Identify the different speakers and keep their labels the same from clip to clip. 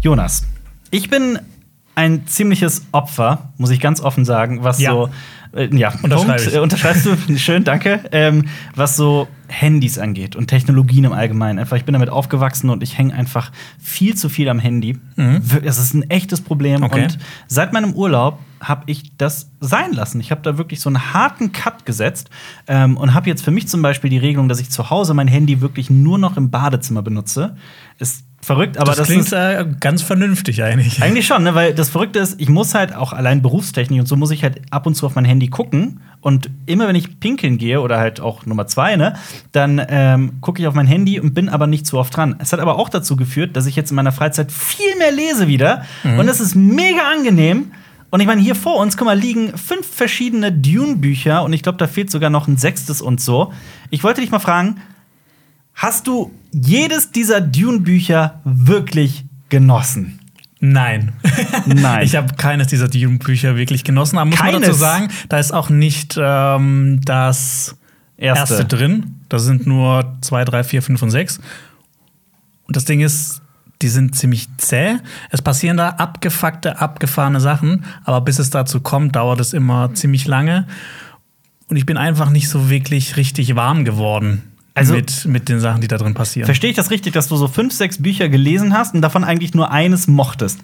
Speaker 1: Jonas, ich bin ein ziemliches Opfer, muss ich ganz offen sagen, was
Speaker 2: Ja.
Speaker 1: so. Äh, ja,
Speaker 2: Unterschreibe ich.
Speaker 1: Äh, unterschreibst du? Schön, danke. Ähm, was so Handys angeht und Technologien im Allgemeinen. Einfach, ich bin damit aufgewachsen und ich hänge einfach viel zu viel am Handy. Wir- Es ist ein echtes Problem.
Speaker 2: Mhm. Okay.
Speaker 1: Und seit meinem Urlaub habe ich das sein lassen. Ich habe da wirklich so einen harten Cut gesetzt ähm, und habe jetzt für mich zum Beispiel die Regelung, dass ich zu Hause mein Handy wirklich nur noch im Badezimmer benutze. Ist verrückt, aber
Speaker 2: Das,
Speaker 1: das, ist
Speaker 2: klingt äh, ganz vernünftig eigentlich.
Speaker 1: eigentlich schon, ne? weil das Verrückte ist, ich muss halt auch allein berufstechnisch und so muss ich halt ab und zu auf mein Handy gucken. Und immer wenn ich pinkeln gehe oder halt auch Nummer zwei, ne, dann ähm, gucke ich auf mein Handy und bin aber nicht zu oft dran. Es hat aber auch dazu geführt, dass ich jetzt in meiner Freizeit viel mehr lese wieder. Und das ist mega angenehm. Und ich meine, hier vor uns, guck mal, liegen fünf verschiedene Dune-Bücher und ich glaube, da fehlt sogar noch ein sechstes und so. Ich wollte dich mal fragen, hast du jedes dieser Dune-Bücher wirklich genossen?
Speaker 2: Nein.
Speaker 1: Nein.
Speaker 2: Ich habe keines dieser Dune-Bücher wirklich genossen. Aber muss man
Speaker 1: Keines?
Speaker 2: dazu sagen, da ist auch nicht ähm, das erste.
Speaker 1: Erste.
Speaker 2: drin. Da sind nur zwei, drei, vier, fünf und sechs. Und das Ding ist, die sind ziemlich zäh. Es passieren da abgefuckte, abgefahrene Sachen. Aber bis es dazu kommt, dauert es immer ziemlich lange. Und ich bin einfach nicht so wirklich richtig warm geworden.
Speaker 1: Also-
Speaker 2: mit, mit den Sachen, die da drin passieren.
Speaker 1: Verstehe ich das richtig, dass du so fünf, sechs Bücher gelesen hast und davon eigentlich nur eines mochtest?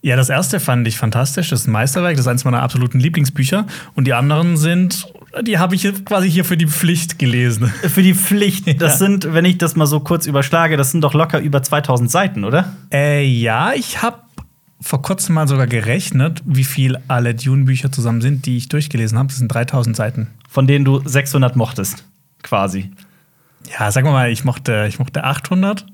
Speaker 2: Ja, das erste fand ich fantastisch. Das ist ein Meisterwerk. Das ist eins meiner absoluten Lieblingsbücher. Und die anderen sind, die habe ich jetzt quasi hier für die Pflicht gelesen.
Speaker 1: Für die Pflicht. Das
Speaker 2: Ja.
Speaker 1: sind, wenn ich das mal so kurz überschlage, das sind doch locker über 2000 Seiten, oder?
Speaker 2: Äh, ja, ich habe vor kurzem mal sogar gerechnet, wie viel alle Dune-Bücher zusammen sind, die ich durchgelesen habe. Das sind 3000 Seiten.
Speaker 1: Von denen du 600 mochtest, quasi.
Speaker 2: Ja, sagen wir mal, ich mochte, ich mochte 800.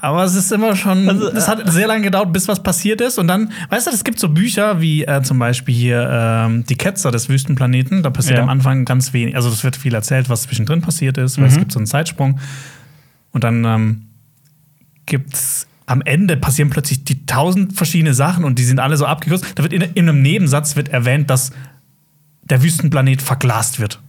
Speaker 2: Aber es ist immer schon.
Speaker 1: Also, äh,
Speaker 2: es hat sehr lange gedauert, bis was passiert ist. Und dann, weißt du, es gibt so Bücher wie äh, zum Beispiel hier ähm, Die Ketzer des Wüstenplaneten. Da passiert
Speaker 1: Ja.
Speaker 2: am Anfang ganz wenig. Also, es wird viel erzählt, was zwischendrin passiert ist,
Speaker 1: Mhm.
Speaker 2: weil es gibt so einen Zeitsprung. Und dann ähm, gibt's am Ende passieren plötzlich die tausend verschiedene Sachen und die sind alle so abgekürzt. Da wird in, in einem Nebensatz wird erwähnt, dass der Wüstenplanet verglast wird.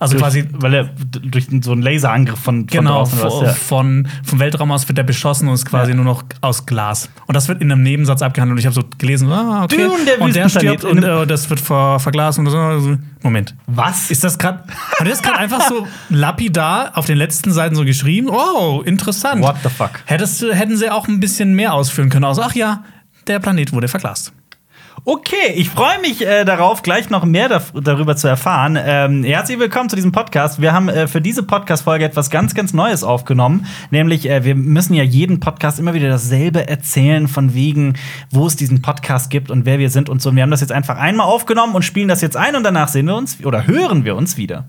Speaker 2: Also quasi
Speaker 1: Durch- weil er d- durch so einen Laserangriff von, von
Speaker 2: Genau,
Speaker 1: draußen
Speaker 2: vo- von, vom Weltraum aus wird der beschossen und ist quasi
Speaker 1: Ja.
Speaker 2: nur noch aus Glas. Und das wird in einem Nebensatz abgehandelt. Und ich habe so gelesen, ah, okay.
Speaker 1: Dune, der
Speaker 2: und der
Speaker 1: Wüstenplanet
Speaker 2: stirbt und
Speaker 1: in einem-
Speaker 2: äh, das wird ver verglast und so. also, Moment.
Speaker 1: Was?
Speaker 2: Ist das gerade Hat er das gerade einfach so lapidar auf den letzten Seiten so geschrieben? Oh, interessant.
Speaker 1: What the fuck?
Speaker 2: Hättest, du- hätten sie auch ein bisschen mehr ausführen können. Aus, ach ja, der Planet wurde verglast.
Speaker 1: Okay, ich freue mich äh, darauf, gleich noch mehr daf- darüber zu erfahren. Ähm, herzlich willkommen zu diesem Podcast. Wir haben äh, für diese Podcast-Folge etwas ganz, ganz Neues aufgenommen. Nämlich, äh, wir müssen ja jeden Podcast immer wieder dasselbe erzählen, von wegen, wo es diesen Podcast gibt und wer wir sind und so. Und wir haben das jetzt einfach einmal aufgenommen und spielen das jetzt ein und danach sehen wir uns oder hören wir uns wieder.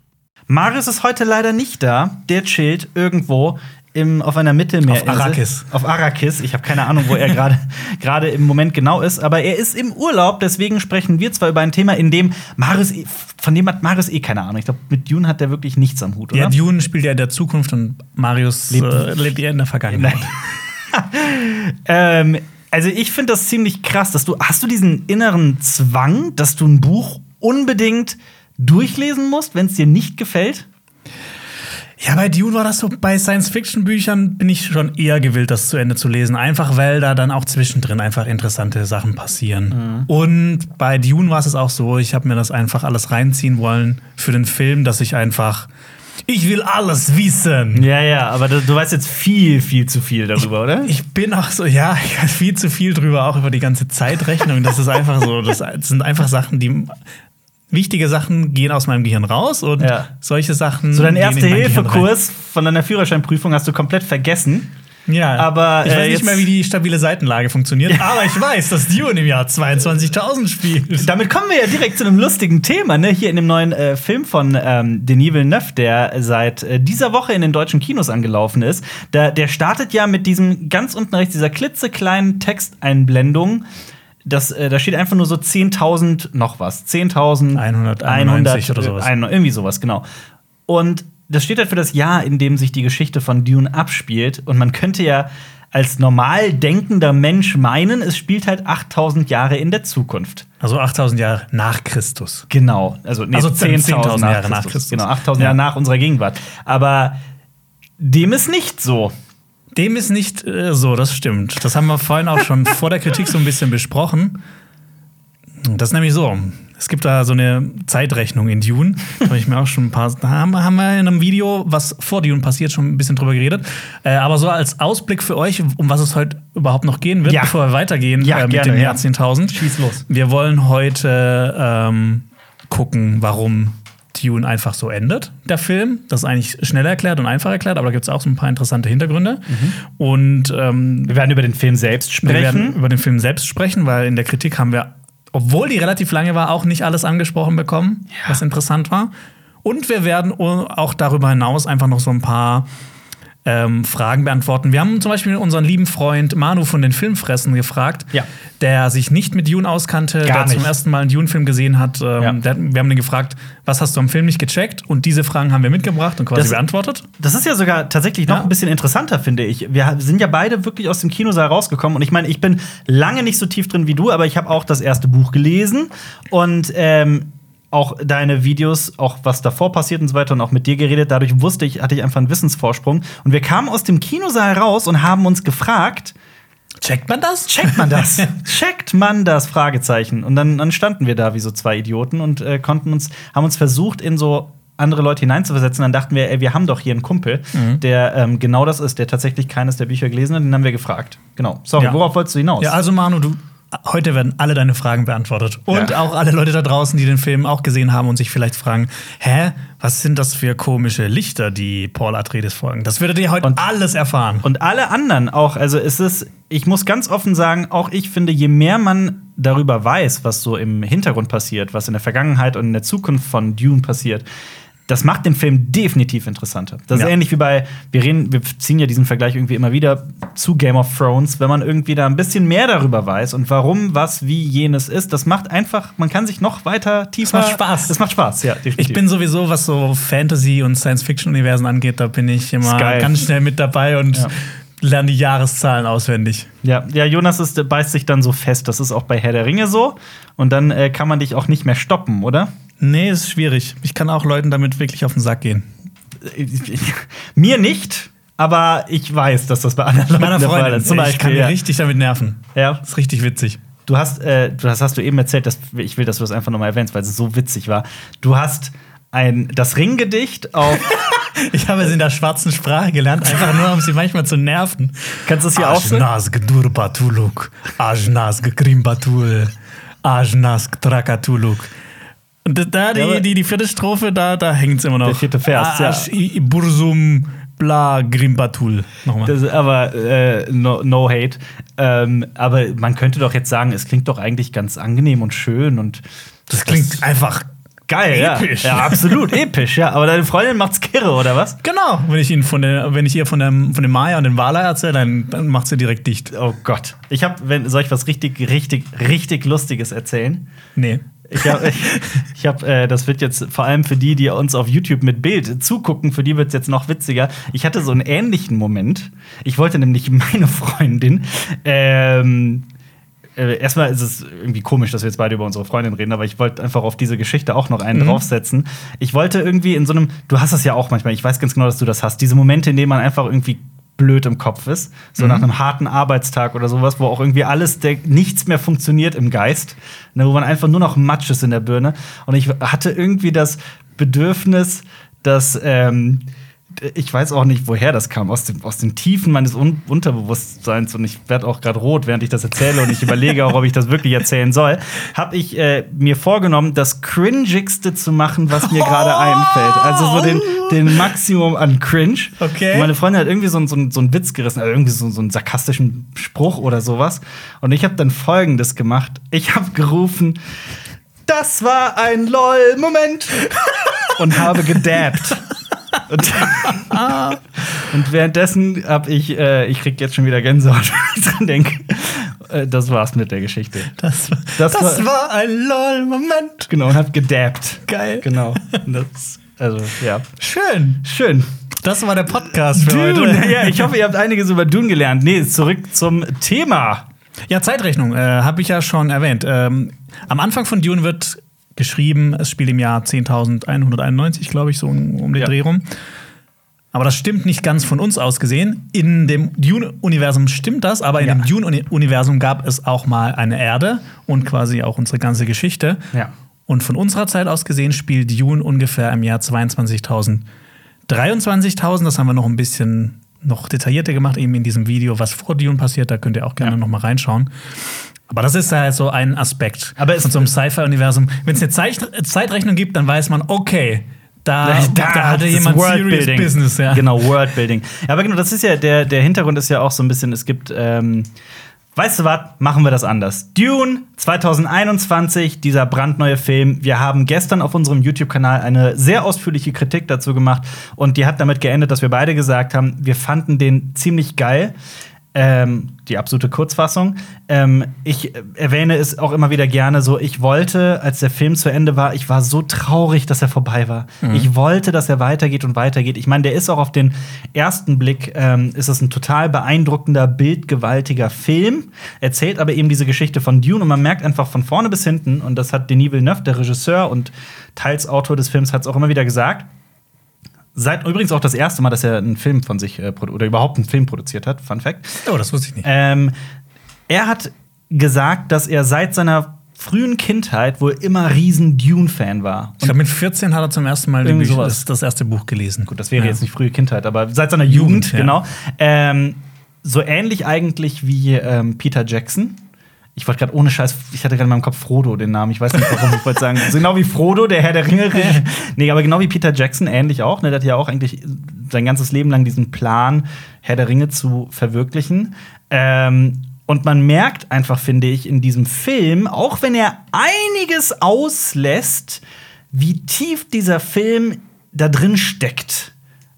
Speaker 1: Marius ist heute leider nicht da. Der chillt irgendwo im, auf einer Mittelmeerinsel.
Speaker 2: Auf Arrakis.
Speaker 1: Auf Arrakis. Ich habe keine Ahnung, wo er gerade gerade im Moment genau ist. Aber er ist im Urlaub. Deswegen sprechen wir zwar über ein Thema, in dem Marius eh, von dem hat Marius eh keine Ahnung. Ich glaube, mit Dune hat er wirklich nichts am Hut, oder?
Speaker 2: Ja, Dune spielt ja in der Zukunft und Marius
Speaker 1: Lebt-
Speaker 2: äh, lebt eher in der Vergangenheit.
Speaker 1: ähm, also ich finde das ziemlich krass, dass du hast du diesen inneren Zwang, dass du ein Buch unbedingt durchlesen musst, wenn es dir nicht gefällt?
Speaker 2: Ja, bei Dune war das so, bei Science-Fiction-Büchern bin ich schon eher gewillt, das zu Ende zu lesen. Einfach weil da dann auch zwischendrin einfach interessante Sachen
Speaker 1: Mhm.
Speaker 2: passieren. Und bei Dune war es auch so, ich habe mir das einfach alles reinziehen wollen für den Film, dass ich einfach, ich will alles wissen.
Speaker 1: Ja, ja, aber du, du weißt jetzt viel, viel zu viel darüber, oder?
Speaker 2: Ich bin auch so, ja, ich weiß viel zu viel drüber, auch über die ganze Zeitrechnung. Das ist einfach so, das sind einfach Sachen, die. Wichtige Sachen gehen aus meinem Gehirn raus und
Speaker 1: Ja.
Speaker 2: solche Sachen.
Speaker 1: So dein
Speaker 2: gehen in mein Gehirn rein.
Speaker 1: Erste-Hilfe-Kurs von deiner Führerscheinprüfung hast du komplett vergessen.
Speaker 2: Ja,
Speaker 1: Aber,
Speaker 2: ich
Speaker 1: äh,
Speaker 2: weiß nicht
Speaker 1: jetzt-
Speaker 2: mehr, wie die stabile Seitenlage funktioniert, aber ich weiß, dass Dune im Jahr 22.000 spielt.
Speaker 1: Damit kommen wir ja direkt zu einem lustigen Thema, ne? Hier in dem neuen äh, Film von ähm, Denis Villeneuve, der seit äh, dieser Woche in den deutschen Kinos angelaufen ist. Da, der startet ja mit diesem ganz unten rechts, dieser klitzekleinen Texteinblendung. das, äh, da steht einfach nur so 10.000 noch was. 10.000
Speaker 2: 191 oder sowas.
Speaker 1: äh, ein- irgendwie sowas, genau. Und das steht halt für das Jahr, in dem sich die Geschichte von Dune abspielt. Und man könnte ja als normal denkender Mensch meinen, es spielt halt 8000 Jahre in der Zukunft.
Speaker 2: Also 8000 Jahre nach Christus.
Speaker 1: Genau. Also, nee,
Speaker 2: Also
Speaker 1: 10.000
Speaker 2: 10.000 Jahre nach Christus.
Speaker 1: Genau, 8000
Speaker 2: Ja.
Speaker 1: Jahre nach unserer Gegenwart. Aber dem ist nicht so.
Speaker 2: Dem ist nicht äh, so, das stimmt. Das haben wir vorhin auch schon vor der Kritik so ein bisschen besprochen. Das ist nämlich so. Es gibt da so eine Zeitrechnung in Dune. Da habe ich mir auch schon ein paar. Da haben, haben wir in einem Video, was vor Dune passiert, schon ein bisschen drüber geredet. Äh, aber so als Ausblick für euch, um was es heute überhaupt noch gehen wird,
Speaker 1: Ja.
Speaker 2: bevor wir weitergehen
Speaker 1: Ja,
Speaker 2: äh, mit
Speaker 1: gerne,
Speaker 2: dem
Speaker 1: ja.
Speaker 2: Jahr 10.000.
Speaker 1: Schieß los.
Speaker 2: Wir wollen heute ähm, gucken, warum Dune einfach so endet, der Film. Das ist eigentlich schnell erklärt und einfach erklärt, aber da gibt es auch so ein paar interessante Hintergründe. Und ähm,
Speaker 1: Wir werden über den Film selbst sprechen.
Speaker 2: wir werden über den Film selbst sprechen, weil in der Kritik haben wir, obwohl die relativ lange war, auch nicht alles angesprochen bekommen, was interessant war. Und wir werden o- auch darüber hinaus einfach noch so ein paar ähm, Fragen beantworten. Wir haben zum Beispiel unseren lieben Freund Manu von den Filmfressen gefragt,
Speaker 1: Ja.
Speaker 2: der sich nicht mit Dune auskannte,
Speaker 1: Gar
Speaker 2: der zum
Speaker 1: nicht.
Speaker 2: ersten Mal einen Dune-Film gesehen hat. Ähm,
Speaker 1: Ja.
Speaker 2: der, hat- wir haben ihn gefragt, was hast du am Film nicht gecheckt? Und diese Fragen haben wir mitgebracht und quasi
Speaker 1: Das-
Speaker 2: beantwortet.
Speaker 1: Das ist ja sogar tatsächlich noch
Speaker 2: Ja.
Speaker 1: ein bisschen interessanter, finde ich. Wir ha- sind ja beide wirklich aus dem Kinosaal rausgekommen. Und ich meine, ich bin lange nicht so tief drin wie du, aber ich habe auch das erste Buch gelesen und ähm, auch deine Videos, auch was davor passiert und so weiter und auch mit dir geredet. Dadurch wusste ich, hatte ich einfach einen Wissensvorsprung. Und wir kamen aus dem Kinosaal raus und haben uns gefragt,
Speaker 2: Checkt man das?
Speaker 1: checkt man das? checkt man das? Fragezeichen. Und dann, dann standen wir da wie so zwei Idioten und äh, konnten uns, haben uns versucht, in so andere Leute hineinzuversetzen. Dann dachten wir, ey, wir haben doch hier einen Kumpel, der ähm, genau das ist, der tatsächlich keines der Bücher gelesen hat. Den haben wir gefragt. Genau. Sorry,
Speaker 2: Ja.
Speaker 1: worauf wolltest du hinaus?
Speaker 2: Ja, also Manu, du, heute werden alle deine Fragen beantwortet. Und
Speaker 1: Ja.
Speaker 2: auch alle Leute da draußen, die den Film auch gesehen haben und sich vielleicht fragen, hä, was sind das für komische Lichter, die Paul Atreides folgen? Das werdet ihr heute
Speaker 1: Und-
Speaker 2: alles erfahren.
Speaker 1: Und alle anderen auch. Also es ist, ich muss ganz offen sagen, auch ich finde, je mehr man darüber weiß, was so im Hintergrund passiert, was in der Vergangenheit und in der Zukunft von Dune passiert, das macht den Film definitiv interessanter. Das
Speaker 2: Ja.
Speaker 1: ist ähnlich wie bei, wir reden, wir ziehen ja diesen Vergleich irgendwie immer wieder zu Game of Thrones, wenn man irgendwie da ein bisschen mehr darüber weiß und warum, was, wie jenes ist, das macht einfach, man kann sich noch weiter tiefer.
Speaker 2: macht Spaß.
Speaker 1: Das macht Spaß, ja.
Speaker 2: ich
Speaker 1: definitiv.
Speaker 2: bin sowieso, was so Fantasy- und Science-Fiction-Universen angeht, da bin ich immer
Speaker 1: Ist geil.
Speaker 2: ganz schnell mit dabei und
Speaker 1: Ja.
Speaker 2: lerne die Jahreszahlen auswendig.
Speaker 1: Ja, ja Jonas ist, der beißt sich dann so fest. Das ist auch bei Herr der Ringe so. Und dann äh, kann man dich auch nicht mehr stoppen, oder?
Speaker 2: Nee, ist schwierig. Ich kann auch Leuten damit wirklich auf den Sack gehen.
Speaker 1: Mir nicht, aber ich weiß, dass das bei anderen Leuten
Speaker 2: Meiner
Speaker 1: der Fall
Speaker 2: Freundin,
Speaker 1: ist. Zum
Speaker 2: ich kann
Speaker 1: Beispiel.
Speaker 2: die
Speaker 1: Ja.
Speaker 2: richtig damit nerven.
Speaker 1: Ja.
Speaker 2: Ist richtig witzig.
Speaker 1: Du hast, äh, du- das hast du eben erzählt, dass, ich will, dass du das einfach nochmal erwähnst, weil es so witzig war. Du hast ein, das Ringgedicht auf.
Speaker 2: Ich habe es in der schwarzen Sprache gelernt, einfach nur, um sie manchmal zu nerven.
Speaker 1: kannst du es hier
Speaker 2: Ah,
Speaker 1: aufsehen?
Speaker 2: Ajnazg Durbatuluk, Ajnazg Grimbatul, Ajnazg Trakatuluk. Und da- da
Speaker 1: Ja, aber-
Speaker 2: die, die, die vierte Strophe, da, da hängt es immer noch.
Speaker 1: Der vierte Vers, ja.
Speaker 2: Asch- i- i- Bursum, bla, Grimbatul. Nochmal.
Speaker 1: Das, ist aber äh, no, no hate. Ähm, aber man könnte doch jetzt sagen, es klingt doch eigentlich ganz angenehm und schön und
Speaker 2: Das klingt einfach.
Speaker 1: Geil,
Speaker 2: Episch.
Speaker 1: ja. Ja, absolut episch, ja. Aber deine Freundin macht's kirre, oder was?
Speaker 2: Genau, wenn ich, ihn von der, wenn ich ihr von, dem, von dem Maya und dem Wala erzähle, dann, dann macht sie direkt dicht.
Speaker 1: Oh Gott. Ich hab, wenn, soll ich was richtig, richtig, richtig Lustiges erzählen?
Speaker 2: Nee.
Speaker 1: Ich hab, ich, ich hab, äh, das wird jetzt vor allem für die, die uns auf YouTube mit Bild zugucken, für die wird's jetzt noch witziger. Ich hatte so einen ähnlichen Moment. Ich wollte nämlich meine Freundin, ähm, äh, erstmal ist es irgendwie komisch, dass wir jetzt beide über unsere Freundin reden, aber ich wollte einfach auf diese Geschichte auch noch einen draufsetzen. Ich wollte irgendwie in so einem, du hast das ja auch manchmal, ich weiß ganz genau, dass du das hast, diese Momente, in denen man einfach irgendwie blöd im Kopf ist, so nach einem harten Arbeitstag oder sowas, wo auch irgendwie alles, der, nichts mehr funktioniert im Geist, ne, wo man einfach nur noch Matsch ist in der Birne. Und ich hatte irgendwie das Bedürfnis, dass ähm, ich weiß auch nicht, woher das kam, aus, dem, aus den Tiefen meines Un Unterbewusstseins und ich werde auch gerade rot, während ich das erzähle und ich überlege auch, ob ich das wirklich erzählen soll, habe ich äh, mir vorgenommen, das Cringigste zu machen, was mir gerade
Speaker 2: Oh!
Speaker 1: einfällt. Also so den, den Maximum an Cringe.
Speaker 2: Okay.
Speaker 1: Und meine Freundin hat irgendwie so, einen- so, einen- so einen Witz gerissen, also irgendwie so, so einen sarkastischen Spruch oder sowas. Und ich habe dann Folgendes gemacht. Ich habe gerufen, das war ein LOL-Moment und habe gedabbt. Und, und währenddessen habe ich, äh, ich krieg jetzt schon wieder Gänsehaut, wenn ich dran denke. äh, das war's mit der Geschichte.
Speaker 2: Das, war-
Speaker 1: Das
Speaker 2: das
Speaker 1: war-
Speaker 2: war, ein LOL-Moment.
Speaker 1: Genau, und hab gedabbt.
Speaker 2: Geil.
Speaker 1: Genau. Das, also, ja.
Speaker 2: Schön.
Speaker 1: Schön.
Speaker 2: Das war der Podcast für
Speaker 1: Dune,
Speaker 2: heute.
Speaker 1: ja, ich hoffe, ihr habt einiges über Dune gelernt. Nee, zurück zum Thema.
Speaker 2: Ja, Zeitrechnung äh, habe ich ja schon erwähnt. Ähm, am Anfang von Dune wird geschrieben, es spielt im Jahr 10.191, glaube ich, so um, um den
Speaker 1: Ja.
Speaker 2: Dreh rum. Aber das stimmt nicht ganz von uns aus gesehen. In dem Dune-Universum stimmt das, aber in
Speaker 1: Ja.
Speaker 2: dem Dune-Universum gab es auch mal eine Erde und quasi auch unsere ganze Geschichte.
Speaker 1: Ja.
Speaker 2: Und von unserer Zeit aus gesehen spielt Dune ungefähr im Jahr 22.000. 23.000, das haben wir noch ein bisschen noch detaillierter gemacht, eben in diesem Video, was vor Dune passiert, da könnt ihr auch gerne
Speaker 1: Ja.
Speaker 2: noch mal reinschauen. Aber das ist halt so ein Aspekt
Speaker 1: Aber es-
Speaker 2: von so einem Sci-Fi-Universum. Wenn es eine Zeich- Zeitrechnung gibt, dann weiß man, okay, da, da, hatte
Speaker 1: Äh, das
Speaker 2: jemand
Speaker 1: Worldbuilding.
Speaker 2: Serious Business. Ja.
Speaker 1: Genau, Worldbuilding. Ja, aber genau, das ist ja, der, der Hintergrund ist ja auch so ein bisschen, es gibt, ähm, weißt du was, machen wir das anders. Dune 2021, dieser brandneue Film. Wir haben gestern auf unserem YouTube-Kanal eine sehr ausführliche Kritik dazu gemacht und die hat damit geendet, dass wir beide gesagt haben, wir fanden den ziemlich geil. Ähm, die absolute Kurzfassung. Ähm, ich äh, erwähne es auch immer wieder gerne so, ich wollte, als der Film zu Ende war, ich war so traurig, dass er vorbei war. Ich wollte, dass er weitergeht und weitergeht. Ich meine, der ist auch auf den ersten Blick, ähm, ist es ein total beeindruckender, bildgewaltiger Film, erzählt aber eben diese Geschichte von Dune und man merkt einfach von vorne bis hinten, und das hat Denis Villeneuve, der Regisseur und teils Autor des Films, hat es auch immer wieder gesagt, Seit übrigens auch das erste Mal, dass er einen Film von sich äh, produ- oder überhaupt einen Film produziert hat. Fun Fact.
Speaker 2: Oh, das wusste ich nicht.
Speaker 1: Ähm, er hat gesagt, dass er seit seiner frühen Kindheit wohl immer riesen Dune-Fan war.
Speaker 2: Ich glaube, mit 14 hat er zum ersten Mal die
Speaker 1: Irgendwie
Speaker 2: Bücher-
Speaker 1: sowas.
Speaker 2: das, das erste Buch gelesen.
Speaker 1: Gut, das wäre
Speaker 2: ja.
Speaker 1: jetzt nicht frühe Kindheit, aber seit seiner Jugend,
Speaker 2: Jugend, ja.
Speaker 1: genau. Ähm, so ähnlich eigentlich wie ähm, Peter Jackson. Ich wollte gerade ohne Scheiß, ich hatte gerade in meinem Kopf Frodo den Namen, ich weiß nicht warum, ich wollte sagen, so genau wie Frodo, der Herr der Ringe. nee, aber genau wie Peter Jackson, ähnlich auch. Ne? Der hat ja auch eigentlich sein ganzes Leben lang diesen Plan, Herr der Ringe zu verwirklichen. Ähm, und man merkt einfach, finde ich, in diesem Film, auch wenn er einiges auslässt, wie tief dieser Film da drin steckt.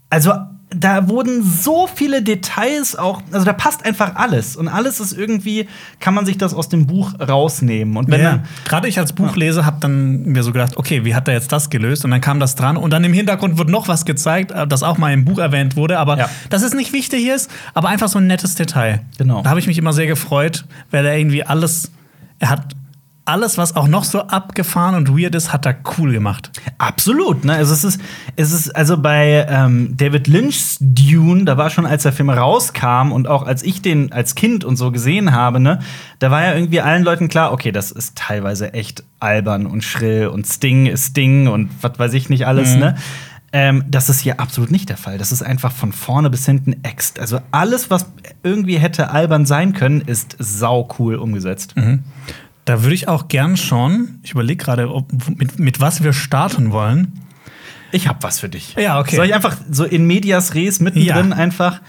Speaker 1: Also da wurden so viele Details auch, also da passt einfach alles und alles ist irgendwie, kann man sich das aus dem Buch rausnehmen und wenn
Speaker 2: Ja.
Speaker 1: dann
Speaker 2: Gerade ich als Buchleser habe dann mir so gedacht, okay, wie hat er jetzt das gelöst? Und dann kam das dran und dann im Hintergrund wird noch was gezeigt, äh, das auch mal im Buch erwähnt wurde, aber
Speaker 1: Ja.
Speaker 2: das ist nicht wichtig hier ist, aber einfach so ein nettes Detail.
Speaker 1: Genau.
Speaker 2: Da habe ich mich immer sehr gefreut, weil er irgendwie alles, er hat alles, was auch noch so abgefahren und weird ist, hat er cool gemacht.
Speaker 1: Absolut, ne? Also es ist, es ist also bei ähm, David Lynch's Dune, da war schon, als der Film rauskam und auch als ich den als Kind und so gesehen habe, ne, da war ja irgendwie allen Leuten klar, okay, das ist teilweise echt albern und schrill und Sting ist Sting und was weiß ich nicht alles, ne? Ähm, das ist hier absolut nicht der Fall. Das ist einfach von vorne bis hinten ext. Also alles, was irgendwie hätte albern sein können, ist sau cool umgesetzt.
Speaker 2: Da würde ich auch gern schon, ich überlege gerade, ob- mit, mit was wir starten wollen.
Speaker 1: Ich hab was für dich.
Speaker 2: Ja, okay.
Speaker 1: Soll ich einfach so in medias res mittendrin
Speaker 2: Ja.
Speaker 1: einfach.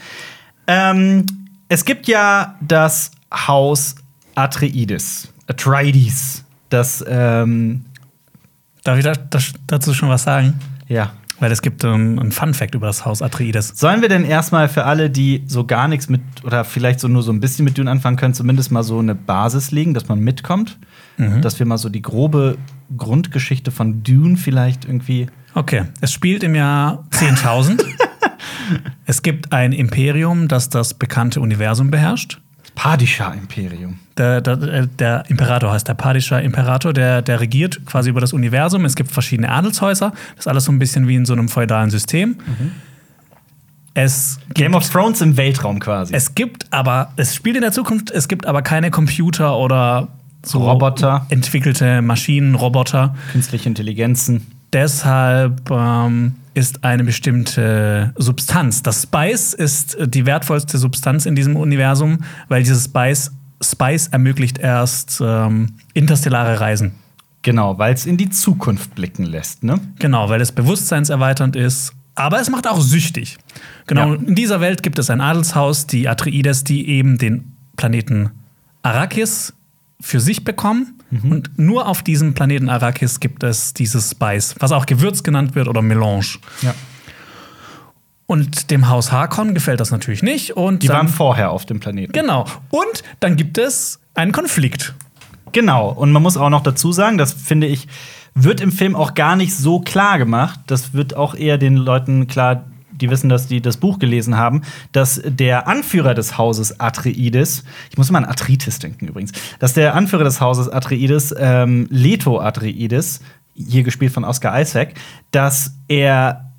Speaker 1: Ähm, es gibt ja das Haus Atreides. Atreides. Das, ähm,
Speaker 2: Darf ich da, das, dazu schon was sagen?
Speaker 1: ja.
Speaker 2: Weil es gibt ähm, einen Fun-Fact über das Haus Atreides.
Speaker 1: Sollen wir denn erstmal für alle, die so gar nichts mit oder vielleicht so nur so ein bisschen mit Dune anfangen können, zumindest mal so eine Basis legen, dass man mitkommt? Dass wir mal so die grobe Grundgeschichte von Dune vielleicht irgendwie.
Speaker 2: Okay, es spielt im Jahr 10.000. es gibt ein Imperium, das das bekannte Universum beherrscht.
Speaker 1: Padishah-Imperium.
Speaker 2: Der, der, äh, der Imperator heißt der Padischer Imperator, der, der regiert quasi über das Universum. Es gibt verschiedene Adelshäuser. Das ist alles so ein bisschen wie in so einem feudalen System. Es,
Speaker 1: Game of Thrones im Weltraum quasi.
Speaker 2: es gibt aber, es spielt in der Zukunft, es gibt aber keine Computer oder so
Speaker 1: Roboter.
Speaker 2: entwickelte Maschinen, Roboter.
Speaker 1: Künstliche Intelligenzen.
Speaker 2: Deshalb ähm, ist eine bestimmte Substanz. Das Spice ist äh, die wertvollste Substanz in diesem Universum, weil dieses Spice, Spice ermöglicht erst ähm, interstellare Reisen.
Speaker 1: Genau, weil es in die Zukunft blicken lässt, ne?
Speaker 2: Genau, weil es bewusstseinserweiternd ist. Aber es macht auch süchtig. Genau,
Speaker 1: Ja.
Speaker 2: in dieser Welt gibt es ein Adelshaus, die Atreides, die eben den Planeten Arrakis für sich bekommen. Und nur auf diesem Planeten Arrakis gibt es dieses Spice, was auch Gewürz genannt wird oder Melange.
Speaker 1: Ja.
Speaker 2: Und dem Haus Harkon gefällt das natürlich nicht. Und
Speaker 1: Die
Speaker 2: dann,
Speaker 1: waren vorher auf dem Planeten.
Speaker 2: genau. Und dann gibt es einen Konflikt.
Speaker 1: Genau. Und man muss auch noch dazu sagen, das finde ich, wird im Film auch gar nicht so klar gemacht. Das wird auch eher den Leuten klar, die wissen, dass die das Buch gelesen haben, dass der Anführer des Hauses Atreides, ich muss immer an Atreides denken übrigens, dass der Anführer des Hauses Atreides, ähm, Leto Atreides, hier gespielt von Oscar Isaac, dass er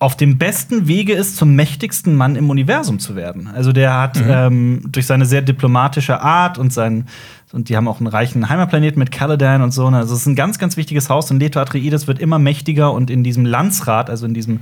Speaker 1: auf dem besten Wege ist, zum mächtigsten Mann im Universum zu werden. Also der hat
Speaker 2: Mhm.
Speaker 1: ähm, durch seine sehr diplomatische Art und sein und die haben auch einen reichen Heimatplaneten mit Caladan und so. ne? Also es ist ein ganz, ganz wichtiges Haus und Leto Atreides wird immer mächtiger und in diesem Landsrat, also in diesem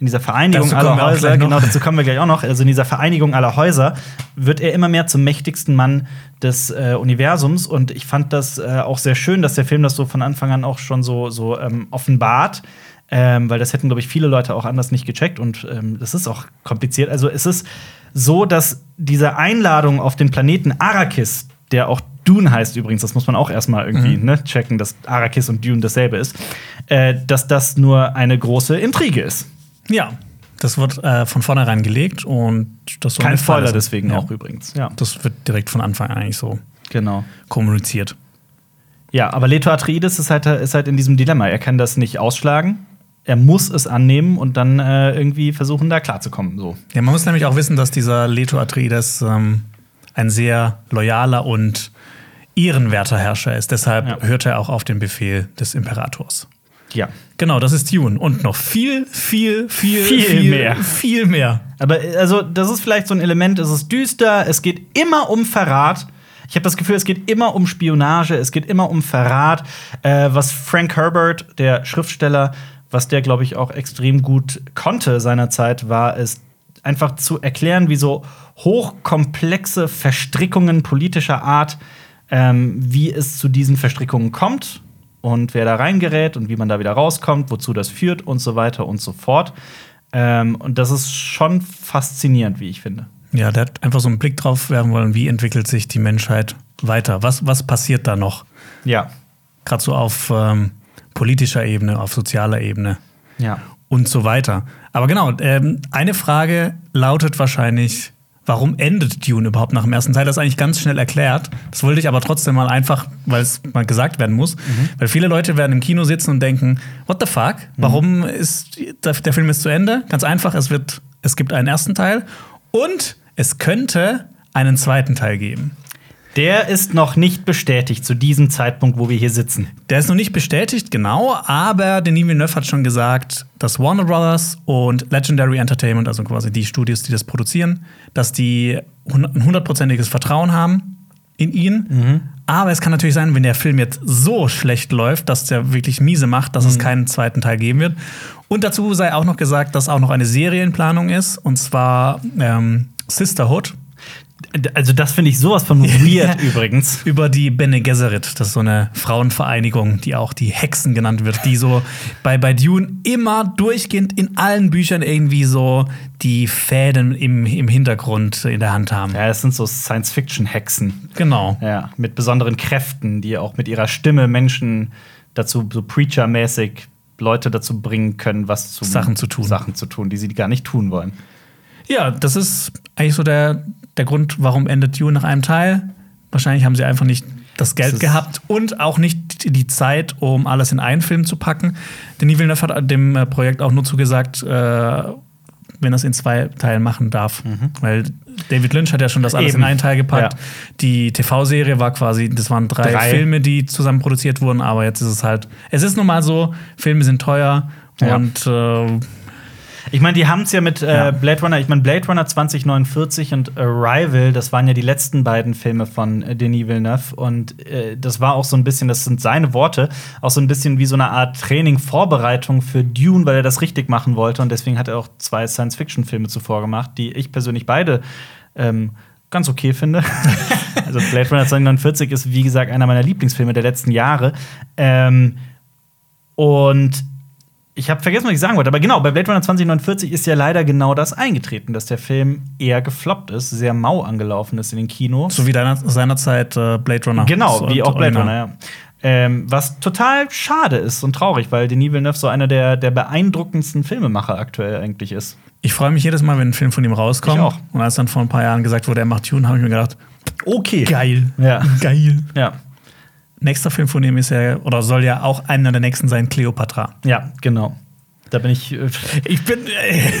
Speaker 1: in dieser Vereinigung
Speaker 2: Dazu kommen
Speaker 1: aller
Speaker 2: wir auch
Speaker 1: Häuser,
Speaker 2: gleich noch.
Speaker 1: genau dazu kommen wir gleich auch noch, also in dieser Vereinigung aller Häuser wird er immer mehr zum mächtigsten Mann des äh, Universums und ich fand das äh, auch sehr schön, dass der Film das so von Anfang an auch schon so so ähm, offenbart. Ähm, weil das hätten, glaube ich, viele Leute auch anders nicht gecheckt und ähm, das ist auch kompliziert. Also es ist so, dass diese Einladung auf den Planeten Arrakis, der auch Dune heißt übrigens, das muss man auch erstmal irgendwie ne, checken, dass Arrakis und Dune dasselbe ist, äh, dass das nur eine große Intrige ist.
Speaker 2: Ja, das wird äh, von vornherein gelegt und das soll
Speaker 1: Kein
Speaker 2: nicht falsch
Speaker 1: Spoiler
Speaker 2: sein.
Speaker 1: deswegen
Speaker 2: ja.
Speaker 1: auch übrigens. Ja,
Speaker 2: Das wird direkt von Anfang an eigentlich so
Speaker 1: genau.
Speaker 2: kommuniziert.
Speaker 1: Ja, aber Leto Atreides ist halt, ist halt in diesem Dilemma. Er kann das nicht ausschlagen. Er muss es annehmen und dann äh, irgendwie versuchen, da klarzukommen. So.
Speaker 2: Ja, man muss nämlich auch wissen, dass dieser Leto Atreides ähm, ein sehr loyaler und ehrenwerter Herrscher ist. Deshalb
Speaker 1: Ja.
Speaker 2: hört er auch auf den Befehl des Imperators.
Speaker 1: Ja.
Speaker 2: Genau, das ist Dune. Und noch viel, viel, viel,
Speaker 1: Viel mehr.
Speaker 2: Viel mehr.
Speaker 1: Aber äh, also, das ist vielleicht so ein Element, es ist düster, es geht immer um Verrat. Ich habe das Gefühl, es geht immer um Spionage, es geht immer um Verrat. Äh, was Frank Herbert, der Schriftsteller, was der, glaube ich, auch extrem gut konnte seinerzeit, war es einfach zu erklären, wie so hochkomplexe Verstrickungen politischer Art, ähm, wie es zu diesen Verstrickungen kommt und wer da reingerät und wie man da wieder rauskommt, wozu das führt und so weiter und so fort. Ähm, und das ist schon faszinierend, wie ich finde.
Speaker 2: Ja, der hat einfach so einen Blick drauf werfen wollen, wie entwickelt sich die Menschheit weiter? Was, was passiert da noch?
Speaker 1: Ja,
Speaker 2: Gerade so auf ähm, politischer Ebene, auf sozialer Ebene
Speaker 1: ja.
Speaker 2: und so weiter. Aber genau, ähm, eine Frage lautet wahrscheinlich, warum endet Dune überhaupt nach dem ersten Teil? Das ist eigentlich ganz schnell erklärt. Das wollte ich aber trotzdem mal einfach, weil es mal gesagt werden muss. Weil viele Leute werden im Kino sitzen und denken, what the fuck? Warum ist der, der Film ist zu Ende? Ganz einfach, es wird, es gibt einen ersten Teil und es könnte einen zweiten Teil geben.
Speaker 1: Der ist noch nicht bestätigt zu diesem Zeitpunkt, wo wir hier sitzen.
Speaker 2: Der ist noch nicht bestätigt, genau, aber Denis Villeneuve hat schon gesagt, dass Warner Brothers und Legendary Entertainment, also quasi die Studios, die das produzieren, dass die hun- ein hundertprozentiges Vertrauen haben in ihn. Aber es kann natürlich sein, wenn der Film jetzt so schlecht läuft, dass der wirklich miese macht, dass es keinen zweiten Teil geben wird. Und dazu sei auch noch gesagt, dass auch noch eine Serienplanung ist, und zwar ähm, Sisterhood
Speaker 1: Also, das finde ich sowas von weird übrigens.
Speaker 2: über die Bene Gesserit. Das ist so eine Frauenvereinigung, die auch die Hexen genannt wird, die so bei, bei Dune immer durchgehend in allen Büchern irgendwie so die Fäden im, im Hintergrund in der Hand haben.
Speaker 1: Ja, es sind so Science-Fiction-Hexen.
Speaker 2: Genau.
Speaker 1: Ja, mit besonderen Kräften, die auch mit ihrer Stimme Menschen dazu, so Preacher-mäßig, Leute dazu bringen können, was zu
Speaker 2: Sachen zu tun.
Speaker 1: Sachen zu tun, die sie gar nicht tun wollen.
Speaker 2: Ja, das ist eigentlich so der, der Grund, warum endet Dune nach einem Teil. Wahrscheinlich haben sie einfach nicht das Geld
Speaker 1: ist-
Speaker 2: gehabt und auch nicht die- die Zeit, um alles in einen Film zu packen. Denis Villeneuve hat dem äh, Projekt auch nur zugesagt, äh, wenn er es in zwei Teilen machen darf. Weil David Lynch hat ja schon das alles
Speaker 1: Mhm. Eben.
Speaker 2: in einen Teil gepackt.
Speaker 1: Ja.
Speaker 2: Die TV-Serie war quasi, das waren drei,
Speaker 1: Drei.
Speaker 2: Filme, die zusammen produziert wurden, aber jetzt ist es halt, es ist nun mal so, Filme sind teuer
Speaker 1: Ja.
Speaker 2: und äh,
Speaker 1: Ich meine, die haben es ja mit äh,
Speaker 2: Ja.
Speaker 1: Blade Runner, ich meine, Blade Runner 2049 und Arrival, das waren ja die letzten beiden Filme von äh, Denis Villeneuve. Und äh, das war auch so ein bisschen, das sind seine Worte, auch so ein bisschen wie so eine Art Training, Vorbereitung für Dune, weil er das richtig machen wollte. Und deswegen hat er auch zwei Science-Fiction-Filme zuvor gemacht, die ich persönlich beide ähm, ganz okay finde. also Blade Runner 2049 ist, wie gesagt, einer meiner Lieblingsfilme der letzten Jahre. Ähm, und ich habe vergessen, was ich sagen wollte, aber genau, bei Blade Runner 2049 ist ja leider genau das eingetreten, dass der Film eher gefloppt ist, sehr mau angelaufen ist in den Kinos.
Speaker 2: So wie deiner, seinerzeit äh, Blade Runner.
Speaker 1: Genau,
Speaker 2: So,
Speaker 1: wie auch Blade
Speaker 2: original.
Speaker 1: Runner, ja. Ähm, was total schade ist und traurig, weil Denis Villeneuve so einer der, der beeindruckendsten Filmemacher aktuell eigentlich ist.
Speaker 2: Ich freue mich jedes Mal, wenn ein Film von ihm rauskommt.
Speaker 1: Ich auch.
Speaker 2: Und als dann vor ein paar Jahren gesagt wurde, er macht Dune, habe ich mir gedacht,
Speaker 1: Okay.
Speaker 2: geil.
Speaker 1: Ja.
Speaker 2: Geil.
Speaker 1: Ja.
Speaker 2: Nächster Film von ihm ist ja, oder soll ja auch einer der nächsten sein, Cleopatra.
Speaker 1: Ja, genau. Da bin ich. äh,
Speaker 2: Ich bin.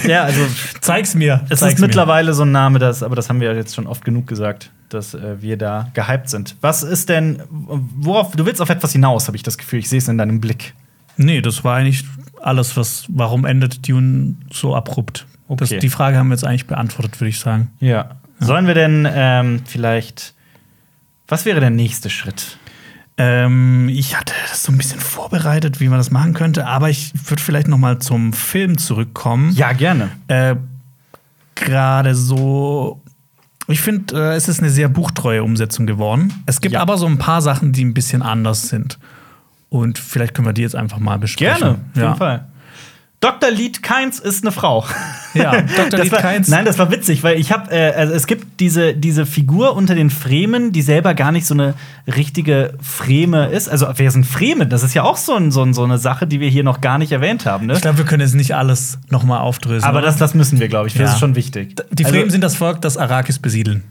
Speaker 1: Ja, also
Speaker 2: zeig's mir.
Speaker 1: es
Speaker 2: zeig's
Speaker 1: ist mittlerweile so ein Name, das, aber das haben wir ja jetzt schon oft genug gesagt, dass äh, wir da gehypt sind. Was ist denn, worauf, du willst auf etwas hinaus, habe ich das Gefühl. Ich sehe es in deinem Blick.
Speaker 2: Mir. Nee, das war eigentlich alles, was. Warum endet Dune so abrupt? Das,
Speaker 1: Okay.
Speaker 2: die Frage haben wir jetzt eigentlich beantwortet, würde ich sagen.
Speaker 1: Ja. Sollen wir denn ähm, vielleicht. Was wäre der nächste Schritt?
Speaker 2: Ähm, ich hatte das so ein bisschen vorbereitet, wie man das machen könnte, aber ich würde vielleicht noch mal zum Film zurückkommen.
Speaker 1: Ja, gerne.
Speaker 2: äh, gerade so. Ich finde, äh, es ist eine sehr buchtreue Umsetzung geworden. Es gibt
Speaker 1: Ja.
Speaker 2: aber so ein paar Sachen, die ein bisschen anders sind. Und vielleicht können wir die jetzt einfach mal besprechen.
Speaker 1: Gerne, auf
Speaker 2: ja.
Speaker 1: jeden Fall. Dr. Lied Keins ist eine Frau.
Speaker 2: Ja, Dr.
Speaker 1: Das
Speaker 2: Lied
Speaker 1: war,
Speaker 2: Kainz.
Speaker 1: Nein, das war witzig, weil ich habe, äh, also es gibt diese, diese Figur unter den Fremen, die selber gar nicht so eine richtige Freme ist. Also wer sind Fremen? Das ist ja auch so, ein, so, ein, so eine Sache, die wir hier noch gar nicht erwähnt haben. Ne?
Speaker 2: Ich glaube, wir können jetzt nicht alles nochmal aufdröseln.
Speaker 1: Aber das, das müssen wir, glaube ich. Das
Speaker 2: Ja.
Speaker 1: ist schon wichtig.
Speaker 2: die Fremen
Speaker 1: also,
Speaker 2: sind das Volk, das Arrakis besiedeln.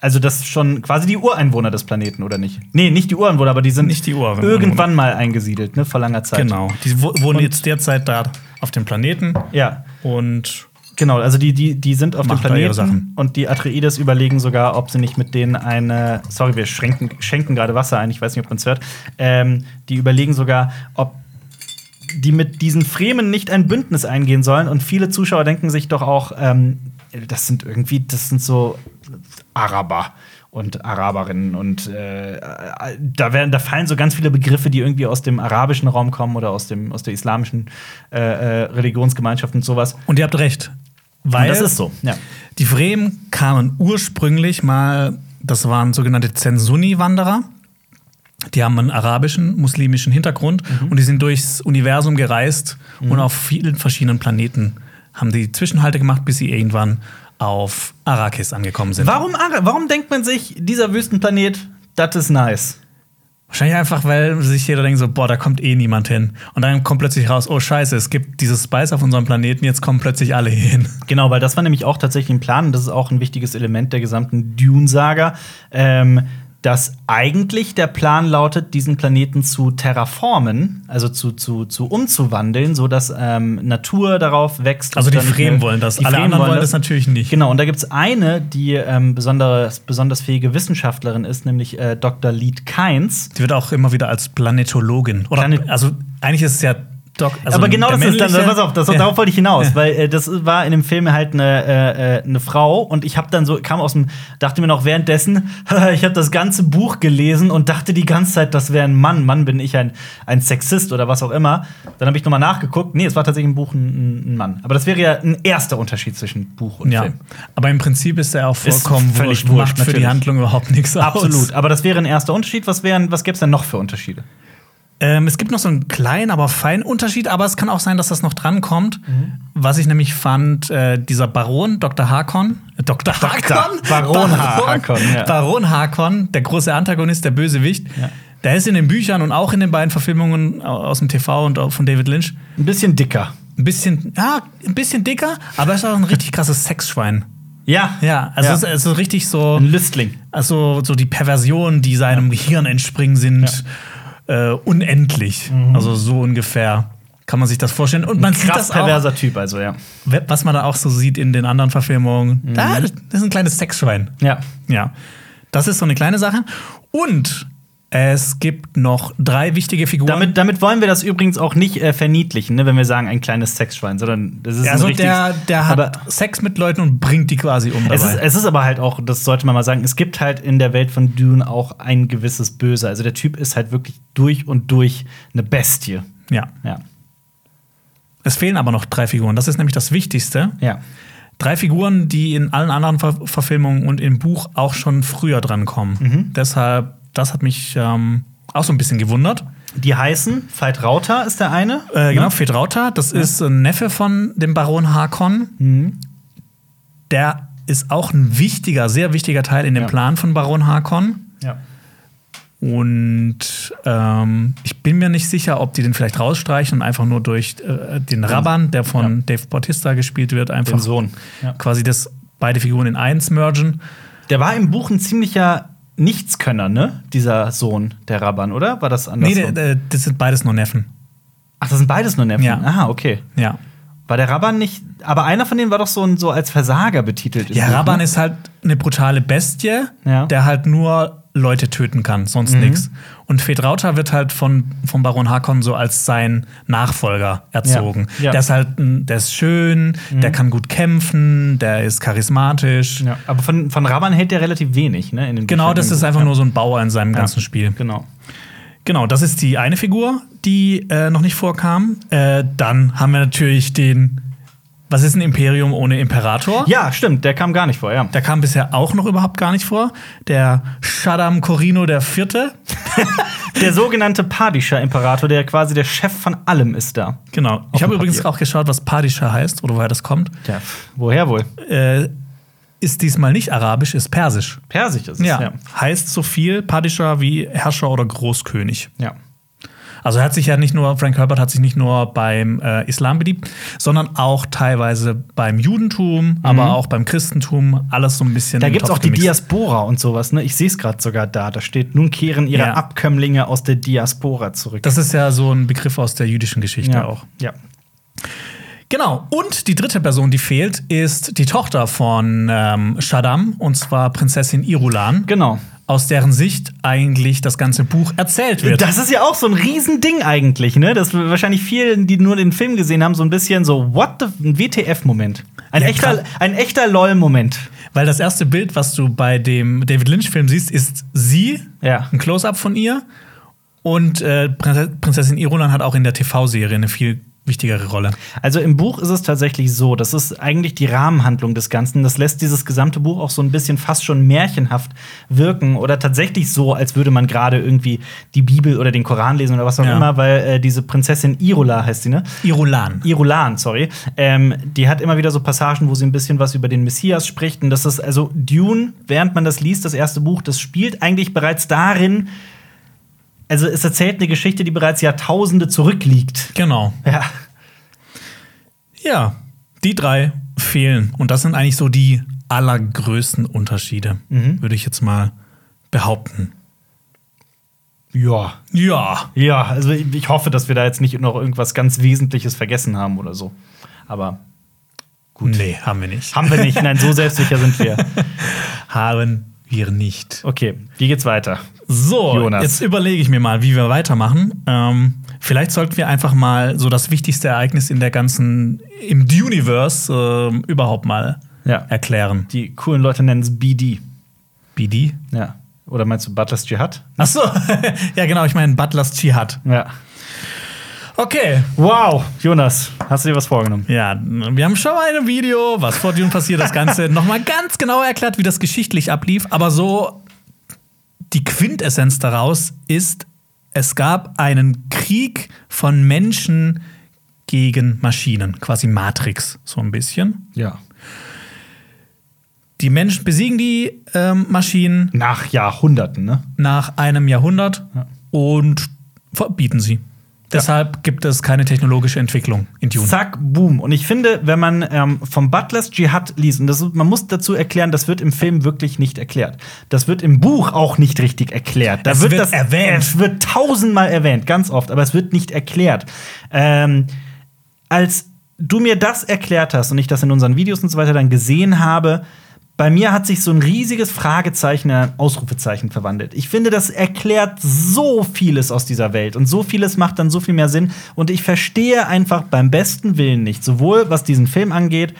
Speaker 1: also das ist schon quasi die Ureinwohner des Planeten, oder nicht? Nee, nicht die Ureinwohner, aber die sind
Speaker 2: Nicht die Ureinwohner.
Speaker 1: irgendwann mal eingesiedelt, ne? Vor langer Zeit.
Speaker 2: Genau. Die wo- wohnen jetzt derzeit da auf dem Planeten.
Speaker 1: Ja.
Speaker 2: Und
Speaker 1: Genau, also die, die, die sind auf dem
Speaker 2: Macht da
Speaker 1: Planeten
Speaker 2: ihre Sachen.
Speaker 1: und die Atreides überlegen sogar, ob sie nicht mit denen eine. Sorry, wir schränken, schenken gerade Wasser ein, ich weiß nicht, ob man es hört. Ähm, die überlegen sogar, ob die mit diesen Fremen nicht ein Bündnis eingehen sollen. Und viele Zuschauer denken sich doch auch, ähm, das sind irgendwie, das sind so Araber und Araberinnen und äh, da werden, da fallen so ganz viele Begriffe, die irgendwie aus dem arabischen Raum kommen oder aus dem aus der islamischen äh, äh, Religionsgemeinschaft und sowas.
Speaker 2: Und ihr habt recht. Weil
Speaker 1: Und das ist so, ja.
Speaker 2: Die Fremen kamen ursprünglich mal, das waren sogenannte Zensuni-Wanderer. Die haben einen arabischen, muslimischen Hintergrund
Speaker 1: Mhm.
Speaker 2: und die sind durchs Universum gereist und auf vielen verschiedenen Planeten haben die Zwischenhalte gemacht, bis sie irgendwann auf Arrakis angekommen sind.
Speaker 1: Warum, Ara- warum denkt man sich, dieser Wüstenplanet, das ist nice?
Speaker 2: Wahrscheinlich einfach, weil sich jeder denkt so, boah, da kommt eh niemand hin. Und dann kommt plötzlich raus, oh scheiße, es gibt dieses Spice auf unserem Planeten, jetzt kommen plötzlich alle hier hin.
Speaker 1: Genau, weil das war nämlich auch tatsächlich ein Plan und das ist auch ein wichtiges Element der gesamten Dune-Saga, ähm, dass eigentlich der Plan lautet, diesen Planeten zu terraformen, also zu, zu, zu umzuwandeln, sodass ähm, Natur darauf wächst.
Speaker 2: Also
Speaker 1: und
Speaker 2: die
Speaker 1: dann nicht
Speaker 2: Fremen
Speaker 1: mehr-
Speaker 2: wollen das,
Speaker 1: Die
Speaker 2: alle
Speaker 1: Fremen
Speaker 2: anderen wollen das natürlich nicht.
Speaker 1: Genau, und da gibt es eine, die ähm, besonders, besonders fähige Wissenschaftlerin ist, nämlich äh, Dr. Lied Kainz.
Speaker 2: Die wird auch immer wieder als Planetologin. Oder
Speaker 1: Planet-
Speaker 2: also eigentlich ist es ja Doc. Also
Speaker 1: aber genau
Speaker 2: der
Speaker 1: das ist dann,
Speaker 2: männliche-
Speaker 1: pass auf, das,
Speaker 2: ja.
Speaker 1: darauf wollte ich hinaus, weil äh, das war in dem Film halt eine, äh, äh, eine Frau und ich habe dann so, kam aus dem, dachte mir noch währenddessen, ich habe das ganze Buch gelesen und dachte die ganze Zeit, das wäre ein Mann, Mann bin ich ein, ein Sexist oder was auch immer. Dann habe ich nochmal nachgeguckt, nee, es war tatsächlich im Buch ein, ein Mann. Aber das wäre ja ein erster Unterschied zwischen Buch und
Speaker 2: Ja.
Speaker 1: Film.
Speaker 2: Aber im Prinzip ist er auch vollkommen
Speaker 1: völlig
Speaker 2: wurscht,
Speaker 1: wurscht,
Speaker 2: macht für die
Speaker 1: natürlich.
Speaker 2: Handlung überhaupt nichts aus.
Speaker 1: Absolut, aber das wäre ein erster Unterschied. Was, wären- was gäbe es denn noch für Unterschiede?
Speaker 2: Ähm, es gibt noch so einen kleinen, aber feinen Unterschied, aber es kann auch sein, dass das noch drankommt.
Speaker 1: Mhm.
Speaker 2: Was ich nämlich fand, äh, dieser Baron, Dr. Harkon, äh, Dr. Harkon,
Speaker 1: Baron Harkon, ja.
Speaker 2: Baron Harkon, der große Antagonist, der Bösewicht,
Speaker 1: Ja.
Speaker 2: der ist in den Büchern und auch in den beiden Verfilmungen aus dem TV und auch von David Lynch
Speaker 1: Ein bisschen dicker.
Speaker 2: ein bisschen, ja, ein bisschen dicker, aber er ist auch ein richtig krasses Sexschwein.
Speaker 1: Ja,
Speaker 2: Ja, also Es, ist, es ist richtig so,
Speaker 1: ein Lüstling.
Speaker 2: also so die Perversionen, die seinem Gehirn entspringen, sind äh, unendlich. Also so ungefähr kann man sich das vorstellen. Und man sieht
Speaker 1: Mhm. Krass
Speaker 2: das auch,
Speaker 1: perverser Typ, also ja.
Speaker 2: we- was man da auch so sieht in den anderen Verfilmungen.
Speaker 1: Mhm.
Speaker 2: Da, das ist ein kleines Sexschwein.
Speaker 1: Ja.
Speaker 2: Ja, das ist so eine kleine Sache. Und es gibt noch drei wichtige Figuren.
Speaker 1: Damit, damit wollen wir das übrigens auch nicht äh, verniedlichen, ne, wenn wir sagen, ein kleines Sexschwein, sondern das ist
Speaker 2: Ja,
Speaker 1: ein
Speaker 2: also
Speaker 1: richtiges.
Speaker 2: der, der hat
Speaker 1: aber
Speaker 2: Sex mit Leuten und bringt die quasi um. Dabei.
Speaker 1: es ist, es ist aber halt auch, das sollte man mal sagen, es gibt halt in der Welt von Dune auch ein gewisses Böse. Also der Typ ist halt wirklich durch und durch eine Bestie.
Speaker 2: ja.
Speaker 1: Ja.
Speaker 2: Es fehlen aber noch drei Figuren. Das ist nämlich das Wichtigste.
Speaker 1: Ja.
Speaker 2: Drei Figuren, die in allen anderen Ver Verfilmungen und im Buch auch schon früher drankommen. Deshalb, das hat mich ähm, auch so ein bisschen gewundert.
Speaker 1: Die heißen, Veit Rauter ist der eine.
Speaker 2: Äh, genau,
Speaker 1: Ne?
Speaker 2: Fedrauta, das ist ein Neffe von dem Baron Harkonnen. Der ist auch ein wichtiger, sehr wichtiger Teil in dem
Speaker 1: Ja.
Speaker 2: Plan von Baron Harkonnen.
Speaker 1: Ja.
Speaker 2: Und ähm, ich bin mir nicht sicher, ob die den vielleicht rausstreichen und einfach nur durch äh, den Rabban, der von Dave Bautista gespielt wird, einfach
Speaker 3: Den Sohn.
Speaker 1: Ja.
Speaker 2: quasi das beide Figuren in eins mergen.
Speaker 1: Der war im Buch ein ziemlicher Nichtskönner, ne? Dieser Sohn der Rabban, oder? War das
Speaker 2: Nee,
Speaker 1: anders?
Speaker 2: der- der- das sind beides nur Neffen.
Speaker 1: Ach, das sind beides nur Neffen.
Speaker 2: Ja.
Speaker 1: Aha, okay.
Speaker 2: Ja.
Speaker 1: War der Rabban nicht. Aber einer von denen war doch so, ein, so als Versager betitelt. im
Speaker 2: Ja,
Speaker 1: Buch, ne?
Speaker 2: Rabban ist halt eine brutale Bestie,
Speaker 1: Ja.
Speaker 2: der halt nur Leute töten kann, sonst nix. Und Fedrauta wird halt von, von Baron Hakon so als sein Nachfolger erzogen.
Speaker 1: Ja.
Speaker 2: Der ist halt, ein- der ist schön, der kann gut kämpfen, der ist charismatisch.
Speaker 1: Ja. Aber von, von Rabban hält der relativ wenig, ne? In den
Speaker 2: Genau,
Speaker 1: Büchern
Speaker 2: das
Speaker 1: im
Speaker 2: ist
Speaker 1: Buch.
Speaker 2: einfach nur so ein Bauer in seinem ganzen Spiel.
Speaker 1: Genau.
Speaker 2: Genau, das ist die eine Figur, die äh, noch nicht vorkam. Äh, dann haben wir natürlich den, was ist ein Imperium ohne Imperator?
Speaker 1: Ja, stimmt, der kam gar nicht vor, ja.
Speaker 2: Der kam bisher auch noch überhaupt gar nicht vor. Der Shaddam Corino der Vierte.
Speaker 1: Der sogenannte Padischer Imperator, der quasi der Chef von allem ist da.
Speaker 2: Genau. ich
Speaker 1: dem
Speaker 2: habe übrigens
Speaker 1: Papier.
Speaker 2: auch geschaut, was Padisha heißt oder woher das kommt.
Speaker 1: Ja. Woher wohl?
Speaker 2: Äh, ist diesmal nicht arabisch, ist persisch.
Speaker 1: Persisch ist es,
Speaker 2: Ja. Heißt so viel Padisha wie Herrscher oder Großkönig.
Speaker 1: ja.
Speaker 2: Also er hat sich ja nicht nur, Frank Herbert hat sich nicht nur beim äh, Islam beliebt, sondern auch teilweise beim Judentum, aber auch beim Christentum, alles so ein bisschen.
Speaker 1: Mhm. Da
Speaker 2: im
Speaker 1: gibt es
Speaker 2: Topf
Speaker 1: auch die
Speaker 2: gemixt.
Speaker 1: Diaspora und sowas, ne? Ich sehe es gerade sogar da. Da steht, nun kehren ihre
Speaker 2: Ja.
Speaker 1: Abkömmlinge aus der Diaspora zurück.
Speaker 2: Das ist ja so ein Begriff aus der jüdischen Geschichte
Speaker 1: ja
Speaker 2: auch.
Speaker 1: Ja.
Speaker 2: Genau. Und die dritte Person, die fehlt, ist die Tochter von ähm, Shaddam, und zwar Prinzessin Irulan,
Speaker 1: Genau.
Speaker 2: aus deren Sicht eigentlich das ganze Buch erzählt wird.
Speaker 1: Das ist ja auch so ein Riesending eigentlich, ne? Dass wir wahrscheinlich viele, die nur den Film gesehen haben, so ein bisschen so, what the, ein WTF-Moment. Ein
Speaker 2: Ja,
Speaker 1: echter,
Speaker 2: krass.
Speaker 1: ein echter LOL-Moment.
Speaker 2: Weil das erste Bild, was du bei dem David Lynch-Film siehst, ist sie,
Speaker 1: Ja.
Speaker 2: ein Close-up von ihr. Und äh, Prinze- Prinzessin Irulan hat auch in der TV-Serie eine viel wichtigere Rolle.
Speaker 1: Also im Buch ist es tatsächlich so, das ist eigentlich die Rahmenhandlung des Ganzen. Das lässt dieses gesamte Buch auch so ein bisschen fast schon märchenhaft wirken oder tatsächlich so, als würde man gerade irgendwie die Bibel oder den Koran lesen oder was auch
Speaker 2: Ja.
Speaker 1: immer, weil äh, diese Prinzessin Irola heißt sie, ne?
Speaker 2: Irulan.
Speaker 1: Irulan, sorry. Ähm, die hat immer wieder so Passagen, wo sie ein bisschen was über den Messias spricht. Und das ist also Dune, während man das liest, das erste Buch, das spielt eigentlich bereits darin, also es erzählt eine Geschichte, die bereits Jahrtausende zurückliegt.
Speaker 2: Genau.
Speaker 1: Ja.
Speaker 2: Ja, die drei fehlen. Und das sind eigentlich so die allergrößten Unterschiede, würde ich jetzt mal behaupten.
Speaker 1: Ja.
Speaker 2: Ja.
Speaker 1: Ja, also ich ich hoffe, dass wir da jetzt nicht noch irgendwas ganz Wesentliches vergessen haben oder so. Aber
Speaker 2: Gut. Nee, haben wir nicht.
Speaker 1: haben wir nicht. Nein, so selbstsicher sind wir.
Speaker 2: Haben wir nicht.
Speaker 1: Okay, wie geht's weiter?
Speaker 2: So,
Speaker 1: Jonas.
Speaker 2: jetzt überlege ich mir mal, wie wir weitermachen. Ähm, vielleicht sollten wir einfach mal so das wichtigste Ereignis in der ganzen, im Universe ähm, überhaupt mal
Speaker 1: Ja.
Speaker 2: erklären.
Speaker 1: Die coolen Leute nennen es BD.
Speaker 2: BD?
Speaker 1: Ja. Oder meinst du Butlers Jihad?
Speaker 2: Achso, ja genau, ich meine Butlers Jihad.
Speaker 1: Ja.
Speaker 2: Okay,
Speaker 1: Wow, Jonas, hast du dir was vorgenommen?
Speaker 2: Ja, wir haben schon mal ein Video, was vor Dune passiert, das Ganze nochmal ganz genau erklärt, wie das geschichtlich ablief. Aber so die Quintessenz daraus ist, es gab einen Krieg von Menschen gegen Maschinen, quasi Matrix, so ein bisschen.
Speaker 1: Ja.
Speaker 2: Die Menschen besiegen die ähm, Maschinen
Speaker 1: Nach Jahrhunderten, ne?
Speaker 2: nach einem Jahrhundert und verbieten sie. Deshalb gibt es keine technologische Entwicklung in Dune.
Speaker 1: Zack, boom. Und ich finde, wenn man ähm, vom Butlers Jihad liest, und das, ist- man muss dazu erklären, das wird im Film wirklich nicht erklärt. Das wird im Buch auch nicht richtig erklärt. Da
Speaker 2: Es wird
Speaker 1: das
Speaker 2: erwähnt.
Speaker 1: Es wird tausendmal erwähnt, ganz oft, aber es wird nicht erklärt. Ähm, als du mir das erklärt hast und ich das in unseren Videos und so weiter dann gesehen habe, bei mir hat sich so ein riesiges Fragezeichen in ein Ausrufezeichen verwandelt. Ich finde, das erklärt so vieles aus dieser Welt und so vieles macht dann so viel mehr Sinn. Und ich verstehe einfach beim besten Willen nicht, sowohl was diesen Film angeht,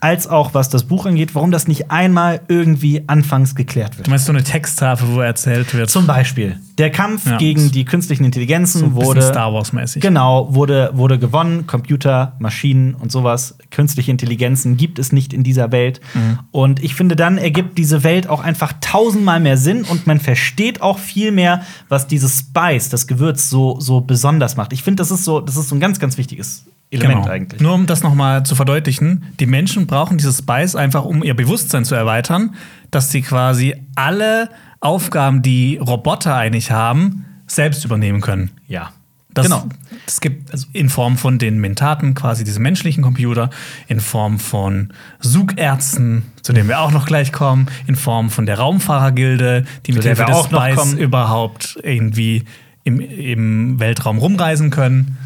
Speaker 1: als auch was das Buch angeht, warum das nicht einmal irgendwie anfangs geklärt wird.
Speaker 2: Du meinst so eine Texttafel, wo erzählt wird.
Speaker 1: Zum Beispiel der Kampf
Speaker 2: Ja.
Speaker 1: gegen die künstlichen Intelligenzen
Speaker 2: ein bisschen
Speaker 1: wurde
Speaker 2: Star Wars-mäßig.
Speaker 1: Genau, wurde, wurde gewonnen. Computer, Maschinen und sowas, künstliche Intelligenzen gibt es nicht in dieser Welt.
Speaker 2: Mhm.
Speaker 1: Und ich finde, dann ergibt diese Welt auch einfach tausendmal mehr Sinn und man versteht auch viel mehr, was dieses Spice, das Gewürz, so, so besonders macht. Ich finde, das ist so, das ist so ein ganz, ganz wichtiges Element
Speaker 2: Genau.
Speaker 1: eigentlich.
Speaker 2: Nur um das nochmal zu verdeutlichen, die Menschen brauchen dieses Spice einfach, um ihr Bewusstsein zu erweitern. dass sie quasi alle Aufgaben, die Roboter eigentlich haben, selbst übernehmen können.
Speaker 1: Ja.
Speaker 2: Das,
Speaker 1: genau.
Speaker 2: Es gibt also in Form von den Mentaten quasi diese menschlichen Computer, in Form von Sugärzten, zu denen wir auch noch gleich kommen, in Form von der Raumfahrergilde, die mit
Speaker 1: der
Speaker 2: Hilfe
Speaker 1: wir
Speaker 2: des
Speaker 1: auch noch
Speaker 2: Spice
Speaker 1: kommen.
Speaker 2: überhaupt irgendwie im, im Weltraum rumreisen können.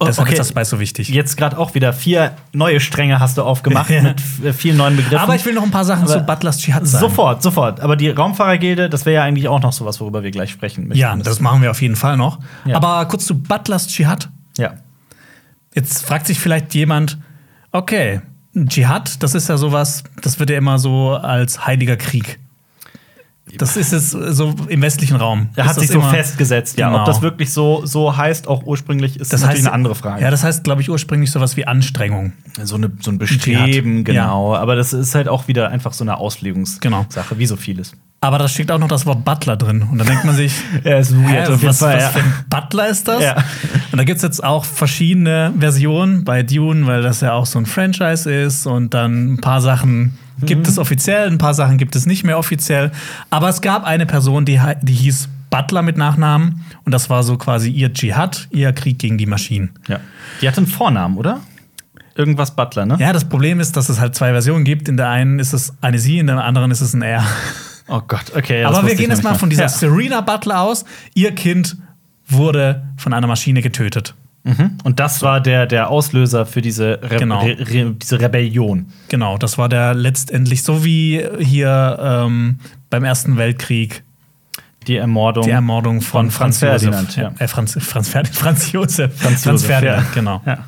Speaker 1: Oh,
Speaker 2: Deshalb ist das Spice so wichtig.
Speaker 1: Jetzt gerade auch wieder vier neue Stränge hast du aufgemacht mit äh, vielen neuen Begriffen.
Speaker 2: Aber ich will noch ein paar Sachen
Speaker 1: Aber
Speaker 2: zu Butlers Dschihad sagen.
Speaker 1: sofort, sofort. Aber die Raumfahrergilde, das wäre ja eigentlich auch noch sowas, worüber wir gleich sprechen möchten.
Speaker 2: Ja, das machen wir auf jeden Fall noch.
Speaker 1: Ja.
Speaker 2: Aber kurz zu Butlers Dschihad.
Speaker 1: ja.
Speaker 2: Jetzt fragt sich vielleicht jemand, okay, ein Dschihad, das ist ja sowas, das wird ja immer so als heiliger Krieg. Das ist es so im westlichen Raum.
Speaker 1: Da hat
Speaker 2: Ist das
Speaker 1: sich so
Speaker 2: immer-
Speaker 1: festgesetzt, ja.
Speaker 2: Genau.
Speaker 1: Ob das wirklich so, so heißt, auch ursprünglich, ist
Speaker 2: Das
Speaker 1: natürlich
Speaker 2: heißt,
Speaker 1: eine andere Frage.
Speaker 2: Ja, das heißt, glaube ich, ursprünglich sowas wie Anstrengung.
Speaker 1: so, eine, so ein Bestreben,
Speaker 2: Dschihad. Ja.
Speaker 1: genau. Aber das ist halt auch wieder einfach so eine Auslegungssache,
Speaker 2: Genau.
Speaker 1: wie so vieles.
Speaker 2: Aber da steckt auch noch das Wort Butler drin. Und dann denkt man sich,
Speaker 1: Ja, ist
Speaker 2: Hä,
Speaker 1: weird auf jeden
Speaker 2: was,
Speaker 1: Fall,
Speaker 2: was
Speaker 1: ja.
Speaker 2: für ein Butler ist das?
Speaker 1: Ja.
Speaker 2: Und da gibt es jetzt auch verschiedene Versionen bei Dune, weil das ja auch so ein Franchise ist und dann ein paar Sachen gibt
Speaker 1: Mhm.
Speaker 2: es offiziell, ein paar Sachen gibt es nicht mehr offiziell. Aber es gab eine Person, die, hei- die hieß Butler mit Nachnamen und das war so quasi ihr Dschihad, ihr Krieg gegen die Maschinen.
Speaker 1: Ja. Die hat einen Vornamen, oder? Irgendwas Butler, ne?
Speaker 2: Ja, das Problem ist, dass es halt zwei Versionen gibt. In der einen ist es eine sie, in der anderen ist es ein er.
Speaker 1: Oh Gott, okay. das
Speaker 2: Aber wir
Speaker 1: wusste ich
Speaker 2: gehen
Speaker 1: nämlich
Speaker 2: jetzt mal
Speaker 1: noch.
Speaker 2: von dieser
Speaker 1: Ja.
Speaker 2: Serena Butler aus. Ihr Kind wurde von einer Maschine getötet.
Speaker 1: Mhm. Und das war der, der Auslöser für diese, Re
Speaker 2: Genau.
Speaker 1: Re Re diese Rebellion.
Speaker 2: Genau, das war der letztendlich, so wie hier ähm, beim Ersten Weltkrieg,
Speaker 1: Die Ermordung.
Speaker 2: die Ermordung von,
Speaker 1: Um Von Franz Ferdinand,
Speaker 2: Josef. Äh, Franz, Franz, Ferdinand, Franz Josef.
Speaker 1: Franz Josef,
Speaker 2: Ferdinand,
Speaker 1: ja.
Speaker 2: genau.
Speaker 1: Ja.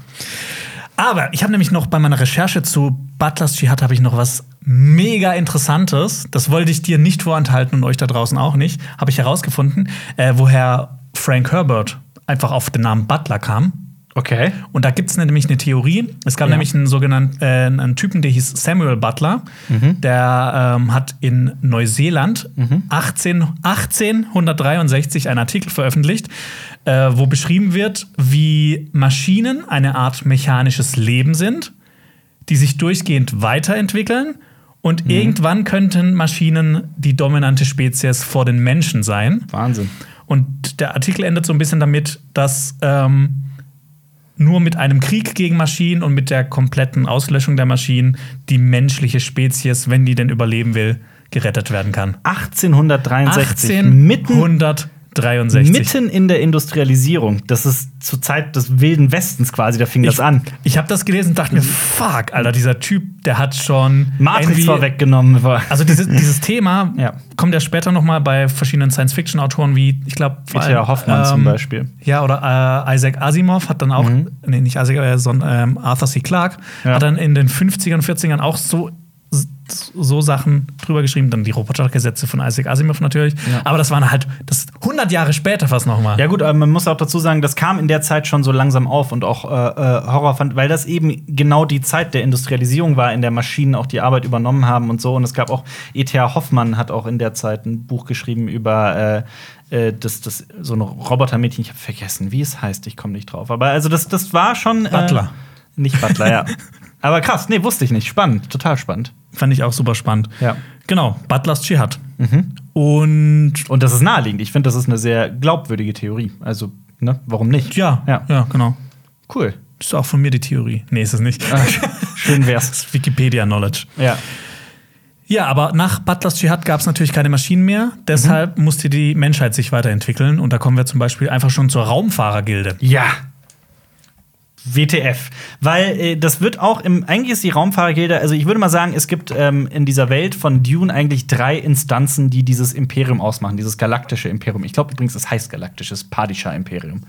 Speaker 2: Aber ich habe nämlich noch bei meiner Recherche zu Butlers Dschihad habe ich noch was mega Interessantes. Das wollte ich dir nicht vorenthalten und euch da draußen auch nicht. Habe ich herausgefunden, äh, woher Frank Herbert einfach auf den Namen Butler kam.
Speaker 1: Okay.
Speaker 2: Und da gibt es nämlich eine Theorie. Es gab
Speaker 1: Ja.
Speaker 2: nämlich einen sogenannten äh, einen Typen, der hieß Samuel Butler. Der ähm, hat in Neuseeland 18, 1863 einen Artikel veröffentlicht, äh, wo beschrieben wird, wie Maschinen eine Art mechanisches Leben sind, die sich durchgehend weiterentwickeln. Und irgendwann könnten Maschinen die dominante Spezies vor den Menschen sein.
Speaker 1: Wahnsinn.
Speaker 2: Und der Artikel endet so ein bisschen damit, dass ähm, nur mit einem Krieg gegen Maschinen und mit der kompletten Auslöschung der Maschinen die menschliche Spezies, wenn die denn überleben will, gerettet werden kann.
Speaker 1: 1863. mitten,
Speaker 2: 1863.
Speaker 1: mitten in der Industrialisierung. Das ist zur Zeit des Wilden Westens quasi, da fing das an.
Speaker 2: Ich habe das gelesen und dachte mir, fuck, Alter, dieser Typ, der hat schon
Speaker 1: Matrix
Speaker 2: irgendwie-
Speaker 1: war weggenommen. War.
Speaker 2: Also dieses, dieses Thema
Speaker 1: Ja.
Speaker 2: kommt ja später noch mal bei verschiedenen Science-Fiction-Autoren wie, ich glaube,
Speaker 1: Peter Hoffmann zum Beispiel.
Speaker 2: ähm,
Speaker 1: Mhm.
Speaker 2: Ja, oder äh, Isaac Asimov hat dann auch, nee, nicht Isaac, äh, sondern ähm, Arthur C. Clarke,
Speaker 1: Ja.
Speaker 2: hat dann in den 50ern, 40ern auch so, so Sachen drüber geschrieben. Dann die Robotergesetze von Isaac Asimov natürlich.
Speaker 1: Ja.
Speaker 2: Aber das waren halt das 100 Jahre später fast nochmal.
Speaker 1: Ja gut, aber man muss auch dazu sagen, das kam in der Zeit schon so langsam auf und auch äh, äh, Horror fand, weil das eben genau die Zeit der Industrialisierung war, in der Maschinen auch die Arbeit übernommen haben und so. Und es gab auch E.T.A. Hoffmann hat auch in der Zeit ein Buch geschrieben über äh, äh, das, das so ein Robotermädchen. Ich habe vergessen, wie es heißt. Ich komme nicht drauf. Aber also das, das war schon äh,
Speaker 2: Butler.
Speaker 1: Nicht Butler, ja. Aber krass, nee, wusste ich nicht. Spannend, total spannend.
Speaker 2: Fand ich auch super spannend.
Speaker 1: Ja. Mhm.
Speaker 2: Genau, Butlers Dschihad. Und
Speaker 1: Und das ist naheliegend. Ich finde, das ist eine sehr glaubwürdige Theorie. Also, ne, warum nicht?
Speaker 2: ja, ja,
Speaker 1: Ja.
Speaker 2: genau.
Speaker 1: Cool.
Speaker 2: Das ist auch von mir die Theorie. Nee, ist es nicht.
Speaker 1: Schön wär's.
Speaker 2: Das ist Wikipedia-Knowledge.
Speaker 1: Ja.
Speaker 2: Ja, aber nach Butlers Dschihad gab es natürlich keine Maschinen mehr. Deshalb musste die Menschheit sich weiterentwickeln. Und da kommen wir zum Beispiel einfach schon zur Raumfahrergilde.
Speaker 1: Ja. WTF. Weil äh, das wird auch im, eigentlich ist die Raumfahrergilde, also ich würde mal sagen, es gibt ähm, in dieser Welt von Dune eigentlich drei Instanzen, die dieses Imperium ausmachen, dieses galaktische Imperium. Ich glaube übrigens, es heißt galaktisches Padischer Imperium.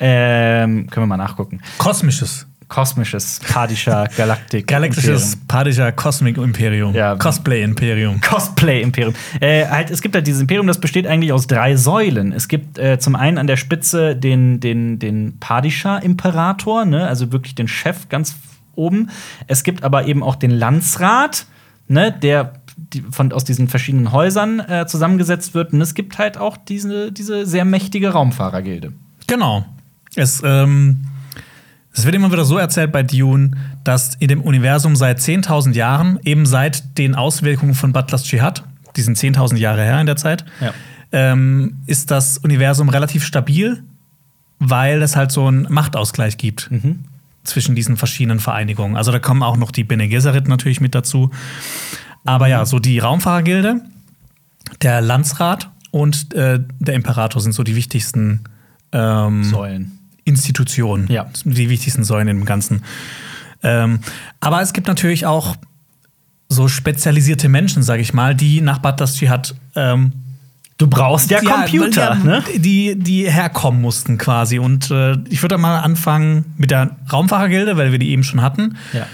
Speaker 1: Ähm, können wir mal nachgucken.
Speaker 2: Kosmisches.
Speaker 1: Kosmisches Padischer Galaktik.
Speaker 2: Galaktisches, padischer Cosmic-Imperium.
Speaker 1: Ja.
Speaker 2: Cosplay-Imperium.
Speaker 1: Cosplay-Imperium. Äh, halt, es gibt halt dieses Imperium, das besteht eigentlich aus drei Säulen. Es gibt äh, zum einen an der Spitze den, den, den Padischer-Imperator, ne? also wirklich den Chef ganz oben. Es gibt aber eben auch den Landsrat, ne? der die, von, aus diesen verschiedenen Häusern äh, zusammengesetzt wird. Und es gibt halt auch diese, diese sehr mächtige Raumfahrergilde.
Speaker 2: Genau. Es Genau. ähm, Das wird immer wieder so erzählt bei Dune, dass in dem Universum seit 10.000 Jahren, eben dschihad, den Auswirkungen von Butlers Dschihad, die sind 10.000 Jahre her in der Zeit,
Speaker 1: Ja.
Speaker 2: ähm, ist das Universum relativ stabil, weil es halt so einen Machtausgleich gibt zwischen diesen verschiedenen Vereinigungen. Also da kommen auch noch die Bene Gesserit natürlich mit dazu. Aber ja, so die Raumfahrergilde, der Landsrat und äh, der Imperator sind so die wichtigsten ähm,
Speaker 1: Säulen.
Speaker 2: Institutionen.
Speaker 1: Ja.
Speaker 2: Die wichtigsten Säulen im Ganzen. Ähm, aber es gibt natürlich auch so spezialisierte Menschen, sage ich mal, die nach Butlers Dschihad ähm,
Speaker 1: Du brauchst ja,
Speaker 2: ja,
Speaker 1: Computer,
Speaker 2: weil die,
Speaker 1: ne?
Speaker 2: Die, die herkommen mussten quasi. Und äh, ich würde mal anfangen mit der Raumfahrergilde, weil wir die eben schon hatten.
Speaker 1: Ja.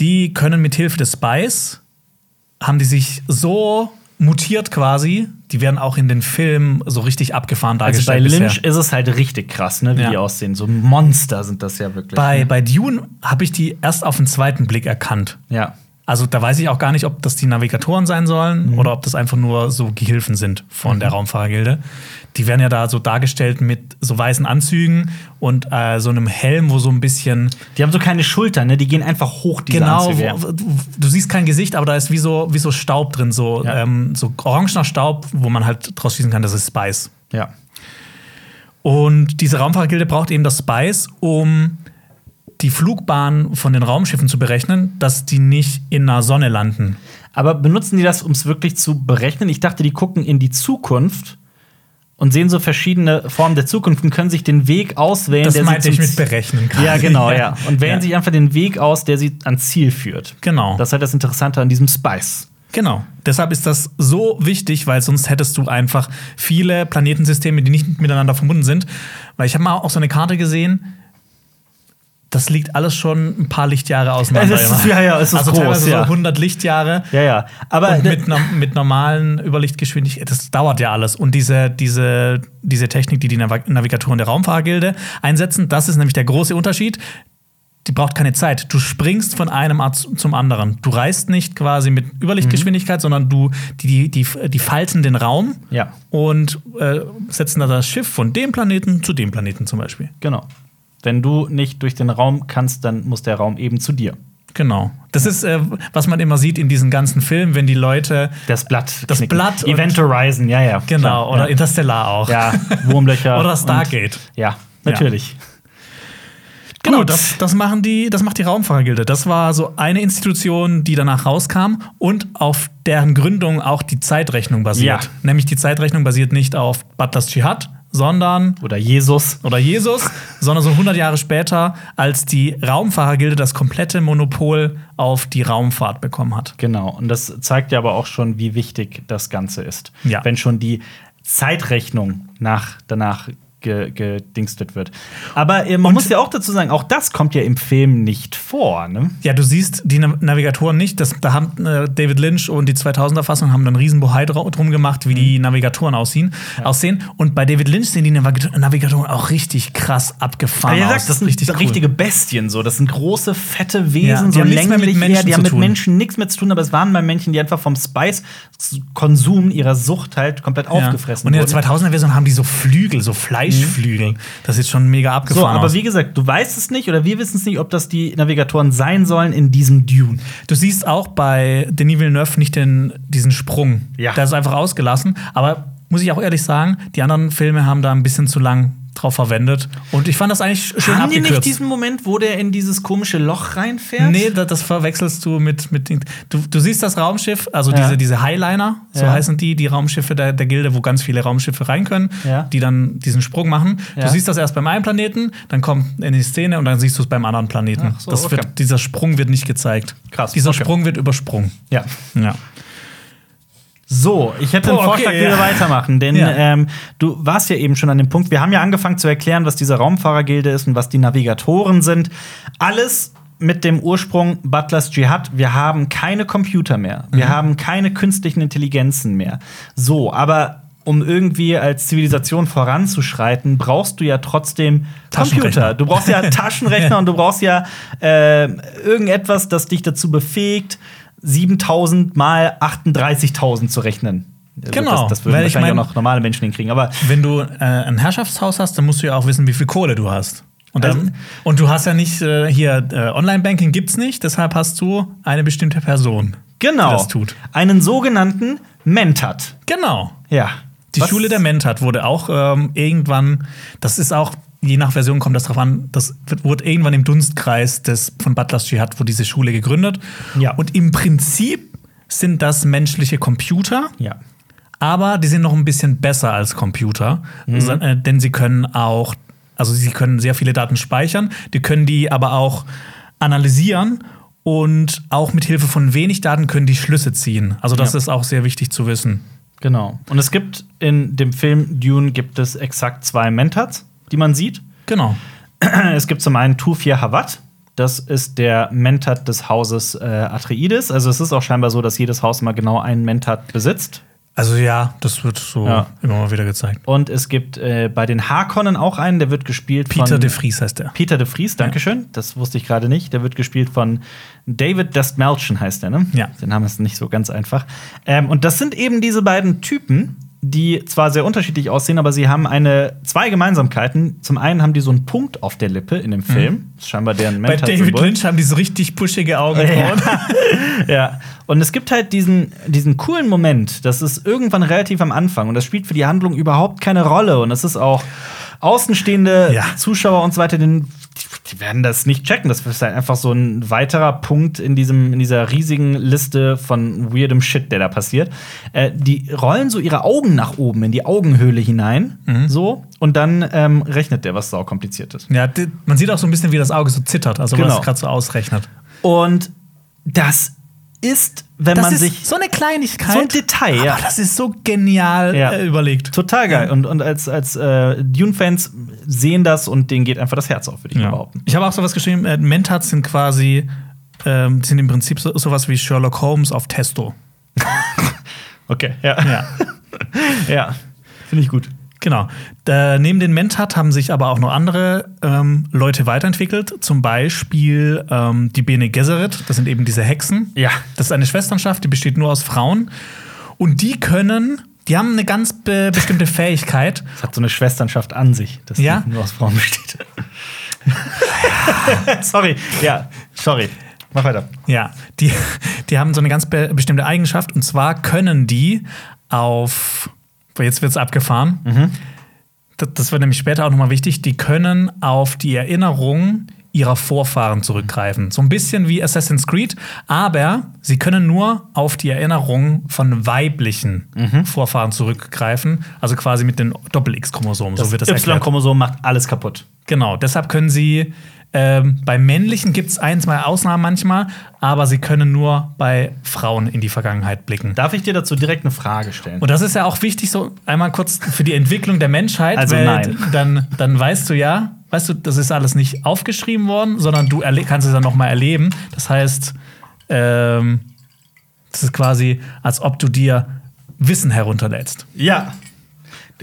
Speaker 2: Die können mit Hilfe des Spice haben die sich so mutiert quasi. Die werden auch in den Filmen so richtig abgefahren
Speaker 1: Also bei
Speaker 2: dargestellt.
Speaker 1: Lynch
Speaker 2: bisher.
Speaker 1: ist es halt richtig krass, ne, wie
Speaker 2: Ja.
Speaker 1: die aussehen. So Monster sind das ja wirklich.
Speaker 2: Bei, bei Dune habe ich die erst auf den zweiten Blick erkannt.
Speaker 1: ja.
Speaker 2: Also da weiß ich auch gar nicht, ob das die Navigatoren sein sollen
Speaker 1: Mhm.
Speaker 2: oder ob das einfach nur so Gehilfen sind von der Raumfahrergilde. Die werden ja da so dargestellt mit so weißen Anzügen und äh, so einem Helm, wo so ein bisschen
Speaker 1: Die haben so keine Schultern, ne? Die gehen einfach hoch, diese
Speaker 2: genau,
Speaker 1: Anzüge.
Speaker 2: wo, wo- du siehst kein Gesicht, aber da ist wie so, wie so Staub drin, so,
Speaker 1: Ja.
Speaker 2: ähm, so orangener Staub, wo man halt draus schließen kann, das ist Spice.
Speaker 1: Ja.
Speaker 2: Und diese Raumfahrergilde braucht eben das Spice, um die Flugbahn von den Raumschiffen zu berechnen, dass die nicht in einer Sonne landen.
Speaker 1: Aber benutzen die das, um es wirklich zu berechnen? Ich dachte, die gucken in die Zukunft und sehen so verschiedene Formen der Zukunft und können sich den Weg auswählen,
Speaker 2: Das
Speaker 1: der
Speaker 2: meinte
Speaker 1: sie
Speaker 2: ich
Speaker 1: zum
Speaker 2: mit berechnen. Quasi.
Speaker 1: Ja, genau, ja. Und wählen
Speaker 2: Ja.
Speaker 1: sich einfach den Weg aus, der sie ans Ziel führt.
Speaker 2: Genau.
Speaker 1: Das ist halt das Interessante an diesem Spice.
Speaker 2: Genau. Deshalb ist das so wichtig, weil sonst hättest du einfach viele Planetensysteme, die nicht miteinander verbunden sind. Weil ich habe mal auch so eine Karte gesehen. Das liegt alles schon ein paar Lichtjahre auseinander.
Speaker 1: Es ist-
Speaker 2: immer.
Speaker 1: ja, ja, es ist
Speaker 2: also
Speaker 1: groß,
Speaker 2: teilweise
Speaker 1: ja.
Speaker 2: so 100 Lichtjahre.
Speaker 1: Ja, ja. Aber
Speaker 2: Und mit, norm- mit normalen Überlichtgeschwindigkeit, das dauert ja alles. Und diese, diese, diese Technik, die die Nav Navigatoren der Raumfahrergilde einsetzen, das ist nämlich der große Unterschied. Die braucht keine Zeit. Du springst von einem Art zu- zum anderen. Du reist nicht quasi mit Überlichtgeschwindigkeit, sondern du, die, die, die, die falten den Raum
Speaker 1: Mhm. ja,
Speaker 2: und äh, setzen da das Schiff von dem Planeten zu dem Planeten zum Beispiel.
Speaker 1: genau. Wenn du nicht durch den Raum kannst, dann muss der Raum eben zu dir.
Speaker 2: Genau. Das ist, äh, was man immer sieht in diesen ganzen Filmen, wenn die Leute.
Speaker 1: Das Blatt.
Speaker 2: Das
Speaker 1: knicken.
Speaker 2: Blatt und-
Speaker 1: Event Horizon, ja, ja.
Speaker 2: Genau,
Speaker 1: klar,
Speaker 2: oder
Speaker 1: ja.
Speaker 2: Interstellar auch.
Speaker 1: ja, Wurmlöcher.
Speaker 2: Oder
Speaker 1: und-
Speaker 2: Stargate.
Speaker 1: Ja, natürlich.
Speaker 2: Genau,
Speaker 1: Gut.
Speaker 2: das, das, machen die, das macht die Raumfahrergilde. Das war so eine Institution, die danach rauskam und auf deren Gründung auch die Zeitrechnung basiert.
Speaker 1: Ja.
Speaker 2: Nämlich die Zeitrechnung basiert nicht auf Butlers Dschihad, sondern,
Speaker 1: Oder Jesus.
Speaker 2: oder Jesus, sondern so 100 Jahre später, als die Raumfahrergilde das komplette Monopol auf die Raumfahrt bekommen hat.
Speaker 1: Genau, und das zeigt ja aber auch schon, wie wichtig das Ganze ist.
Speaker 2: Ja.
Speaker 1: Wenn schon die Zeitrechnung nach, danach ge- gedingstet wird. Aber äh, man muss ja auch dazu sagen, auch das kommt ja im Film nicht vor. Ne?
Speaker 2: Ja, du siehst die Na Navigatoren nicht. Das, da haben äh, David Lynch und die 2000er-Fassung haben dann riesen Bohai dra- drum gemacht, wie
Speaker 1: Mhm.
Speaker 2: die Navigatoren aussehen, aussehen. Und bei David Lynch sehen die Navig Navigatoren auch richtig krass abgefahren
Speaker 1: Aber ihr
Speaker 2: aus.
Speaker 1: sagt, das sind
Speaker 2: richtig
Speaker 1: richtig
Speaker 2: cool.
Speaker 1: richtige Bestien so. Das sind große, fette Wesen,
Speaker 2: Ja, die
Speaker 1: so
Speaker 2: haben nichts mehr mit
Speaker 1: länglich
Speaker 2: Menschen
Speaker 1: her, Die
Speaker 2: zu
Speaker 1: haben mit
Speaker 2: tun.
Speaker 1: Menschen nichts mehr zu tun, aber es waren mal Menschen, die einfach vom Spice-Konsum ihrer Sucht halt komplett
Speaker 2: ja.
Speaker 1: aufgefressen
Speaker 2: Und in der
Speaker 1: wurden. Mhm.
Speaker 2: 2000er-Version haben die so Flügel, so Fleischflügel. Das ist schon mega
Speaker 1: So,
Speaker 2: abgefahren.
Speaker 1: aber
Speaker 2: aus.
Speaker 1: wie gesagt, du weißt es nicht oder wir wissen es nicht, ob das die Navigatoren sein sollen in diesem Dune.
Speaker 2: Du siehst auch bei Denis Villeneuve nicht den, diesen Sprung.
Speaker 1: Ja.
Speaker 2: Der ist einfach ausgelassen. Aber muss ich auch ehrlich sagen, die anderen Filme haben da ein bisschen zu lang drauf verwendet. Und ich fand das eigentlich schön
Speaker 1: Haben die
Speaker 2: abgekürzt.
Speaker 1: nicht diesen Moment, wo der in dieses komische Loch reinfährt?
Speaker 2: Nee, das, das verwechselst du mit. mit den- du, du siehst das Raumschiff, also
Speaker 1: Ja.
Speaker 2: diese, diese Highliner, so
Speaker 1: Ja.
Speaker 2: heißen die, die Raumschiffe der, der Gilde, wo ganz viele Raumschiffe rein können,
Speaker 1: Ja.
Speaker 2: die dann diesen Sprung machen.
Speaker 1: Ja.
Speaker 2: Du siehst das erst beim einen Planeten, dann kommt in die Szene und dann siehst du es beim anderen Planeten.
Speaker 1: Ach so,
Speaker 2: das
Speaker 1: okay.
Speaker 2: wird, dieser Sprung wird nicht gezeigt.
Speaker 1: Krass,
Speaker 2: Dieser
Speaker 1: okay.
Speaker 2: Sprung wird übersprungen.
Speaker 1: Ja.
Speaker 2: Ja.
Speaker 1: So, ich hätte
Speaker 2: Boah,
Speaker 1: einen Vorschlag,
Speaker 2: okay,
Speaker 1: wie wir
Speaker 2: ja.
Speaker 1: weitermachen, denn
Speaker 2: Ja.
Speaker 1: ähm, du warst ja eben schon an dem Punkt. Wir haben ja angefangen zu erklären, was diese Raumfahrergilde ist und was die Navigatoren sind. Alles mit dem Ursprung Butlers Dschihad. Wir haben keine Computer mehr. Wir haben keine künstlichen Intelligenzen mehr. So, aber um irgendwie als Zivilisation voranzuschreiten, brauchst du ja trotzdem Computer.
Speaker 2: Taschenrechner.
Speaker 1: Du brauchst ja Taschenrechner und du brauchst ja äh, irgendetwas, das dich dazu befähigt, 7000 mal 38.000 zu rechnen. Also
Speaker 2: Genau,
Speaker 1: Das, das würden
Speaker 2: weil ich
Speaker 1: wahrscheinlich
Speaker 2: mein-
Speaker 1: auch noch normale Menschen hinkriegen. Aber
Speaker 2: Wenn du äh, ein Herrschaftshaus hast, dann musst du ja auch wissen, wie viel Kohle du hast. Und,
Speaker 1: Also-
Speaker 2: dann, und du hast ja nicht äh, hier äh, Online-Banking gibt's nicht, deshalb hast du eine bestimmte Person.
Speaker 1: Genau.
Speaker 2: Die das tut.
Speaker 1: Einen sogenannten Mentat.
Speaker 2: Genau.
Speaker 1: Ja.
Speaker 2: Die
Speaker 1: Was-
Speaker 2: Schule der Mentat wurde auch ähm, irgendwann, das ist auch, je nach Version kommt das drauf an, das wird, wurde irgendwann im Dunstkreis des, von Butlers Dschihad, wurde diese Schule gegründet.
Speaker 1: Ja.
Speaker 2: Und im Prinzip sind das menschliche Computer,
Speaker 1: Ja.
Speaker 2: aber die sind noch ein bisschen besser als Computer,
Speaker 1: Mhm.
Speaker 2: so, äh, denn sie können auch, also sie können sehr viele Daten speichern, die können die aber auch analysieren und auch mit Hilfe von wenig Daten können die Schlüsse ziehen. Also das
Speaker 1: Ja.
Speaker 2: ist auch sehr wichtig zu wissen.
Speaker 1: Genau. Und es gibt in dem Film Dune gibt es exakt zwei Mentats, die man sieht.
Speaker 2: Genau.
Speaker 1: Es gibt zum einen Tufir Hawat. Das ist der Mentat des Hauses äh, Atreides. Also es ist auch scheinbar so, dass jedes Haus mal genau einen Mentat besitzt.
Speaker 2: Also ja, das wird so
Speaker 1: Ja.
Speaker 2: immer mal wieder gezeigt.
Speaker 1: Und es gibt äh, bei den Harkonnen auch einen, der wird gespielt
Speaker 2: Peter
Speaker 1: von
Speaker 2: de Vries heißt er.
Speaker 1: Peter de Vries, Dankeschön. Das wusste ich gerade nicht. Der wird gespielt von David Dastmalchian, heißt er, ne?
Speaker 2: Ja.
Speaker 1: Der Name ist nicht so ganz einfach. Ähm, und das sind eben diese beiden Typen, die zwar sehr unterschiedlich aussehen, aber sie haben eine zwei Gemeinsamkeiten. Zum einen haben die so einen Punkt auf der Lippe in dem Film. Das ist scheinbar deren
Speaker 2: Mhm. Bei David
Speaker 1: Mentat-Symbol.
Speaker 2: Lynch haben die so richtig puschige Augen.
Speaker 1: Ja. Ja, und es gibt halt diesen, diesen coolen Moment, das ist irgendwann relativ am Anfang und das spielt für die Handlung überhaupt keine Rolle und das ist auch außenstehende
Speaker 2: Ja.
Speaker 1: Zuschauer und so weiter, den, die werden das nicht checken. Das ist halt einfach so ein weiterer Punkt in, diesem, in dieser riesigen Liste von weirdem Shit, der da passiert. Äh, die rollen so ihre Augen nach oben in die Augenhöhle hinein, so, und dann ähm, rechnet der was saukompliziertes.
Speaker 2: Ja, die- man sieht auch so ein bisschen, wie das Auge so zittert, also
Speaker 1: Genau.
Speaker 2: was es gerade so ausrechnet.
Speaker 1: Und das ist, wenn man sich
Speaker 2: so eine Kleinigkeit.
Speaker 1: So ein Detail, ja.
Speaker 2: Aber das ist so genial
Speaker 1: Ja.
Speaker 2: äh, überlegt.
Speaker 1: Total geil. Und, und als, als äh, Dune-Fans sehen das und denen geht einfach das Herz auf, würde ich mal behaupten.
Speaker 2: Ich habe auch sowas geschrieben, äh, Mentats sind quasi, ähm, sind im Prinzip so, sowas wie Sherlock Holmes auf Testo.
Speaker 1: Okay, ja.
Speaker 2: Ja.
Speaker 1: ja. Finde ich gut.
Speaker 2: Genau. Da, neben den Mentat haben sich aber auch noch andere ähm, Leute weiterentwickelt. Zum Beispiel ähm, die Bene Gesserit, das sind eben diese Hexen.
Speaker 1: Ja.
Speaker 2: Das ist eine Schwesternschaft, die besteht nur aus Frauen. Und die können, die haben eine ganz be bestimmte Fähigkeit.
Speaker 1: Das hat so eine Schwesternschaft an sich, dass
Speaker 2: Ja?
Speaker 1: die nur aus Frauen besteht. sorry, ja, sorry. Mach weiter.
Speaker 2: Ja, die, die haben so eine ganz be bestimmte Eigenschaft. Und zwar können die auf, boah, jetzt wird's abgefahren. Das, das wird nämlich später auch nochmal wichtig. Die können auf die Erinnerung ihrer Vorfahren zurückgreifen. So ein bisschen wie Assassin's Creed, aber sie können nur auf die Erinnerung von weiblichen Vorfahren zurückgreifen. Also quasi mit dem Doppel-X-Chromosom. So wird das erklärt.
Speaker 1: Y-Chromosom macht alles kaputt.
Speaker 2: Genau, deshalb können sie, ähm, bei männlichen gibt es ein, zwei Ausnahmen manchmal, aber sie können nur bei Frauen in die Vergangenheit blicken.
Speaker 1: Darf ich dir dazu direkt eine Frage stellen?
Speaker 2: Und das ist ja auch wichtig, so einmal kurz für die Entwicklung der Menschheit,
Speaker 1: Also
Speaker 2: weil
Speaker 1: nein.
Speaker 2: Dann, dann weißt du ja, weißt du, das ist alles nicht aufgeschrieben worden, sondern du erle- kannst es dann nochmal erleben. Das heißt, ähm, das ist quasi, als ob du dir Wissen herunterlädst.
Speaker 1: Ja.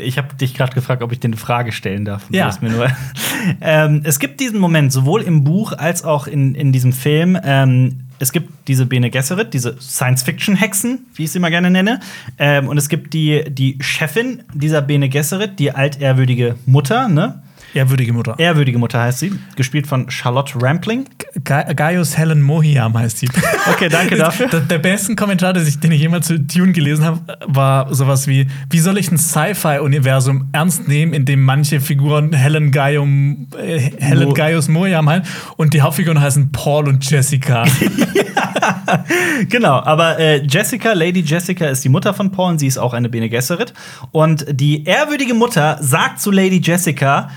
Speaker 1: Ich habe dich gerade gefragt, ob ich dir eine Frage stellen darf. Du
Speaker 2: Ja.
Speaker 1: hast Mir nur ähm, es gibt diesen Moment, sowohl im Buch als auch in, in diesem Film. Ähm, es gibt diese Bene Gesserit, diese Science-Fiction-Hexen, wie ich sie mal gerne nenne. Ähm, und es gibt die, die Chefin dieser Bene Gesserit, die altehrwürdige Mutter, ne?
Speaker 2: Ehrwürdige Mutter.
Speaker 1: Ehrwürdige Mutter heißt sie, gespielt von Charlotte Rampling.
Speaker 2: Ga Gaius Helen Mohiam heißt die.
Speaker 1: Okay, danke dafür.
Speaker 2: Der, der besten Kommentar, den ich, den ich jemals zu Dune gelesen habe, war sowas wie: Wie soll ich ein Sci-Fi-Universum ernst nehmen, in dem manche Figuren Helen, Gaium, äh, Helen
Speaker 1: Mo-
Speaker 2: Gaius Mohiam heißen und die Hauptfiguren heißen Paul und Jessica?
Speaker 1: Genau, aber äh, Jessica, Lady Jessica ist die Mutter von Paul und sie ist auch eine Bene Gesserit. Und die ehrwürdige Mutter sagt zu Lady Jessica,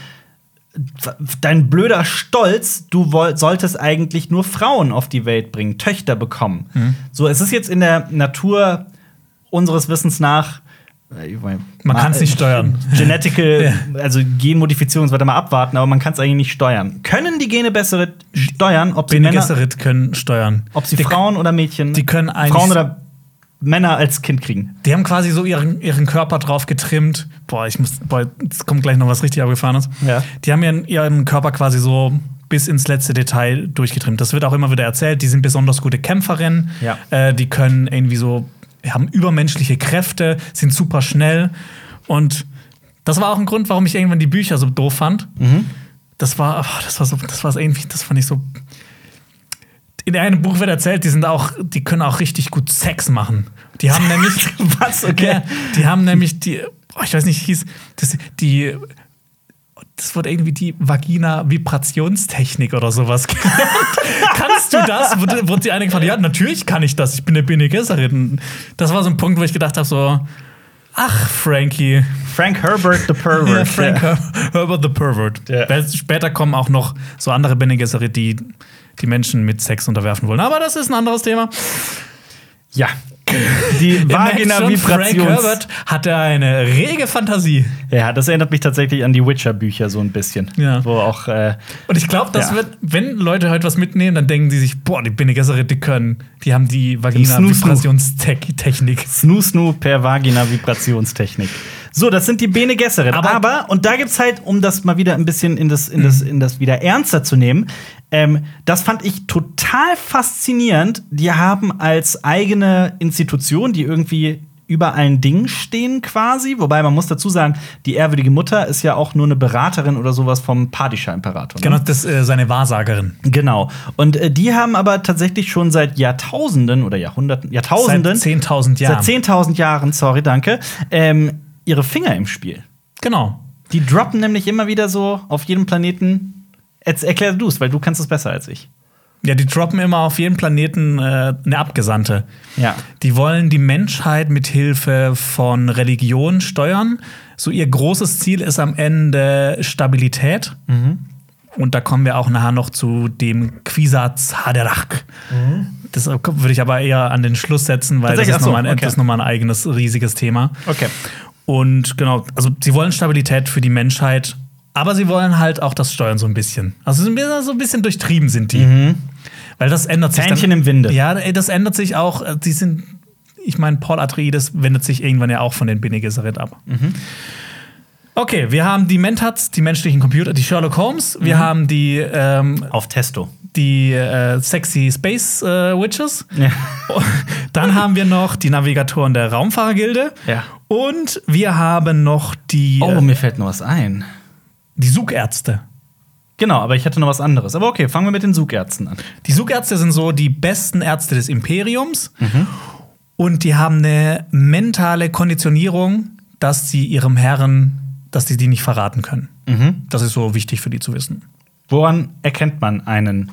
Speaker 1: dein blöder Stolz, du woll- solltest eigentlich nur Frauen auf die Welt bringen, Töchter bekommen.
Speaker 2: Mhm.
Speaker 1: So, es ist jetzt in der Natur unseres Wissens nach äh, ich mein,
Speaker 2: Man
Speaker 1: ma-
Speaker 2: kann's nicht
Speaker 1: äh,
Speaker 2: steuern.
Speaker 1: Genetical, also Genmodifizierung und so weiter mal abwarten, aber man kann es eigentlich nicht steuern. Können die Gene bessere steuern, ob sie
Speaker 2: Bene
Speaker 1: Männer
Speaker 2: Gesserit können steuern.
Speaker 1: ob sie
Speaker 2: die,
Speaker 1: Frauen oder Mädchen,
Speaker 2: die können eigentlich-
Speaker 1: Frauen oder Männer als Kind kriegen.
Speaker 2: Die haben quasi so ihren, ihren Körper drauf getrimmt. Boah, ich muss, boah, jetzt kommt gleich noch was richtig abgefahrenes.
Speaker 1: Ja.
Speaker 2: Die haben ihren, ihren Körper quasi so bis ins letzte Detail durchgetrimmt. Das wird auch immer wieder erzählt. Die sind besonders gute Kämpferinnen.
Speaker 1: Ja.
Speaker 2: Äh, die können irgendwie so, haben übermenschliche Kräfte, sind super
Speaker 1: Mhm.
Speaker 2: schnell. Und das war auch ein Grund, warum ich irgendwann die Bücher so doof fand. das war, oh, das war so, das war irgendwie, das fand ich so. In einem Buch wird erzählt, die sind auch, die können auch richtig gut Sex machen. Die haben nämlich,
Speaker 1: Was? Okay.
Speaker 2: ja, die haben nämlich die, oh, ich weiß nicht, hieß, das, die, das wird irgendwie die Vagina-Vibrationstechnik oder sowas genannt. Kannst du das? Wurde, wurde die eine gefragt, ja, natürlich kann ich das, ich bin eine Bene Gesserin. Das war so ein Punkt, wo ich gedacht habe, so, ach, Frankie.
Speaker 1: Frank Herbert the Pervert.
Speaker 2: Ja, Frank Her- Herbert the Pervert.
Speaker 1: Ja.
Speaker 2: Weil Später kommen auch noch so andere Bene Gesserit, die die Menschen mit Sex unterwerfen wollen. Aber das ist ein anderes Thema.
Speaker 1: Ja. Die
Speaker 2: Ihr merkt schon,
Speaker 1: vagina
Speaker 2: Frank
Speaker 1: Vibrations.
Speaker 2: Herbert hatte eine rege Fantasie.
Speaker 1: Ja, das erinnert mich tatsächlich an die Witcher-Bücher so ein bisschen.
Speaker 2: Ja.
Speaker 1: Wo auch. Äh,
Speaker 2: Und ich glaube, das
Speaker 1: Ja.
Speaker 2: wird, wenn Leute heute was mitnehmen, dann denken die sich, boah, die Bene Gesserit, die können, die haben die Vagina-Vibrationstechnik.
Speaker 1: Snoo Snoo per Vagina Vibrationstechnik. So, das sind die Bene Gesserit. Aber,
Speaker 2: Aber- Mhm.
Speaker 1: und da gibt's halt, um das mal wieder ein bisschen in das, in das, in das wieder ernster zu nehmen, ähm, das fand ich total faszinierend. Die haben als eigene Institution, die irgendwie über allen Dingen stehen quasi, wobei man muss dazu sagen, die ehrwürdige Mutter ist ja auch nur eine Beraterin oder sowas vom Padischer-Imperator. ne?
Speaker 2: Genau, das äh, seine Wahrsagerin.
Speaker 1: Genau. Und äh, die haben aber tatsächlich schon seit Jahrtausenden oder Jahrhunderten, Jahrtausenden,
Speaker 2: Seit 10.000 Jahren.
Speaker 1: seit 10.000 Jahren, sorry, danke, ähm, ihre Finger im Spiel.
Speaker 2: genau.
Speaker 1: Die droppen nämlich immer wieder so auf jedem Planeten. Jetzt erklär du es, weil du kannst es besser als ich.
Speaker 2: Ja, die droppen immer auf jedem Planeten äh, eine Abgesandte.
Speaker 1: Ja.
Speaker 2: Die wollen die Menschheit mit Hilfe von Religion steuern. So ihr großes Ziel ist am Ende Stabilität.
Speaker 1: Mhm.
Speaker 2: Und da kommen wir auch nachher noch zu dem Quisatz Haderach. Das äh, würde ich aber eher an den Schluss setzen, weil das
Speaker 1: Mhm. Tatsächlich,
Speaker 2: ist
Speaker 1: ach so,
Speaker 2: nochmal ein,
Speaker 1: okay.
Speaker 2: das ist noch mal ein eigenes riesiges Thema.
Speaker 1: Okay.
Speaker 2: Und genau, also sie wollen Stabilität für die Menschheit, aber sie wollen halt auch das Steuern so ein bisschen. Also so ein bisschen, so ein bisschen durchtrieben sind die. Weil das ändert sich.
Speaker 1: Mhm. Fähnchen im Winde.
Speaker 2: Ja, ey, das ändert sich auch. äh, Die sind, ich meine, Paul Atreides wendet sich irgendwann ja auch von den Bene Gesserit ab.
Speaker 1: Mhm.
Speaker 2: Okay, wir haben die Mentats, die menschlichen Computer, die Sherlock Holmes,
Speaker 1: Mhm.
Speaker 2: wir haben die, ähm,
Speaker 1: Auf Testo.
Speaker 2: die äh, sexy Space äh, Witches.
Speaker 1: Ja.
Speaker 2: Dann haben wir noch die Navigatoren der Raumfahrergilde.
Speaker 1: Ja.
Speaker 2: Und wir haben noch die,
Speaker 1: Oh,
Speaker 2: äh,
Speaker 1: mir fällt noch was ein.
Speaker 2: die Sugärzte.
Speaker 1: Genau, aber ich hatte noch was anderes. Aber okay, fangen wir mit den Sugärzten an.
Speaker 2: Die Sugärzte sind so die besten Ärzte des Imperiums.
Speaker 1: Mhm.
Speaker 2: Und die haben eine mentale Konditionierung, dass sie ihrem Herren, dass sie die nicht verraten können.
Speaker 1: Mhm.
Speaker 2: Das ist so wichtig für die zu wissen.
Speaker 1: Woran erkennt man einen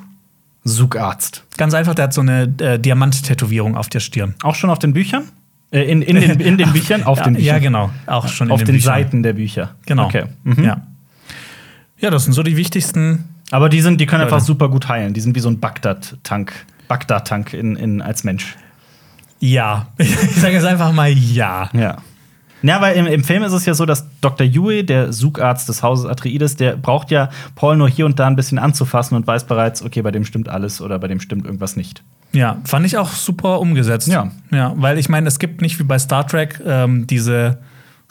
Speaker 1: Sugarzt?
Speaker 2: Ganz einfach, der hat so eine äh, Diamanttätowierung auf der Stirn.
Speaker 1: Auch schon auf den Büchern? Äh, in, in, den, in den Büchern? Auf
Speaker 2: ja,
Speaker 1: den Büchern.
Speaker 2: Ja, genau. Auch schon in
Speaker 1: auf den,
Speaker 2: Büchern.
Speaker 1: Seiten der Bücher.
Speaker 2: Genau.
Speaker 1: Okay. Mhm.
Speaker 2: Ja. ja, das sind so die wichtigsten
Speaker 1: Aber die sind, die können
Speaker 2: Leute.
Speaker 1: einfach super gut heilen. Die sind wie so ein Bagdad-Tank, Bagdad-Tank in, in, als Mensch.
Speaker 2: Ja. Ich sage jetzt einfach mal ja.
Speaker 1: Ja. Ja, weil im, im Film ist es ja so, dass Dr. Yui, der Sugarzt des Hauses Atreides, der braucht ja Paul nur hier und da ein bisschen anzufassen und weiß bereits, okay, bei dem stimmt alles oder bei dem stimmt irgendwas nicht.
Speaker 2: Ja, fand ich auch super umgesetzt.
Speaker 1: Ja.
Speaker 2: Ja, weil ich meine, es gibt nicht wie bei Star Trek ähm, diese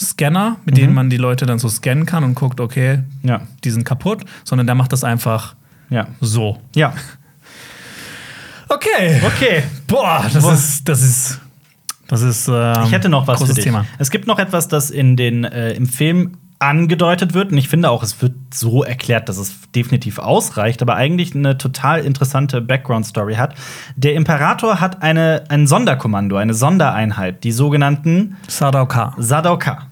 Speaker 2: Scanner, mit denen man die Leute dann so scannen kann und guckt, okay,
Speaker 1: Mhm. Ja.
Speaker 2: die sind kaputt, sondern der macht das einfach
Speaker 1: Ja.
Speaker 2: so.
Speaker 1: Ja.
Speaker 2: Okay.
Speaker 1: Okay.
Speaker 2: Boah, das
Speaker 1: Boah.
Speaker 2: ist, das ist, das ist. Ähm,
Speaker 1: Ich hätte noch was
Speaker 2: großes
Speaker 1: für dich.
Speaker 2: Thema.
Speaker 1: Es gibt noch etwas, das in den, äh, im Film angedeutet wird. Und ich finde auch, es wird so erklärt, dass es definitiv ausreicht, aber eigentlich eine total interessante Background-Story hat. Der Imperator hat eine, ein Sonderkommando, eine Sondereinheit, die sogenannten
Speaker 2: Sadauka.
Speaker 1: Sadauka.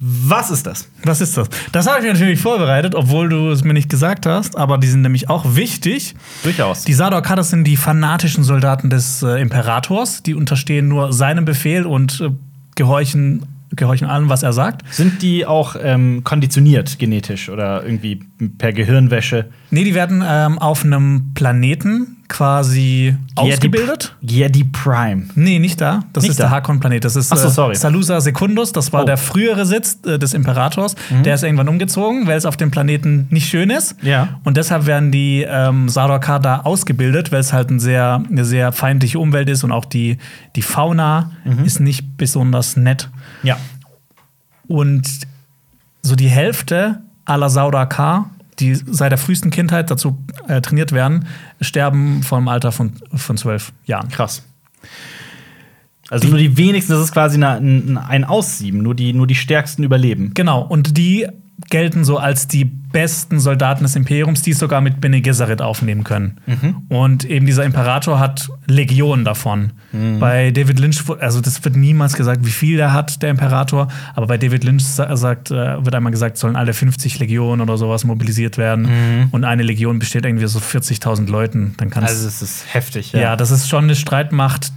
Speaker 1: Was ist das?
Speaker 2: Was ist das? Das habe ich mir natürlich vorbereitet, obwohl du es mir nicht gesagt hast, aber die sind nämlich auch wichtig.
Speaker 1: Durchaus.
Speaker 2: Die Sardaukades sind die fanatischen Soldaten des äh, Imperators. Die unterstehen nur seinem Befehl und äh, gehorchen, gehorchen allem, was er sagt.
Speaker 1: sind die auch ähm, konditioniert genetisch oder irgendwie per Gehirnwäsche?
Speaker 2: Nee, die werden ähm, auf einem Planeten quasi ausgebildet.
Speaker 1: Ja, die Prime.
Speaker 2: Nee, nicht da. Das
Speaker 1: Nicht
Speaker 2: ist
Speaker 1: da.
Speaker 2: der Harkon-Planet. Das ist
Speaker 1: Ach so, sorry.
Speaker 2: Äh, Salusa Secundus. Das war
Speaker 1: Oh. Mhm.
Speaker 2: der frühere Sitz äh, des Imperators. Der ist irgendwann umgezogen, weil es auf dem Planeten nicht schön ist.
Speaker 1: Ja.
Speaker 2: Und deshalb werden die ähm, Sardaukar da ausgebildet, weil es halt ein sehr, eine sehr feindliche Umwelt ist und auch die, die Fauna
Speaker 1: Mhm.
Speaker 2: ist nicht besonders nett.
Speaker 1: Ja.
Speaker 2: Und so die Hälfte aller Saudakar, die seit der frühesten Kindheit dazu äh, trainiert werden, sterben vom Alter von, von zwölf Jahren.
Speaker 1: Krass. Also nur die wenigsten, das ist quasi eine, ein, ein Aussieben, nur die, nur die stärksten überleben.
Speaker 2: Genau, und die gelten so als die besten Soldaten des Imperiums, die es sogar mit Bene Gesserit aufnehmen können.
Speaker 1: Mhm.
Speaker 2: Und eben dieser Imperator hat Legionen davon.
Speaker 1: Mhm.
Speaker 2: Bei David Lynch, wu- also das wird niemals gesagt, wie viel er hat, der Imperator, aber bei David Lynch sa- sagt, äh, wird einmal gesagt, sollen alle 50 Legionen oder sowas mobilisiert werden. Und eine Legion besteht irgendwie so 40.000 Leuten. Dann kannst
Speaker 1: Mhm. Also es ist heftig,
Speaker 2: ja, das ist schon eine Streitmacht.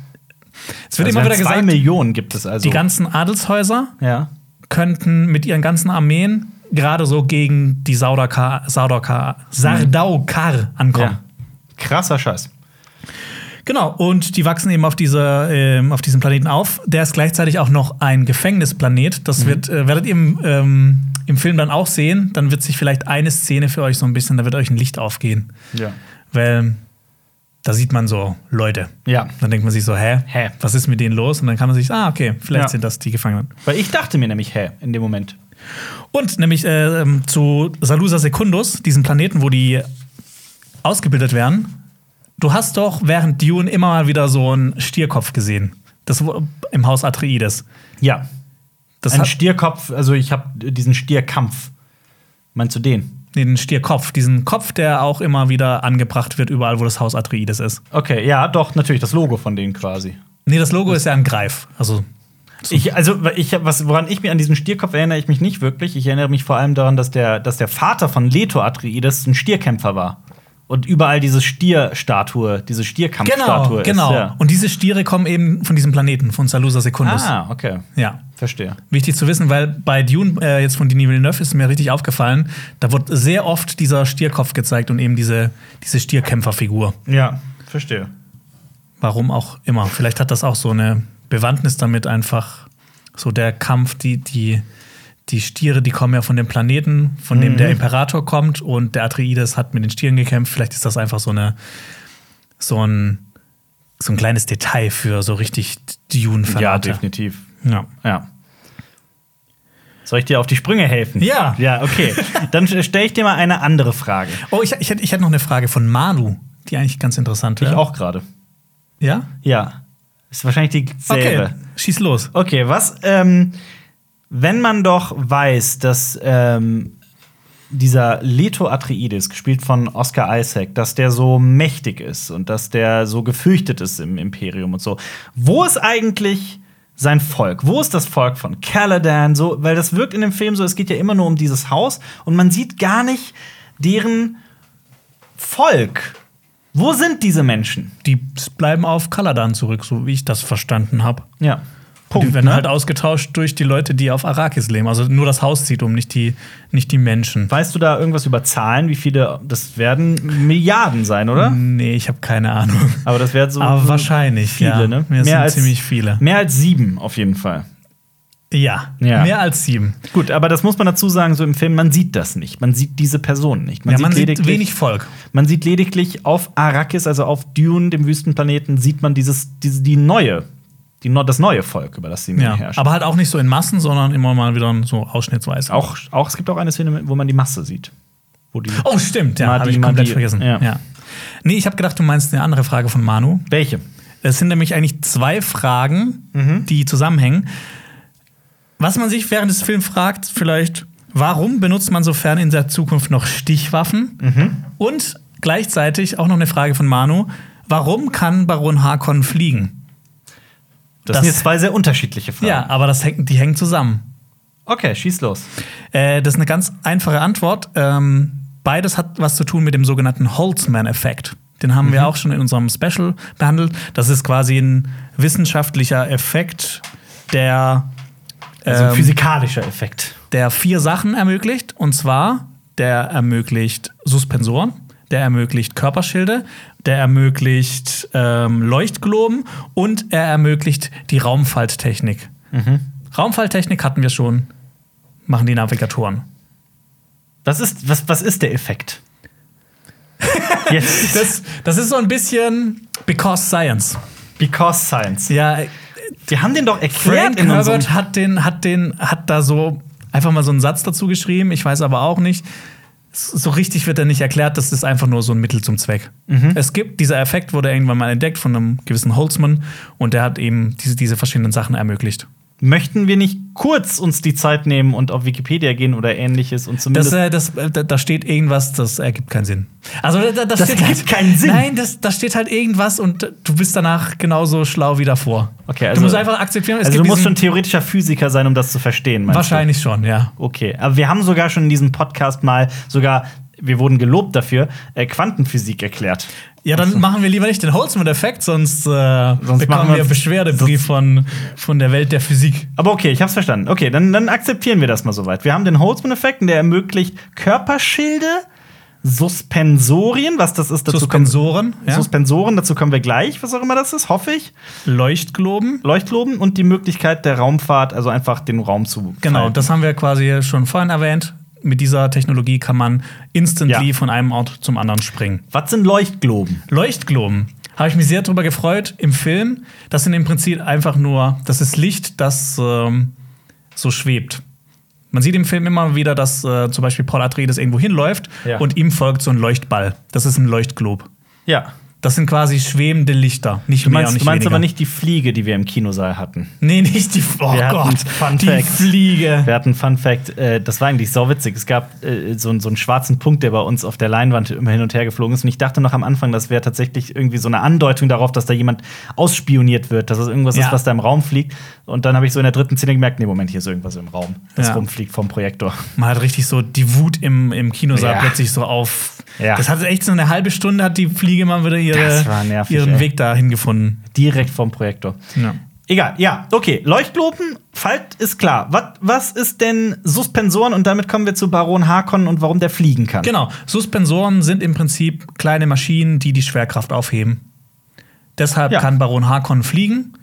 Speaker 2: Es wird
Speaker 1: Also
Speaker 2: immer wieder
Speaker 1: zwei
Speaker 2: gesagt,
Speaker 1: Millionen gibt es also.
Speaker 2: die ganzen Adelshäuser
Speaker 1: ja.
Speaker 2: könnten mit ihren ganzen Armeen gerade so gegen die Saudaukar, Saudaukar, Sardaukar ankommen.
Speaker 1: Mhm. ja. Krasser Scheiß.
Speaker 2: Genau, und die wachsen eben auf, dieser, ähm, auf diesem Planeten auf. Der ist gleichzeitig auch noch ein Gefängnisplanet.
Speaker 1: Mhm.
Speaker 2: Das wird, äh, werdet ihr im, ähm, im Film dann auch sehen. Dann wird sich vielleicht eine Szene für euch so ein bisschen, da wird euch ein Licht aufgehen.
Speaker 1: Ja.
Speaker 2: Weil da sieht man so Leute.
Speaker 1: Ja.
Speaker 2: Dann denkt man sich so, hä?
Speaker 1: Hä?
Speaker 2: Was ist mit denen los? Und dann kann man sich, ah, okay, vielleicht
Speaker 1: Ja.
Speaker 2: sind das die Gefangenen.
Speaker 1: Weil ich dachte mir nämlich, hä, in dem Moment.
Speaker 2: Und nämlich äh, ähm, zu Salusa Secundus, diesem Planeten, wo die ausgebildet werden. Du hast doch während Dune immer mal wieder so einen Stierkopf gesehen. Das wo- im Haus Atreides.
Speaker 1: Ja.
Speaker 2: Das
Speaker 1: Ein
Speaker 2: hat,
Speaker 1: Stierkopf, also ich habe diesen Stierkampf. Meinst du den?
Speaker 2: nee, den Stierkopf, diesen Kopf, der auch immer wieder angebracht wird, überall, wo das Haus Atreides ist.
Speaker 1: Okay, ja, doch, natürlich, das Logo von denen quasi.
Speaker 2: Nee, das Logo ist ja ein Greif. Also,
Speaker 1: Ich, also, ich, hab- was, woran ich mir an diesen Stierkopf erinnere, ich mich nicht wirklich. Ich erinnere mich vor allem daran, dass der, dass der Vater von Leto Atreides ein Stierkämpfer war. Und überall diese Stierstatue, diese Stierkampfstatue
Speaker 2: genau.
Speaker 1: ist. Ja.
Speaker 2: Und diese Stiere kommen eben von diesem Planeten, von Salusa Secundus.
Speaker 1: Ah, okay.
Speaker 2: Ja.
Speaker 1: Verstehe.
Speaker 2: Wichtig zu wissen, weil bei Dune äh, jetzt von Denis Villeneuve ist mir richtig aufgefallen, da wird sehr oft dieser Stierkopf gezeigt und eben diese, diese Stierkämpferfigur.
Speaker 1: Ja, verstehe.
Speaker 2: Warum auch immer. Vielleicht hat das auch so eine Bewandtnis damit einfach so der Kampf, die, die, die Stiere, die kommen ja von dem Planeten, von dem
Speaker 1: Mhm.
Speaker 2: der Imperator kommt und der Atreides hat mit den Stieren gekämpft. Vielleicht ist das einfach so eine so ein so ein kleines Detail für so richtig Dune
Speaker 1: Ja,
Speaker 2: Fanate.
Speaker 1: definitiv.
Speaker 2: Ja.
Speaker 1: Ja. Soll ich dir auf die Sprünge helfen?
Speaker 2: Ja.
Speaker 1: Ja, okay. Dann stelle ich dir mal eine andere Frage.
Speaker 2: Oh, ich, ich, hätte, ich hätte noch eine Frage von Manu, die eigentlich ganz interessant wäre.
Speaker 1: Ich auch gerade.
Speaker 2: Ja?
Speaker 1: Ja. Ist wahrscheinlich dieselbe.
Speaker 2: Okay, schieß los.
Speaker 1: Okay, was, ähm, wenn man doch weiß, dass ähm, dieser Leto Atreides, gespielt von Oscar Isaac, dass der so mächtig ist und dass der so gefürchtet ist im Imperium und so, wo ist eigentlich sein Volk? Wo ist das Volk von Caladan? So, weil das wirkt in dem Film so, es geht ja immer nur um dieses Haus und man sieht gar nicht deren Volk. Wo sind diese Menschen?
Speaker 2: Die bleiben auf Kaladan zurück, so wie ich das verstanden habe.
Speaker 1: Ja.
Speaker 2: Die werden
Speaker 1: ne?
Speaker 2: halt ausgetauscht durch die Leute, die auf Arrakis leben. Also nur das Haus zieht um, nicht die, nicht die Menschen.
Speaker 1: Weißt du da irgendwas über Zahlen, wie viele das werden? Milliarden sein, oder?
Speaker 2: Nee, ich habe keine Ahnung.
Speaker 1: Aber das wären so
Speaker 2: Aber Ah, wahrscheinlich,
Speaker 1: viele,
Speaker 2: ja.
Speaker 1: ne?
Speaker 2: Ja, es sind ziemlich viele.
Speaker 1: Mehr als sieben auf jeden Fall.
Speaker 2: Ja,
Speaker 1: Ja.
Speaker 2: mehr als sieben.
Speaker 1: Gut, aber das muss man dazu sagen, so im Film, man sieht das nicht. Man sieht diese Person nicht.
Speaker 2: ja, man sieht
Speaker 1: lediglich-
Speaker 2: wenig Volk.
Speaker 1: Man sieht lediglich auf Arrakis, also auf Dune, dem Wüstenplaneten, sieht man dieses, diese, die neue, die, neu- das neue Volk, über das sie
Speaker 2: Ja.
Speaker 1: herrscht.
Speaker 2: Aber halt auch nicht so in Massen, sondern immer mal wieder so ausschnittsweise.
Speaker 1: auch, auch, es gibt auch eine Szene, wo man die Masse sieht. Wo die
Speaker 2: Oh, stimmt, ja,
Speaker 1: Mal
Speaker 2: habe
Speaker 1: die-
Speaker 2: ich
Speaker 1: mal
Speaker 2: komplett
Speaker 1: die-
Speaker 2: vergessen.
Speaker 1: ja.
Speaker 2: Ja. Nee, ich habe gedacht, du meinst eine andere Frage von Manu.
Speaker 1: Welche?
Speaker 2: Es sind nämlich eigentlich zwei Fragen, die zusammenhängen. Was man sich während des Films fragt, vielleicht, warum benutzt man sofern in der Zukunft noch Stichwaffen? Und gleichzeitig auch noch eine Frage von Manu: Warum kann Baron Harkonnen fliegen?
Speaker 1: Das,
Speaker 2: Das-
Speaker 1: sind jetzt zwei sehr unterschiedliche Fragen.
Speaker 2: Ja, aber das hängt, die hängen zusammen.
Speaker 1: Okay, schieß los.
Speaker 2: Äh, das ist eine ganz einfache Antwort. Ähm, beides hat was zu tun mit dem sogenannten Holtzman-Effekt. Den haben wir auch schon in unserem Special behandelt. Das ist quasi ein wissenschaftlicher Effekt, der,
Speaker 1: Also ein
Speaker 2: ähm,
Speaker 1: physikalischer Effekt.
Speaker 2: der vier Sachen ermöglicht. Und zwar, der ermöglicht Suspensoren, der ermöglicht Körperschilde, der ermöglicht ähm, Leuchtgloben und er ermöglicht die Raumfalttechnik. Raumfalttechnik hatten wir schon, machen die Navigatoren.
Speaker 1: Was ist, was, was ist der Effekt? Jetzt.
Speaker 2: Das, das ist so ein bisschen because science.
Speaker 1: Because Science.
Speaker 2: Ja,
Speaker 1: Die haben den doch erklärt
Speaker 2: Frank
Speaker 1: in unserem.
Speaker 2: Herbert hat den, hat den, hat da so einfach mal so einen Satz dazu geschrieben. Ich weiß aber auch nicht. So richtig wird er nicht erklärt. Das ist einfach nur so ein Mittel zum Zweck.
Speaker 1: Mhm.
Speaker 2: Es gibt dieser Effekt, wurde irgendwann mal entdeckt von einem gewissen Holzmann und der hat eben diese, diese verschiedenen Sachen ermöglicht.
Speaker 1: möchten wir nicht kurz uns die Zeit nehmen und auf Wikipedia gehen oder ähnliches und
Speaker 2: Das,
Speaker 1: zumindest.
Speaker 2: äh, das, äh, da- da steht irgendwas, das ergibt keinen Sinn. Also da, da
Speaker 1: Das
Speaker 2: steht
Speaker 1: ergibt
Speaker 2: halt,
Speaker 1: keinen Sinn?
Speaker 2: Nein, das, da steht halt irgendwas und du bist danach genauso schlau wie davor.
Speaker 1: Okay, also-
Speaker 2: du musst einfach akzeptieren. Es
Speaker 1: also du
Speaker 2: gibt
Speaker 1: musst schon
Speaker 2: diesen-
Speaker 1: theoretischer Physiker sein, um das zu verstehen. meinst du?
Speaker 2: wahrscheinlich schon, ja.
Speaker 1: Okay, aber wir haben sogar schon in diesem Podcast mal sogar, wir wurden gelobt dafür, äh, Quantenphysik erklärt.
Speaker 2: Ja, dann machen wir lieber nicht den Holzmann-Effekt, sonst, äh,
Speaker 1: machen
Speaker 2: bekommen
Speaker 1: wir-
Speaker 2: wir Beschwerdebrief von, von der Welt der Physik.
Speaker 1: Aber okay, ich hab's verstanden. Okay, dann, dann akzeptieren wir das mal soweit. Wir haben den Holzman-Effekt, und der ermöglicht Körperschilde, Suspensorien, was das ist, dazu kommen
Speaker 2: Suspensoren, ja?
Speaker 1: Suspensoren, dazu kommen wir gleich, was auch immer das ist, hoffe ich.
Speaker 2: Leuchtgloben.
Speaker 1: Leuchtgloben und die Möglichkeit der Raumfahrt, also einfach den Raum zu.
Speaker 2: Genau,
Speaker 1: falten.
Speaker 2: das haben wir quasi schon vorhin erwähnt. Mit dieser Technologie kann man instantly
Speaker 1: Ja.
Speaker 2: von einem Ort zum anderen springen.
Speaker 1: Was sind Leuchtgloben?
Speaker 2: Leuchtgloben. Habe ich mich sehr darüber gefreut im Film. Das sind im Prinzip einfach nur, das ist Licht, das ähm, so schwebt. Man sieht im Film immer wieder, dass äh, zum Beispiel Paul Atreides irgendwo hinläuft
Speaker 1: Ja.
Speaker 2: und ihm folgt so ein Leuchtball. Das ist ein Leuchtglob.
Speaker 1: Ja.
Speaker 2: Das sind quasi schwebende Lichter, nicht
Speaker 1: Du
Speaker 2: mehr und
Speaker 1: meinst,
Speaker 2: nicht
Speaker 1: du meinst
Speaker 2: weniger.
Speaker 1: aber nicht die Fliege, die wir im Kinosaal hatten.
Speaker 2: Nee, nicht die. Oh
Speaker 1: Wir hatten
Speaker 2: Gott,
Speaker 1: Fun
Speaker 2: die
Speaker 1: Fact.
Speaker 2: Fliege.
Speaker 1: Wir hatten einen Fun Fact, äh, das war eigentlich sauwitzig. Es gab äh, so, einen- so einen schwarzen Punkt, der bei uns auf der Leinwand immer hin und her geflogen ist. Und ich dachte noch am Anfang, das wäre tatsächlich irgendwie so eine Andeutung darauf, dass da jemand ausspioniert wird, dass es irgendwas
Speaker 2: Ja.
Speaker 1: ist, was da im Raum fliegt. Und dann habe ich so in der dritten Szene gemerkt, nee, Moment, hier ist irgendwas im Raum, das
Speaker 2: Ja.
Speaker 1: rumfliegt vom Projektor.
Speaker 2: Man hat richtig so die Wut im, im Kinosaal
Speaker 1: Ja.
Speaker 2: plötzlich so auf.
Speaker 1: Ja.
Speaker 2: Das hat echt so eine halbe Stunde, hat die Fliege mal wieder ihre,
Speaker 1: Das war nervig,
Speaker 2: ihren
Speaker 1: ey.
Speaker 2: Weg dahin gefunden.
Speaker 1: Direkt vom Projektor.
Speaker 2: Ja.
Speaker 1: Egal, ja, okay. Leuchtgloben, Falt ist klar. Was, was ist denn Suspensoren? Und damit kommen wir zu Baron Harkonnen und warum der fliegen kann.
Speaker 2: Genau. Suspensoren sind im Prinzip kleine Maschinen, die die Schwerkraft aufheben. Deshalb
Speaker 1: Ja.
Speaker 2: kann Baron Harkonnen fliegen,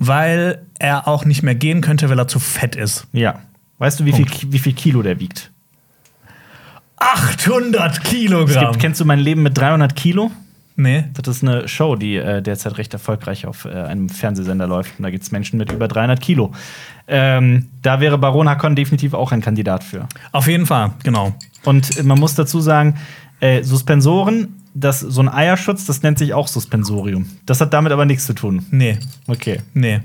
Speaker 2: weil er auch nicht mehr gehen könnte, weil er zu fett ist.
Speaker 1: Ja. Weißt du, wie viel, wie viel Kilo der wiegt?
Speaker 2: 800
Speaker 1: Es
Speaker 2: Kilogramm.
Speaker 1: gibt, kennst du mein Leben mit 300 Kilo?
Speaker 2: nee.
Speaker 1: Das ist eine Show, die äh, derzeit recht erfolgreich auf äh, einem Fernsehsender läuft. Und da gibt es Menschen mit über 300 Kilo. Ähm, da wäre Baron Hakon definitiv auch ein Kandidat für.
Speaker 2: Auf jeden Fall, genau.
Speaker 1: Und äh, man muss dazu sagen, äh, Suspensoren, das, so ein Eierschutz, das nennt sich auch Suspensorium. Das hat damit aber nichts zu tun.
Speaker 2: Nee,
Speaker 1: Okay,
Speaker 2: nee,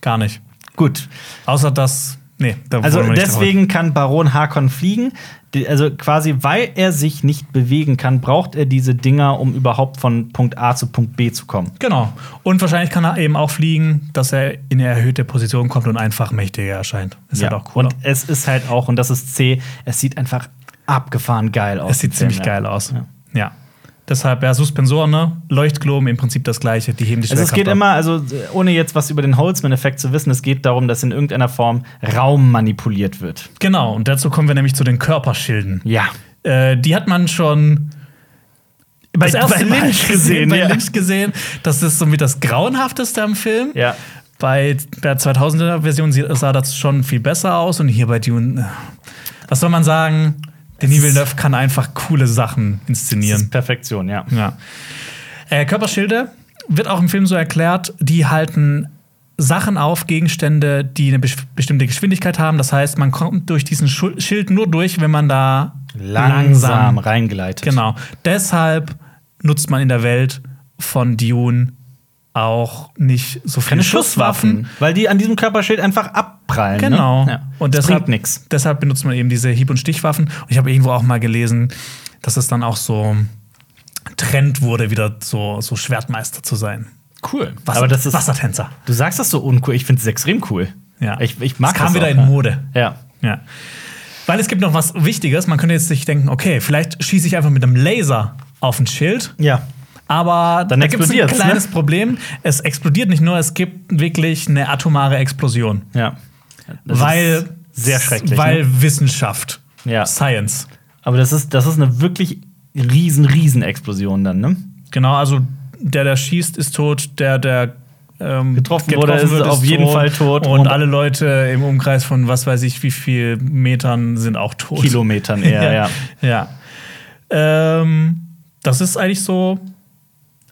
Speaker 2: gar nicht.
Speaker 1: gut.
Speaker 2: Außer dass. Nee, da
Speaker 1: Also
Speaker 2: wollen wir nicht
Speaker 1: deswegen kann Baron Harkon fliegen. Die, also quasi, weil er sich nicht bewegen kann, braucht er diese Dinger, um überhaupt von Punkt A zu Punkt B zu kommen.
Speaker 2: drauf. Genau. Und wahrscheinlich kann er eben auch fliegen, dass er in eine erhöhte Position kommt und einfach mächtiger erscheint. Ist
Speaker 1: ja.
Speaker 2: halt auch cool.
Speaker 1: Und es ist halt auch, und das ist C, es sieht einfach abgefahren geil aus.
Speaker 2: Es sieht ziemlich
Speaker 1: Ja.
Speaker 2: geil aus.
Speaker 1: Ja.
Speaker 2: Ja. Deshalb, ja, Suspensoren, ne? Leuchtgloben im Prinzip das gleiche, die heben die
Speaker 1: Also es geht
Speaker 2: Schwerkraft ab.
Speaker 1: immer, also ohne jetzt was über den Holzman-Effekt zu wissen, es geht darum, dass in irgendeiner Form Raum manipuliert wird.
Speaker 2: Genau, und dazu kommen wir nämlich zu den Körperschilden.
Speaker 1: Ja.
Speaker 2: Äh, die hat man schon
Speaker 1: Bei,
Speaker 2: das
Speaker 1: bei
Speaker 2: erste Mal
Speaker 1: Lynch gesehen.
Speaker 2: bei
Speaker 1: ja.
Speaker 2: Lynch gesehen. Das ist somit das Grauenhafteste am Film.
Speaker 1: ja.
Speaker 2: Bei der 2000er-Version sie- sah das schon viel besser aus und hier bei Dune, äh, was soll man sagen? Denis
Speaker 1: ist-
Speaker 2: Villeneuve kann einfach coole Sachen
Speaker 1: Das
Speaker 2: inszenieren.
Speaker 1: ist Perfektion, ja.
Speaker 2: Ja. Äh, Körperschilde wird auch im Film so erklärt, die halten Sachen auf, Gegenstände, die eine besch- bestimmte Geschwindigkeit haben. Das heißt, man kommt durch diesen Schu- Schild nur durch, wenn man da
Speaker 1: Langsam reingeleitet.
Speaker 2: Genau. Deshalb nutzt man in der Welt von Dune auch nicht so viele
Speaker 1: Keine Schusswaffen, weil die an diesem Körperschild einfach abprallen.
Speaker 2: Genau.
Speaker 1: Ne? Ja.
Speaker 2: Und
Speaker 1: das
Speaker 2: deshalb,
Speaker 1: bringt nichts.
Speaker 2: deshalb benutzt man eben diese Hieb- und Stichwaffen. Und ich habe irgendwo auch mal gelesen, dass es dann auch so Trend wurde, wieder so, so Schwertmeister zu sein.
Speaker 1: Cool. Aber das ist,
Speaker 2: Wassertänzer.
Speaker 1: du sagst das so uncool. Ich finde es extrem cool.
Speaker 2: Ja.
Speaker 1: Ich, ich mag
Speaker 2: das kam
Speaker 1: das
Speaker 2: wieder
Speaker 1: auch,
Speaker 2: in
Speaker 1: ja.
Speaker 2: Mode.
Speaker 1: Ja.
Speaker 2: Ja. Weil es gibt noch was Wichtiges. Man könnte jetzt sich denken, okay, vielleicht schieße ich einfach mit einem Laser auf ein Schild.
Speaker 1: Ja.
Speaker 2: Aber
Speaker 1: Dann
Speaker 2: da gibt's ein
Speaker 1: explodiert's, ne?
Speaker 2: kleines Problem. Es explodiert nicht nur, es gibt wirklich eine atomare Explosion.
Speaker 1: Ja. Das
Speaker 2: weil
Speaker 1: ist sehr schrecklich.
Speaker 2: Weil
Speaker 1: ne?
Speaker 2: Wissenschaft.
Speaker 1: Ja.
Speaker 2: Science.
Speaker 1: Aber das ist, das ist eine wirklich riesen, riesen Explosion dann, ne?
Speaker 2: Genau, also der, der schießt, ist tot, der, der ähm,
Speaker 1: Getroffen wurde, ist auf jeden Fall tot.
Speaker 2: Und,
Speaker 1: Und-
Speaker 2: alle Leute im Umkreis von was weiß ich wie viel Metern sind auch tot.
Speaker 1: Kilometern eher, ja.
Speaker 2: ja. ja. Ähm, das ist eigentlich so.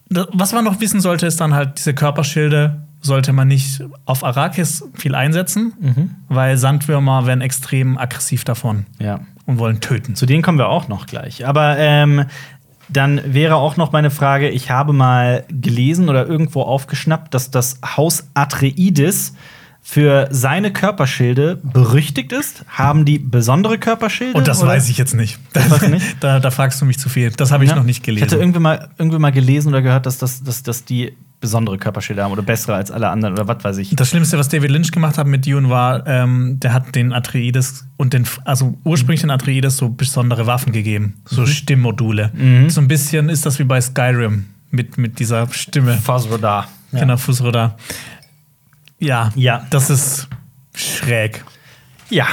Speaker 2: Da- Was man noch wissen sollte, ist dann halt, diese Körperschilde sollte man nicht auf Arrakis viel einsetzen,
Speaker 1: Mhm.
Speaker 2: weil Sandwürmer werden extrem aggressiv davon
Speaker 1: Ja.
Speaker 2: und wollen töten.
Speaker 1: Zu denen kommen wir auch noch gleich. Aber ähm, dann wäre auch noch meine Frage: Ich habe mal gelesen oder irgendwo aufgeschnappt, dass das Haus Atreides für seine Körperschilde berüchtigt ist? Haben die besondere Körperschilde?
Speaker 2: Und das
Speaker 1: oder?
Speaker 2: weiß ich jetzt nicht.
Speaker 1: weißt du nicht?
Speaker 2: da, da fragst du mich zu viel. Das habe ich
Speaker 1: Ja.
Speaker 2: noch nicht gelesen.
Speaker 1: Ich hatte irgendwie mal, irgendwie mal gelesen oder gehört, dass, das, dass, dass die besondere Körperschilder haben oder bessere als alle anderen oder was weiß ich.
Speaker 2: Das Schlimmste, was David Lynch gemacht hat mit Dune, war, ähm, der hat den Atreides und den, also ursprünglich den Atreides so besondere Waffen gegeben, so Stimmmodule. So ein bisschen ist das wie bei Skyrim mit, mit dieser Stimme.
Speaker 1: Fasrodar.
Speaker 2: Ja. Genau, Fusroda. Ja,
Speaker 1: Ja.
Speaker 2: das ist schräg.
Speaker 1: Ja.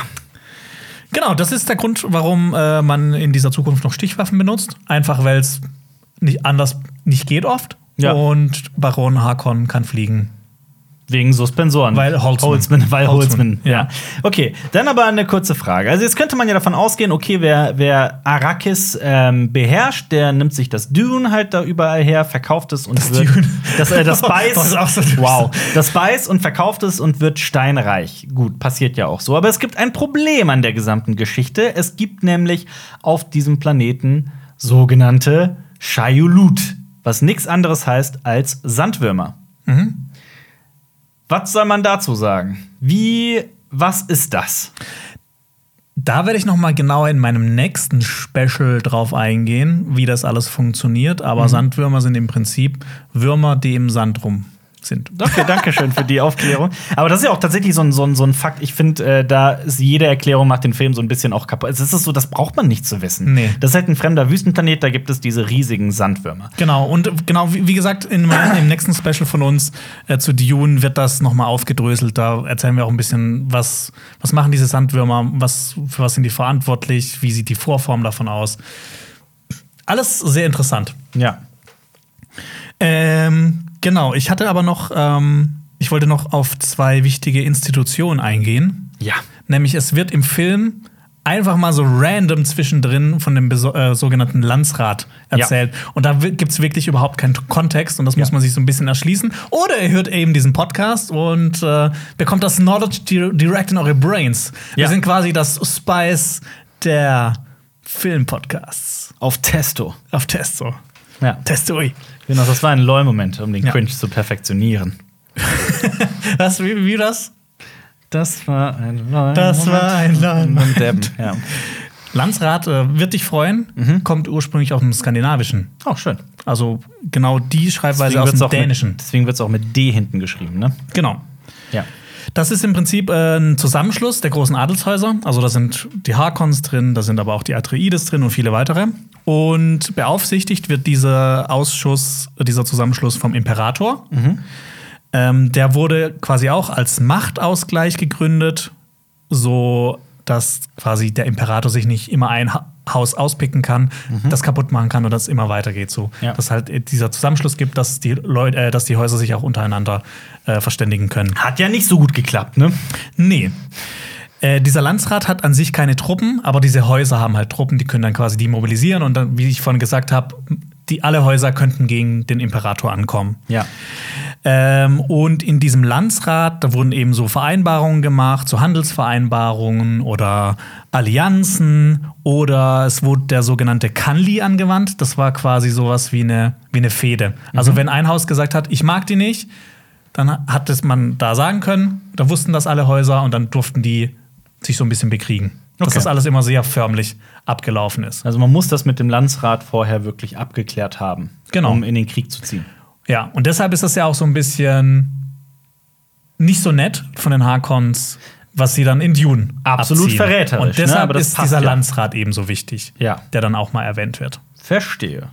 Speaker 2: Genau, das ist der Grund, warum äh, man in dieser Zukunft noch Stichwaffen benutzt. Einfach weil es nicht anders nicht geht oft.
Speaker 1: Ja.
Speaker 2: Und Baron Harkonnen kann fliegen.
Speaker 1: Wegen Suspensoren.
Speaker 2: Weil Holzmann.
Speaker 1: Holzmann weil Holzmann.
Speaker 2: Holzmann,
Speaker 1: Ja. Okay, dann aber eine kurze Frage. Also jetzt könnte man ja davon ausgehen, okay, wer, wer Arrakis ähm, beherrscht, der nimmt sich das Dune halt da überall her, verkauft es und das wird
Speaker 2: Dune.
Speaker 1: das äh, das Spice.
Speaker 2: Das ist auch so
Speaker 1: wow, das Spice und verkauft es und wird steinreich. Gut, passiert ja auch so, aber es gibt ein Problem an der gesamten Geschichte. Es gibt nämlich auf diesem Planeten sogenannte Shayulut, was nichts anderes heißt als Sandwürmer.
Speaker 2: Mhm.
Speaker 1: Was soll man dazu sagen? Wie, was ist das?
Speaker 2: Da werde ich noch mal genauer in meinem nächsten Special drauf eingehen, wie das alles funktioniert. Aber Sandwürmer sind im Prinzip Würmer, die im Sand rum sind.
Speaker 1: Okay, danke schön für die Aufklärung. Aber das ist ja auch tatsächlich so ein, so ein, so ein Fakt. Ich finde, äh, da ist jede Erklärung macht den Film so ein bisschen auch kaputt. Es ist so, das braucht man nicht zu wissen.
Speaker 2: Nee.
Speaker 1: Das ist halt ein fremder Wüstenplanet, da gibt es diese riesigen Sandwürmer.
Speaker 2: Genau, und genau, wie wie gesagt, in, meinem- im nächsten Special von uns äh, zu Dune wird das nochmal aufgedröselt. Da erzählen wir auch ein bisschen, was, was machen diese Sandwürmer, was, für was sind die verantwortlich, wie sieht die Vorform davon aus. Alles sehr interessant.
Speaker 1: Ja.
Speaker 2: Ähm, genau, ich hatte aber noch, ähm, ich wollte noch auf zwei wichtige Institutionen eingehen.
Speaker 1: Ja.
Speaker 2: Nämlich, es wird im Film einfach mal so random zwischendrin von dem beso- äh, sogenannten Landsrat erzählt. Und da gibt es wirklich überhaupt keinen Kontext und das muss man sich so ein bisschen erschließen. Oder ihr hört eben diesen Podcast und äh, bekommt das Knowledge di- direct in eure Brains.
Speaker 1: Ja.
Speaker 2: Wir sind quasi das Spice der Filmpodcasts.
Speaker 1: Auf Testo.
Speaker 2: Auf Testo.
Speaker 1: Ja.
Speaker 2: Testoi.
Speaker 1: Genau, das war ein Leu-Moment, um den
Speaker 2: Ja.
Speaker 1: Cringe zu perfektionieren.
Speaker 2: Was, wie, wie das?
Speaker 1: Das war ein Leu-Moment.
Speaker 2: Das war ein Leu-Moment.
Speaker 1: Und Deppen, ja.
Speaker 2: Landsrat äh, wird dich freuen, kommt ursprünglich aus dem Skandinavischen.
Speaker 1: Auch Mhm. schön.
Speaker 2: Also genau die Schreibweise aus
Speaker 1: wird's
Speaker 2: dem
Speaker 1: auch
Speaker 2: Dänischen.
Speaker 1: Mit, deswegen wird es auch mit D hinten geschrieben, ne?
Speaker 2: Genau.
Speaker 1: Ja.
Speaker 2: Das ist im Prinzip äh, ein Zusammenschluss der großen Adelshäuser. Also da sind die Harkons drin, da sind aber auch die Atreides drin und viele weitere. Und beaufsichtigt wird dieser Ausschuss, dieser Zusammenschluss vom Imperator. Ähm, der wurde quasi auch als Machtausgleich gegründet, so dass quasi der Imperator sich nicht immer ein ha Haus auspicken kann, das kaputt machen kann und das immer weitergeht so.
Speaker 1: Ja.
Speaker 2: Dass halt äh, dieser Zusammenschluss gibt, dass die Leute, äh, dass die Häuser sich auch untereinander äh, verständigen können.
Speaker 1: Hat ja nicht so gut geklappt, ne?
Speaker 2: Nee. Äh, dieser Landsrat hat an sich keine Truppen, aber diese Häuser haben halt Truppen, die können dann quasi die mobilisieren und dann, wie ich vorhin gesagt habe, die alle Häuser könnten gegen den Imperator ankommen.
Speaker 1: Ja.
Speaker 2: Ähm, und in diesem Landsrat, da wurden eben so Vereinbarungen gemacht, so Handelsvereinbarungen oder Allianzen oder es wurde der sogenannte Kanli angewandt. Das war quasi sowas wie eine, wie eine Fehde. Also wenn ein Haus gesagt hat, ich mag die nicht, dann hat es man da sagen können, da wussten das alle Häuser und dann durften die sich so ein bisschen bekriegen. Dass
Speaker 1: Okay.
Speaker 2: das alles immer sehr förmlich abgelaufen ist.
Speaker 1: Also man muss das mit dem Landsrat vorher wirklich abgeklärt haben,
Speaker 2: Genau.
Speaker 1: um in den Krieg zu ziehen.
Speaker 2: Ja, und deshalb ist das ja auch so ein bisschen nicht so nett von den Harkons, was sie dann in Dune
Speaker 1: Absolut
Speaker 2: abziehen.
Speaker 1: verräterisch,
Speaker 2: Und
Speaker 1: ne?
Speaker 2: deshalb
Speaker 1: Aber das
Speaker 2: ist
Speaker 1: passt
Speaker 2: dieser
Speaker 1: ja.
Speaker 2: Landsrat ebenso wichtig,
Speaker 1: Ja.
Speaker 2: der dann auch mal erwähnt wird.
Speaker 1: Verstehe.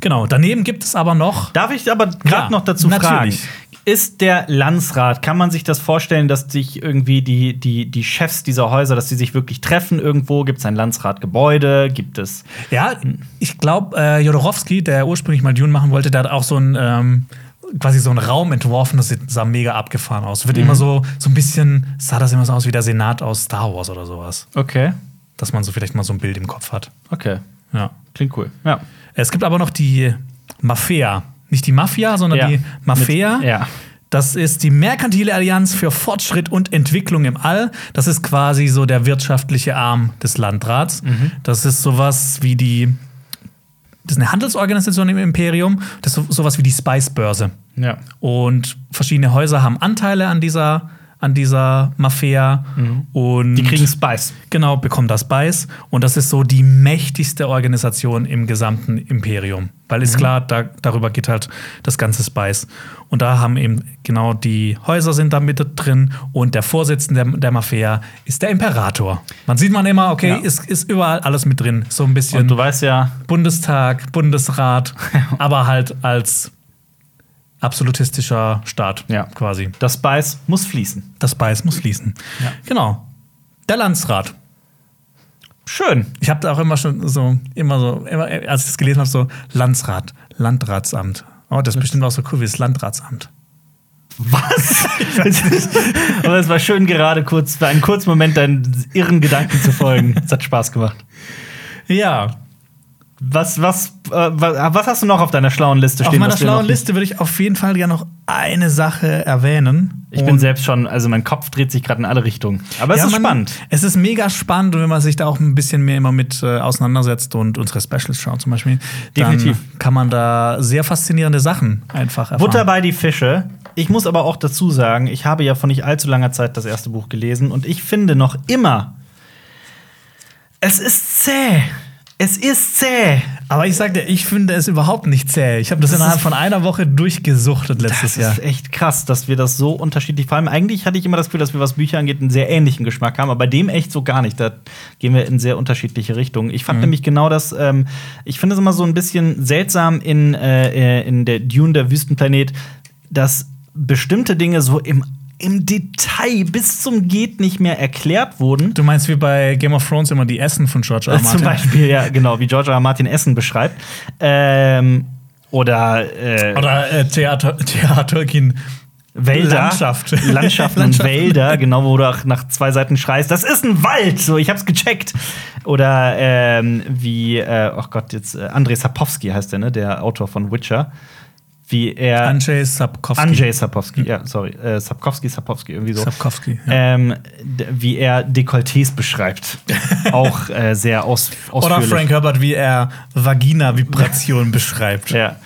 Speaker 2: Genau, daneben gibt es aber noch
Speaker 1: Darf ich aber gerade
Speaker 2: Klar,
Speaker 1: noch dazu
Speaker 2: natürlich.
Speaker 1: fragen? Ist der Landsrat, kann man sich das vorstellen, dass sich irgendwie die, die, die Chefs dieser Häuser, dass die sich wirklich treffen irgendwo? Gibt es ein Landsratgebäude? Gibt es.
Speaker 2: Ja, ich glaube, äh, Jodorowski, der ursprünglich mal Dune machen wollte, der hat auch so ein ähm, quasi so einen Raum entworfen, das sieht- sah mega abgefahren aus. Wird
Speaker 1: Mhm.
Speaker 2: immer so, so ein bisschen, sah das immer so aus wie der Senat aus Star Wars oder sowas.
Speaker 1: Okay.
Speaker 2: Dass man so vielleicht mal so ein Bild im Kopf hat.
Speaker 1: Okay.
Speaker 2: Ja.
Speaker 1: Klingt cool. Ja.
Speaker 2: Es gibt aber noch die Mafia. Nicht die Mafia, sondern
Speaker 1: Ja.
Speaker 2: die Mafia.
Speaker 1: Mit- ja.
Speaker 2: Das ist die merkantile Allianz für Fortschritt und Entwicklung im All. Das ist quasi so der wirtschaftliche Arm des Landrats.
Speaker 1: Mhm.
Speaker 2: Das ist sowas wie die. Das ist eine Handelsorganisation im Imperium. Das ist so- sowas wie die Spice-Börse.
Speaker 1: Ja.
Speaker 2: Und verschiedene Häuser haben Anteile an dieser an dieser Mafia. Und
Speaker 1: Mhm. Die kriegen Spice.
Speaker 2: Genau, bekommt das Beiß. Und das ist so die mächtigste Organisation im gesamten Imperium. Weil
Speaker 1: Mhm.
Speaker 2: ist klar, da, darüber geht halt das ganze Spice. Und da haben eben genau die Häuser sind da mit drin und der Vorsitzende der, der Mafia ist der Imperator. Man sieht man immer, okay,
Speaker 1: Ja.
Speaker 2: ist, ist überall alles mit drin. So ein bisschen
Speaker 1: Und du weißt ja,
Speaker 2: Bundestag, Bundesrat, aber halt als absolutistischer Staat
Speaker 1: Ja.
Speaker 2: quasi.
Speaker 1: das Spice muss fließen.
Speaker 2: Das Beiß muss fließen.
Speaker 1: Ja.
Speaker 2: Genau. Der Landsrat.
Speaker 1: Schön.
Speaker 2: Ich habe da auch immer schon so, immer so, immer, als ich das gelesen habe, so Landsrat, Landratsamt. Oh, das ist bestimmt auch so cool wie das Landratsamt.
Speaker 1: Was? Aber es war schön gerade kurz, für einen kurzen Moment deinen irren Gedanken zu folgen. Es hat Spaß gemacht.
Speaker 2: Ja,
Speaker 1: Was, was, äh, was, was hast du noch auf deiner schlauen Liste
Speaker 2: auf
Speaker 1: stehen?
Speaker 2: meiner
Speaker 1: was wir
Speaker 2: schlauen
Speaker 1: noch-
Speaker 2: Liste würde ich auf jeden Fall gerne noch eine Sache erwähnen.
Speaker 1: Ich bin selbst schon, also mein Kopf dreht sich gerade in alle Richtungen. Aber es
Speaker 2: Ja,
Speaker 1: ist
Speaker 2: man-
Speaker 1: spannend.
Speaker 2: Es ist mega spannend, und wenn man sich da auch ein bisschen mehr immer mit äh, auseinandersetzt und unsere Specials schaut zum Beispiel,
Speaker 1: Definitiv.
Speaker 2: dann kann man da sehr faszinierende Sachen einfach erfahren.
Speaker 1: Butter bei die Fische. Ich muss aber auch dazu sagen, ich habe ja vor nicht allzu langer Zeit das erste Buch gelesen und ich finde noch immer, es ist zäh. Es ist zäh.
Speaker 2: Aber ich sag dir, ich finde es überhaupt nicht zäh. Ich habe das,
Speaker 1: Das
Speaker 2: innerhalb
Speaker 1: ist-
Speaker 2: von einer Woche durchgesuchtet letztes
Speaker 1: Das
Speaker 2: Jahr.
Speaker 1: ist echt krass, dass wir das so unterschiedlich. Vor allem eigentlich hatte ich immer das Gefühl, dass wir was Bücher angeht einen sehr ähnlichen Geschmack haben, aber bei dem echt so gar nicht. Da gehen wir in sehr unterschiedliche Richtungen. Ich fand
Speaker 2: Mhm.
Speaker 1: nämlich genau das. Ähm, ich finde es immer so ein bisschen seltsam in äh, äh, in der Dune der Wüstenplanet, dass bestimmte Dinge so im im Detail bis zum geht nicht mehr erklärt wurden.
Speaker 2: Du meinst wie bei Game of Thrones immer die Essen von George R. R. Martin?
Speaker 1: Zum Beispiel, ja, genau, wie George R. R. Martin Essen beschreibt. Ähm, oder äh,
Speaker 2: Oder äh, Theater, Theaterkin.
Speaker 1: Wälder,
Speaker 2: Landschaft.
Speaker 1: Landschaften und
Speaker 2: Landschaften.
Speaker 1: Wälder, genau, wo du auch nach zwei Seiten schreist, das ist ein Wald, so, ich hab's gecheckt. Oder ähm, wie, äh, oh Gott, jetzt, äh, Andrzej Sapkowski heißt der, ne, der Autor von Witcher, wie er,
Speaker 2: Andrzej Sapkowski.
Speaker 1: Andrzej Sapkowski, ja, sorry, äh, Sapkowski, Sapkowski, irgendwie so.
Speaker 2: Sapkowski. Ja.
Speaker 1: Ähm, d- wie er Dekolletés beschreibt. Auch äh, sehr aus
Speaker 2: Oder
Speaker 1: ausführlich.
Speaker 2: Frank Herbert, wie er Vagina-Vibration beschreibt.
Speaker 1: Ja.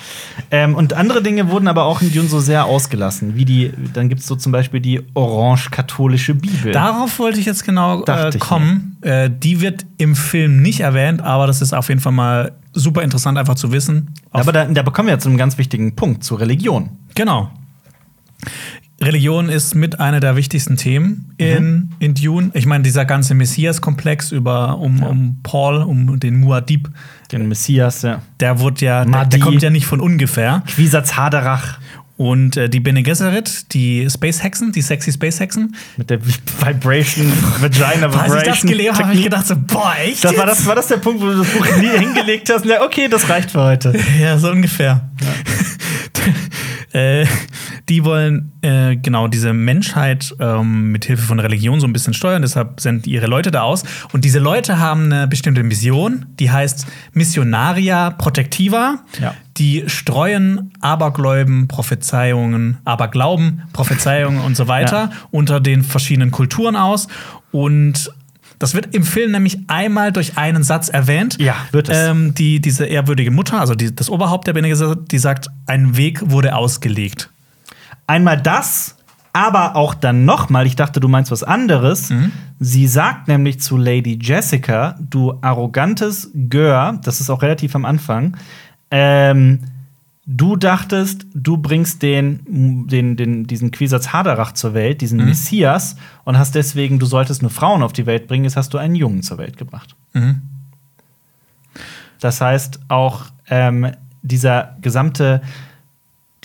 Speaker 1: Ähm, und andere Dinge wurden aber auch in Dune so sehr ausgelassen, wie die, dann gibt es so zum Beispiel die orange-katholische Bibel.
Speaker 2: Darauf wollte ich jetzt genau
Speaker 1: Dachte
Speaker 2: äh,
Speaker 1: ich
Speaker 2: kommen. Äh, die wird im Film nicht erwähnt, aber das ist auf jeden Fall mal super interessant, einfach zu wissen. Auf-
Speaker 1: aber da, da bekommen wir jetzt einen ganz wichtigen Punkt zur Religion.
Speaker 2: Genau. Religion ist mit einer der wichtigsten
Speaker 1: Mhm.
Speaker 2: Themen in, in Dune. Ich meine, dieser ganze Messias-Komplex über um, um Paul, um den Muad'Dib,
Speaker 1: Den Messias, ja.
Speaker 2: der wurde ja, der,
Speaker 1: Mahdi.
Speaker 2: der kommt ja nicht von ungefähr.
Speaker 1: Quisatz Haderach
Speaker 2: Und äh, die Bene Gesserit, die Space-Hexen, die sexy Space-Hexen.
Speaker 1: mit der Vi- Vibration, Vagina
Speaker 2: Als ich das
Speaker 1: Vibration.
Speaker 2: gelesen habe, habe ich gedacht so, boah, echt?
Speaker 1: das war,
Speaker 2: jetzt?
Speaker 1: das, war das der Punkt, wo du das Buch nie hingelegt hast? Ja, okay, das reicht für heute.
Speaker 2: Ja, so ungefähr. äh, die wollen äh, genau diese Menschheit ähm, mit Hilfe von Religion so ein bisschen steuern, deshalb senden die ihre Leute da aus. Und diese Leute haben eine bestimmte Mission, die heißt Missionaria Protectiva.
Speaker 1: Ja.
Speaker 2: Die streuen Abergläuben, Prophezeiungen, Aberglauben, Prophezeiungen und so weiter unter den verschiedenen Kulturen aus. Und das wird im Film nämlich einmal durch einen Satz erwähnt.
Speaker 1: Ja, wird es.
Speaker 2: Ähm, die, diese ehrwürdige Mutter, also die, das Oberhaupt der Bene Gesserit, die sagt, ein Weg wurde ausgelegt.
Speaker 1: Einmal das, aber auch dann nochmal, ich dachte, du meinst was anderes. Sie sagt nämlich zu Lady Jessica, du arrogantes Gör, das ist auch relativ am Anfang, ähm, du dachtest, du bringst den, den, den, diesen Quisatz Haderach zur Welt, diesen Messias, und hast deswegen, du solltest nur Frauen auf die Welt bringen, jetzt hast du einen Jungen zur Welt gebracht. Das heißt, auch ähm, dieser gesamte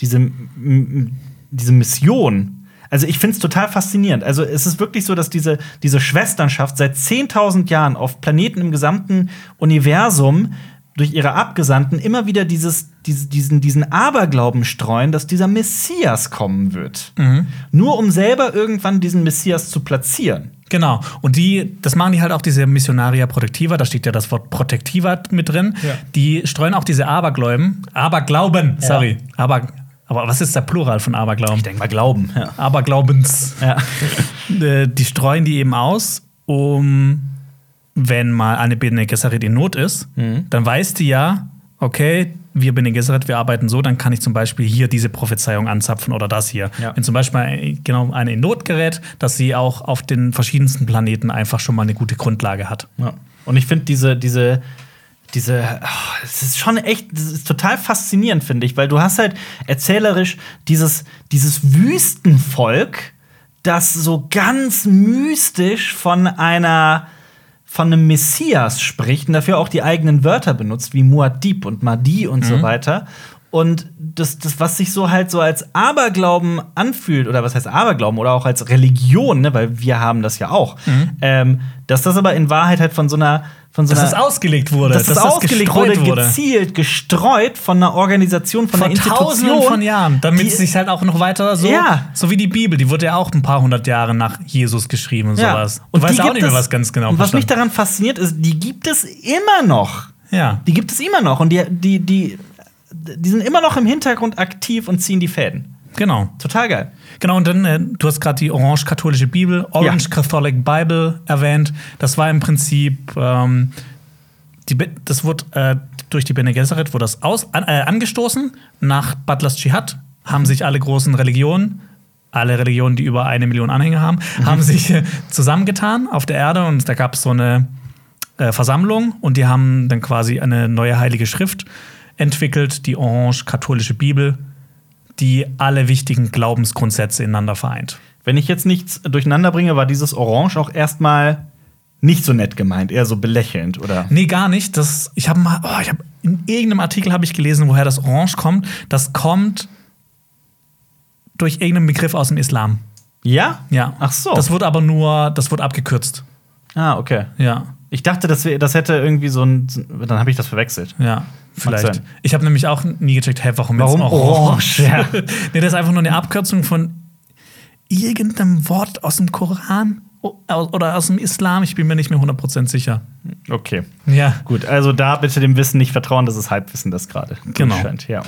Speaker 1: diese, m- m- diese Mission. Also ich finde es total faszinierend. Also es ist wirklich so, dass diese, diese Schwesternschaft seit 10.000 Jahren auf Planeten im gesamten Universum durch ihre Abgesandten immer wieder dieses, diese, diesen, diesen Aberglauben streuen, dass dieser Messias kommen wird. Nur um selber irgendwann diesen Messias zu platzieren.
Speaker 2: Genau. Und die, das machen die halt auch diese Missionaria Protectiva, da steht ja das Wort Protectiva mit drin.
Speaker 1: Ja.
Speaker 2: Die streuen auch diese Abergläuben. Aberglauben, sorry. Aber, aber was ist der Plural von Aberglauben?
Speaker 1: denke mal, Glauben. Ja.
Speaker 2: Aberglaubens.
Speaker 1: Ja.
Speaker 2: Äh, die streuen die eben aus, um,
Speaker 1: Mhm.
Speaker 2: wenn mal eine Bene Gesserit in Not ist, dann weiß die ja, okay, wir Bene Gesserit, wir arbeiten so, dann kann ich zum Beispiel hier diese Prophezeiung anzapfen oder das hier.
Speaker 3: Ja.
Speaker 2: Wenn zum Beispiel ein- genau eine in Not gerät, dass sie auch auf den verschiedensten Planeten einfach schon mal eine gute Grundlage hat.
Speaker 3: Ja.
Speaker 1: Und ich finde diese, diese, diese, ah, es ist schon echt, es ist total faszinierend, finde ich, weil du hast halt erzählerisch dieses, dieses Wüstenvolk, das so ganz mystisch von einer von einem Messias spricht und dafür auch die eigenen Wörter benutzt, wie Muad'Dib und Mahdi und so weiter. Und das, das, was sich so halt so als Aberglauben anfühlt, oder was heißt Aberglauben, oder auch als Religion, ne, weil wir haben das ja auch, ähm, dass das aber in Wahrheit halt von so einer, von so einer
Speaker 2: Dass es ausgelegt wurde,
Speaker 1: dass das ausgelegt
Speaker 2: gestreut
Speaker 1: wurde, gezielt, gestreut von einer Organisation, von
Speaker 2: Vor
Speaker 1: einer Institution.
Speaker 2: tausenden von Jahren, damit
Speaker 1: die-
Speaker 2: es sich halt auch noch weiter so,
Speaker 1: Ja.
Speaker 2: so wie die Bibel, die wurde ja auch ein paar hundert Jahre nach Jesus geschrieben und sowas. Und
Speaker 1: die
Speaker 2: weiß auch
Speaker 1: gibt
Speaker 2: nicht mehr,
Speaker 1: es-
Speaker 2: was ganz genau
Speaker 1: Und was mich daran
Speaker 2: verstanden.
Speaker 1: fasziniert ist, die gibt es immer noch.
Speaker 2: Ja.
Speaker 1: Die gibt es immer noch und die, die, die, die sind immer noch im Hintergrund aktiv und ziehen die Fäden.
Speaker 2: Genau.
Speaker 1: Total geil.
Speaker 2: Genau, und dann, äh, du hast gerade die orange-katholische Bibel, Orange Catholic Bible erwähnt. Das war im Prinzip, ähm, die, Be- das wurde äh, durch die Bene Gesserit wurde das aus, an, äh, angestoßen. Nach Butlers Dschihad haben sich alle großen Religionen, alle Religionen, die über eine Million Anhänger haben, haben sich äh, zusammengetan auf der Erde und da gab es so eine äh, Versammlung und die haben dann quasi eine neue heilige Schrift entwickelt, die orange-katholische Bibel, die alle wichtigen Glaubensgrundsätze ineinander vereint.
Speaker 1: Wenn ich jetzt nichts durcheinander bringe, war dieses Orange auch erstmal nicht so nett gemeint, eher so belächelnd, oder?
Speaker 2: Nee, gar nicht. Das, ich habe mal, oh, ich hab, in irgendeinem Artikel habe ich gelesen, woher das Orange kommt. Das kommt durch irgendeinen Begriff aus dem Islam.
Speaker 1: Ja?
Speaker 2: Ja.
Speaker 1: Ach so.
Speaker 2: Das wird aber nur, das wird abgekürzt.
Speaker 1: ah, okay.
Speaker 2: Ja.
Speaker 1: Ich dachte, das, wär- das hätte irgendwie so ein. Dann habe ich das verwechselt.
Speaker 2: Ja, vielleicht.
Speaker 1: sein.
Speaker 2: Ich habe nämlich auch nie gecheckt, hey, warum,
Speaker 1: Warum
Speaker 2: jetzt
Speaker 1: orange? Ja.
Speaker 2: nee, das ist einfach nur eine Abkürzung von irgendeinem Wort aus dem Koran o- oder aus dem Islam. Ich bin mir nicht mehr 100% sicher.
Speaker 1: Okay.
Speaker 2: Ja.
Speaker 1: Gut, also da bitte dem Wissen nicht vertrauen, das ist Halbwissen, das gerade.
Speaker 2: Genau.
Speaker 1: durchscheint, Ja.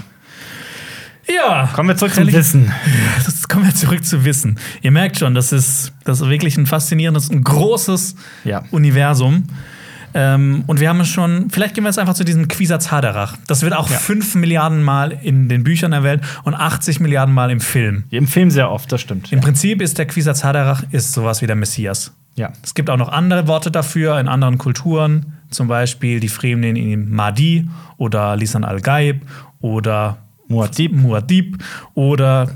Speaker 2: Ja.
Speaker 1: Kommen wir zurück zum
Speaker 2: Religi-
Speaker 1: Wissen.
Speaker 2: Das kommen wir zurück zu Wissen. Ihr merkt schon, das ist, das ist wirklich ein faszinierendes und großes
Speaker 1: Ja.
Speaker 2: Universum. Ähm, und wir haben es schon, vielleicht gehen wir jetzt einfach zu diesem Quisatz Haderach. Das wird auch
Speaker 1: Ja.
Speaker 2: fünf Milliarden Mal in den Büchern erwähnt und 80 Milliarden Mal im Film.
Speaker 1: Im Film sehr oft, das stimmt.
Speaker 2: Im Prinzip ist der Quisatz Haderach ist sowas wie der Messias.
Speaker 1: Ja.
Speaker 2: Es gibt auch noch andere Worte dafür in anderen Kulturen, zum Beispiel die Fremden in Mahdi oder Lisan al-Gaib oder
Speaker 1: Muad'Dib.
Speaker 2: Muad'Dib oder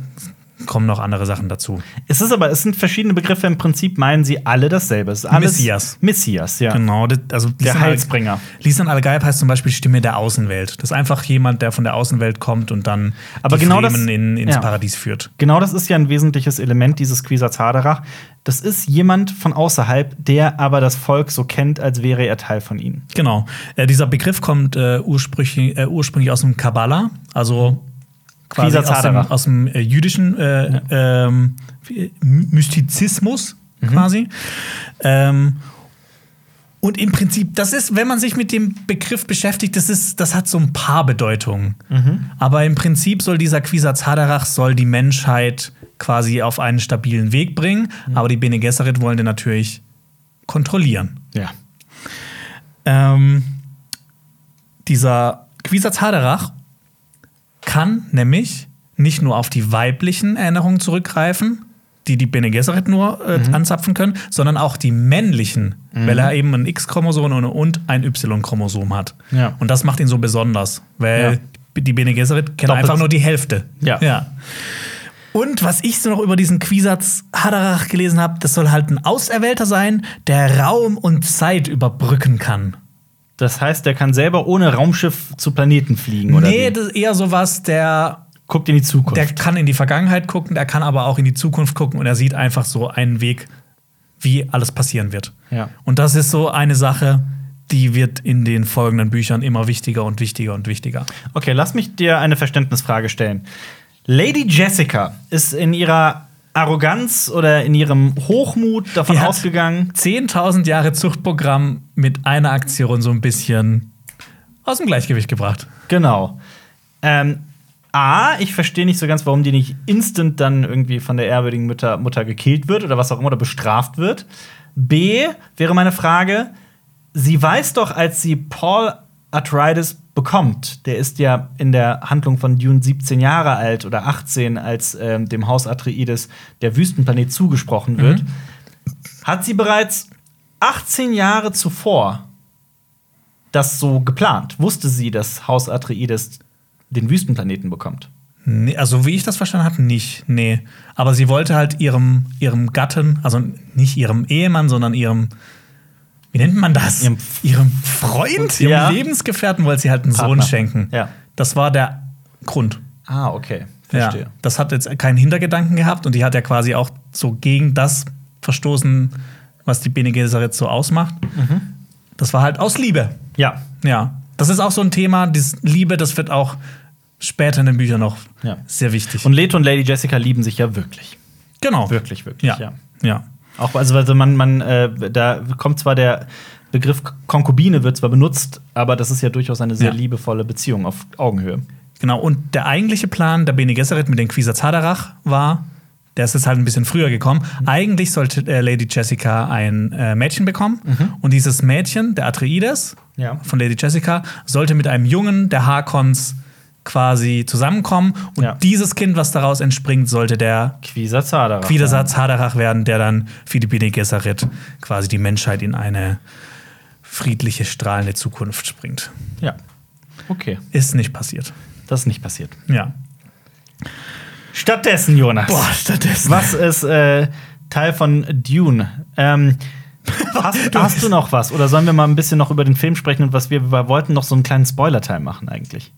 Speaker 2: kommen noch andere Sachen dazu.
Speaker 1: Es ist aber, es sind verschiedene Begriffe, im Prinzip meinen sie alle dasselbe. Es ist alles
Speaker 2: Messias.
Speaker 1: Messias, ja.
Speaker 2: Genau, das- also
Speaker 1: Der
Speaker 2: Lisan al-
Speaker 1: Heilsbringer.
Speaker 2: Lisan al-Gaib heißt zum Beispiel Stimme der Außenwelt. Das ist einfach jemand, der von der Außenwelt kommt und dann
Speaker 1: Aber
Speaker 2: die
Speaker 1: genau das-
Speaker 2: Fremen in, ins
Speaker 1: ja.
Speaker 2: Paradies führt.
Speaker 1: Genau das ist ja ein wesentliches Element dieses Quisatz Haderach. Das ist jemand von außerhalb, der aber das Volk so kennt, als wäre er Teil von ihnen.
Speaker 2: Genau. Äh, dieser Begriff kommt äh, ursprünglich, äh, ursprünglich aus dem Kabbala, also quasi
Speaker 1: Quisatz
Speaker 2: aus dem,
Speaker 1: Haderach.
Speaker 2: aus dem äh, jüdischen äh, ähm, Mystizismus quasi. Ähm, und im Prinzip, das ist, wenn man sich mit dem Begriff beschäftigt, das, ist, das hat so ein paar Bedeutungen. Aber im Prinzip soll dieser Quisatz Haderach soll die Menschheit quasi auf einen stabilen Weg bringen. Aber die Bene Gesserit wollen den natürlich kontrollieren.
Speaker 1: Ja.
Speaker 2: Ähm, dieser Quisatz Haderach kann nämlich nicht nur auf die weiblichen Erinnerungen zurückgreifen, die die Bene Gesserit nur äh,
Speaker 1: Mhm.
Speaker 2: anzapfen können, sondern auch die männlichen, weil er eben ein X-Chromosom und- und ein Y-Chromosom hat.
Speaker 1: Ja.
Speaker 2: Und das macht ihn so besonders, weil die Bene Gesserit kennt
Speaker 1: Doppelt.
Speaker 2: einfach nur Oh, die Hälfte.
Speaker 1: Ja.
Speaker 2: ja. Und was ich so noch über diesen Quisatz Haderach gelesen habe, das soll halt ein Auserwählter sein, der Raum und Zeit überbrücken kann.
Speaker 1: Das heißt, der kann selber ohne Raumschiff zu Planeten fliegen, oder?
Speaker 2: nee,
Speaker 1: wie?
Speaker 2: das ist eher sowas, der,
Speaker 1: Guckt in die Zukunft.
Speaker 2: der kann in die Vergangenheit gucken, der kann aber auch in die Zukunft gucken und er sieht einfach so einen Weg, wie alles passieren wird.
Speaker 1: Ja.
Speaker 2: Und das ist so eine Sache, die wird in den folgenden Büchern immer wichtiger und wichtiger und wichtiger.
Speaker 1: Okay, lass mich dir eine Verständnisfrage stellen. Lady Jessica ist in ihrer Arroganz oder in ihrem Hochmut davon
Speaker 2: Die hat-
Speaker 1: ausgegangen.
Speaker 2: 10.000 Jahre Zuchtprogramm mit einer Aktion so ein bisschen aus dem Gleichgewicht gebracht.
Speaker 1: Genau. Ähm, A, ich verstehe nicht so ganz, warum die nicht instant dann irgendwie von der ehrwürdigen Mutter, Mutter gekillt wird oder was auch immer oder bestraft wird. B, wäre meine Frage, sie weiß doch, als sie Paul Arthritis bekommt. Der ist ja in der Handlung von Dune 17 Jahre alt oder 18, als ähm, dem Haus Atreides der Wüstenplanet zugesprochen wird. Hat sie bereits 18 Jahre zuvor das so geplant? Wusste sie, dass Haus Atreides den Wüstenplaneten bekommt?
Speaker 2: Nee, also wie ich das verstanden habe, nicht. Nee. Aber sie wollte halt ihrem, ihrem Gatten, also nicht ihrem Ehemann, sondern ihrem, wie nennt man das?
Speaker 1: Ihrem F-
Speaker 2: ihrem Freund, ihrem
Speaker 1: Ja.
Speaker 2: Lebensgefährten wollte sie halt einen
Speaker 1: Partner.
Speaker 2: Sohn schenken.
Speaker 1: Ja.
Speaker 2: Das war der Grund.
Speaker 1: Ah, okay.
Speaker 2: Ja.
Speaker 1: Verstehe.
Speaker 2: Das hat jetzt keinen Hintergedanken gehabt und die hat ja quasi auch so gegen das verstoßen, was die Bene Gesserit so ausmacht.
Speaker 1: Mhm.
Speaker 2: Das war halt aus Liebe.
Speaker 1: Ja.
Speaker 2: Ja, das ist auch so ein Thema, dieses Liebe, das wird auch später in den Büchern noch
Speaker 1: Ja.
Speaker 2: sehr wichtig.
Speaker 1: Und Leto und Lady Jessica lieben sich ja wirklich.
Speaker 2: genau.
Speaker 1: Wirklich, wirklich,
Speaker 2: Ja.
Speaker 1: ja.
Speaker 2: ja.
Speaker 1: Auch, also, also man, man, äh, da kommt zwar der Begriff Konkubine wird zwar benutzt, aber das ist ja durchaus eine sehr
Speaker 2: Ja.
Speaker 1: liebevolle Beziehung auf Augenhöhe.
Speaker 2: Genau. Und der eigentliche Plan der Bene Gesserit mit den Quisatz Haderach war, der ist jetzt halt ein bisschen früher gekommen.
Speaker 1: Mhm.
Speaker 2: Eigentlich sollte äh, Lady Jessica ein äh, Mädchen bekommen. Und dieses Mädchen, der Atreides,
Speaker 1: Mhm. Ja.
Speaker 2: von Lady Jessica, sollte mit einem Jungen der Harkons quasi zusammenkommen. Und
Speaker 1: Ja.
Speaker 2: dieses Kind, was daraus entspringt, sollte der
Speaker 1: Quisa Zadara.
Speaker 2: Widersatz Haderach werden, der dann für die Bene Gesserit quasi die Menschheit in eine friedliche, strahlende Zukunft springt.
Speaker 1: Ja. Okay,
Speaker 2: Ist nicht passiert.
Speaker 1: das ist nicht passiert.
Speaker 2: Ja.
Speaker 1: Stattdessen, Jonas.
Speaker 2: stattdessen.
Speaker 1: Was ist äh, Teil von Dune? Ähm, hast, hast du noch was? Oder sollen wir mal ein bisschen noch über den Film sprechen und was wir, wir wollten noch so einen kleinen Spoiler-Teil machen eigentlich?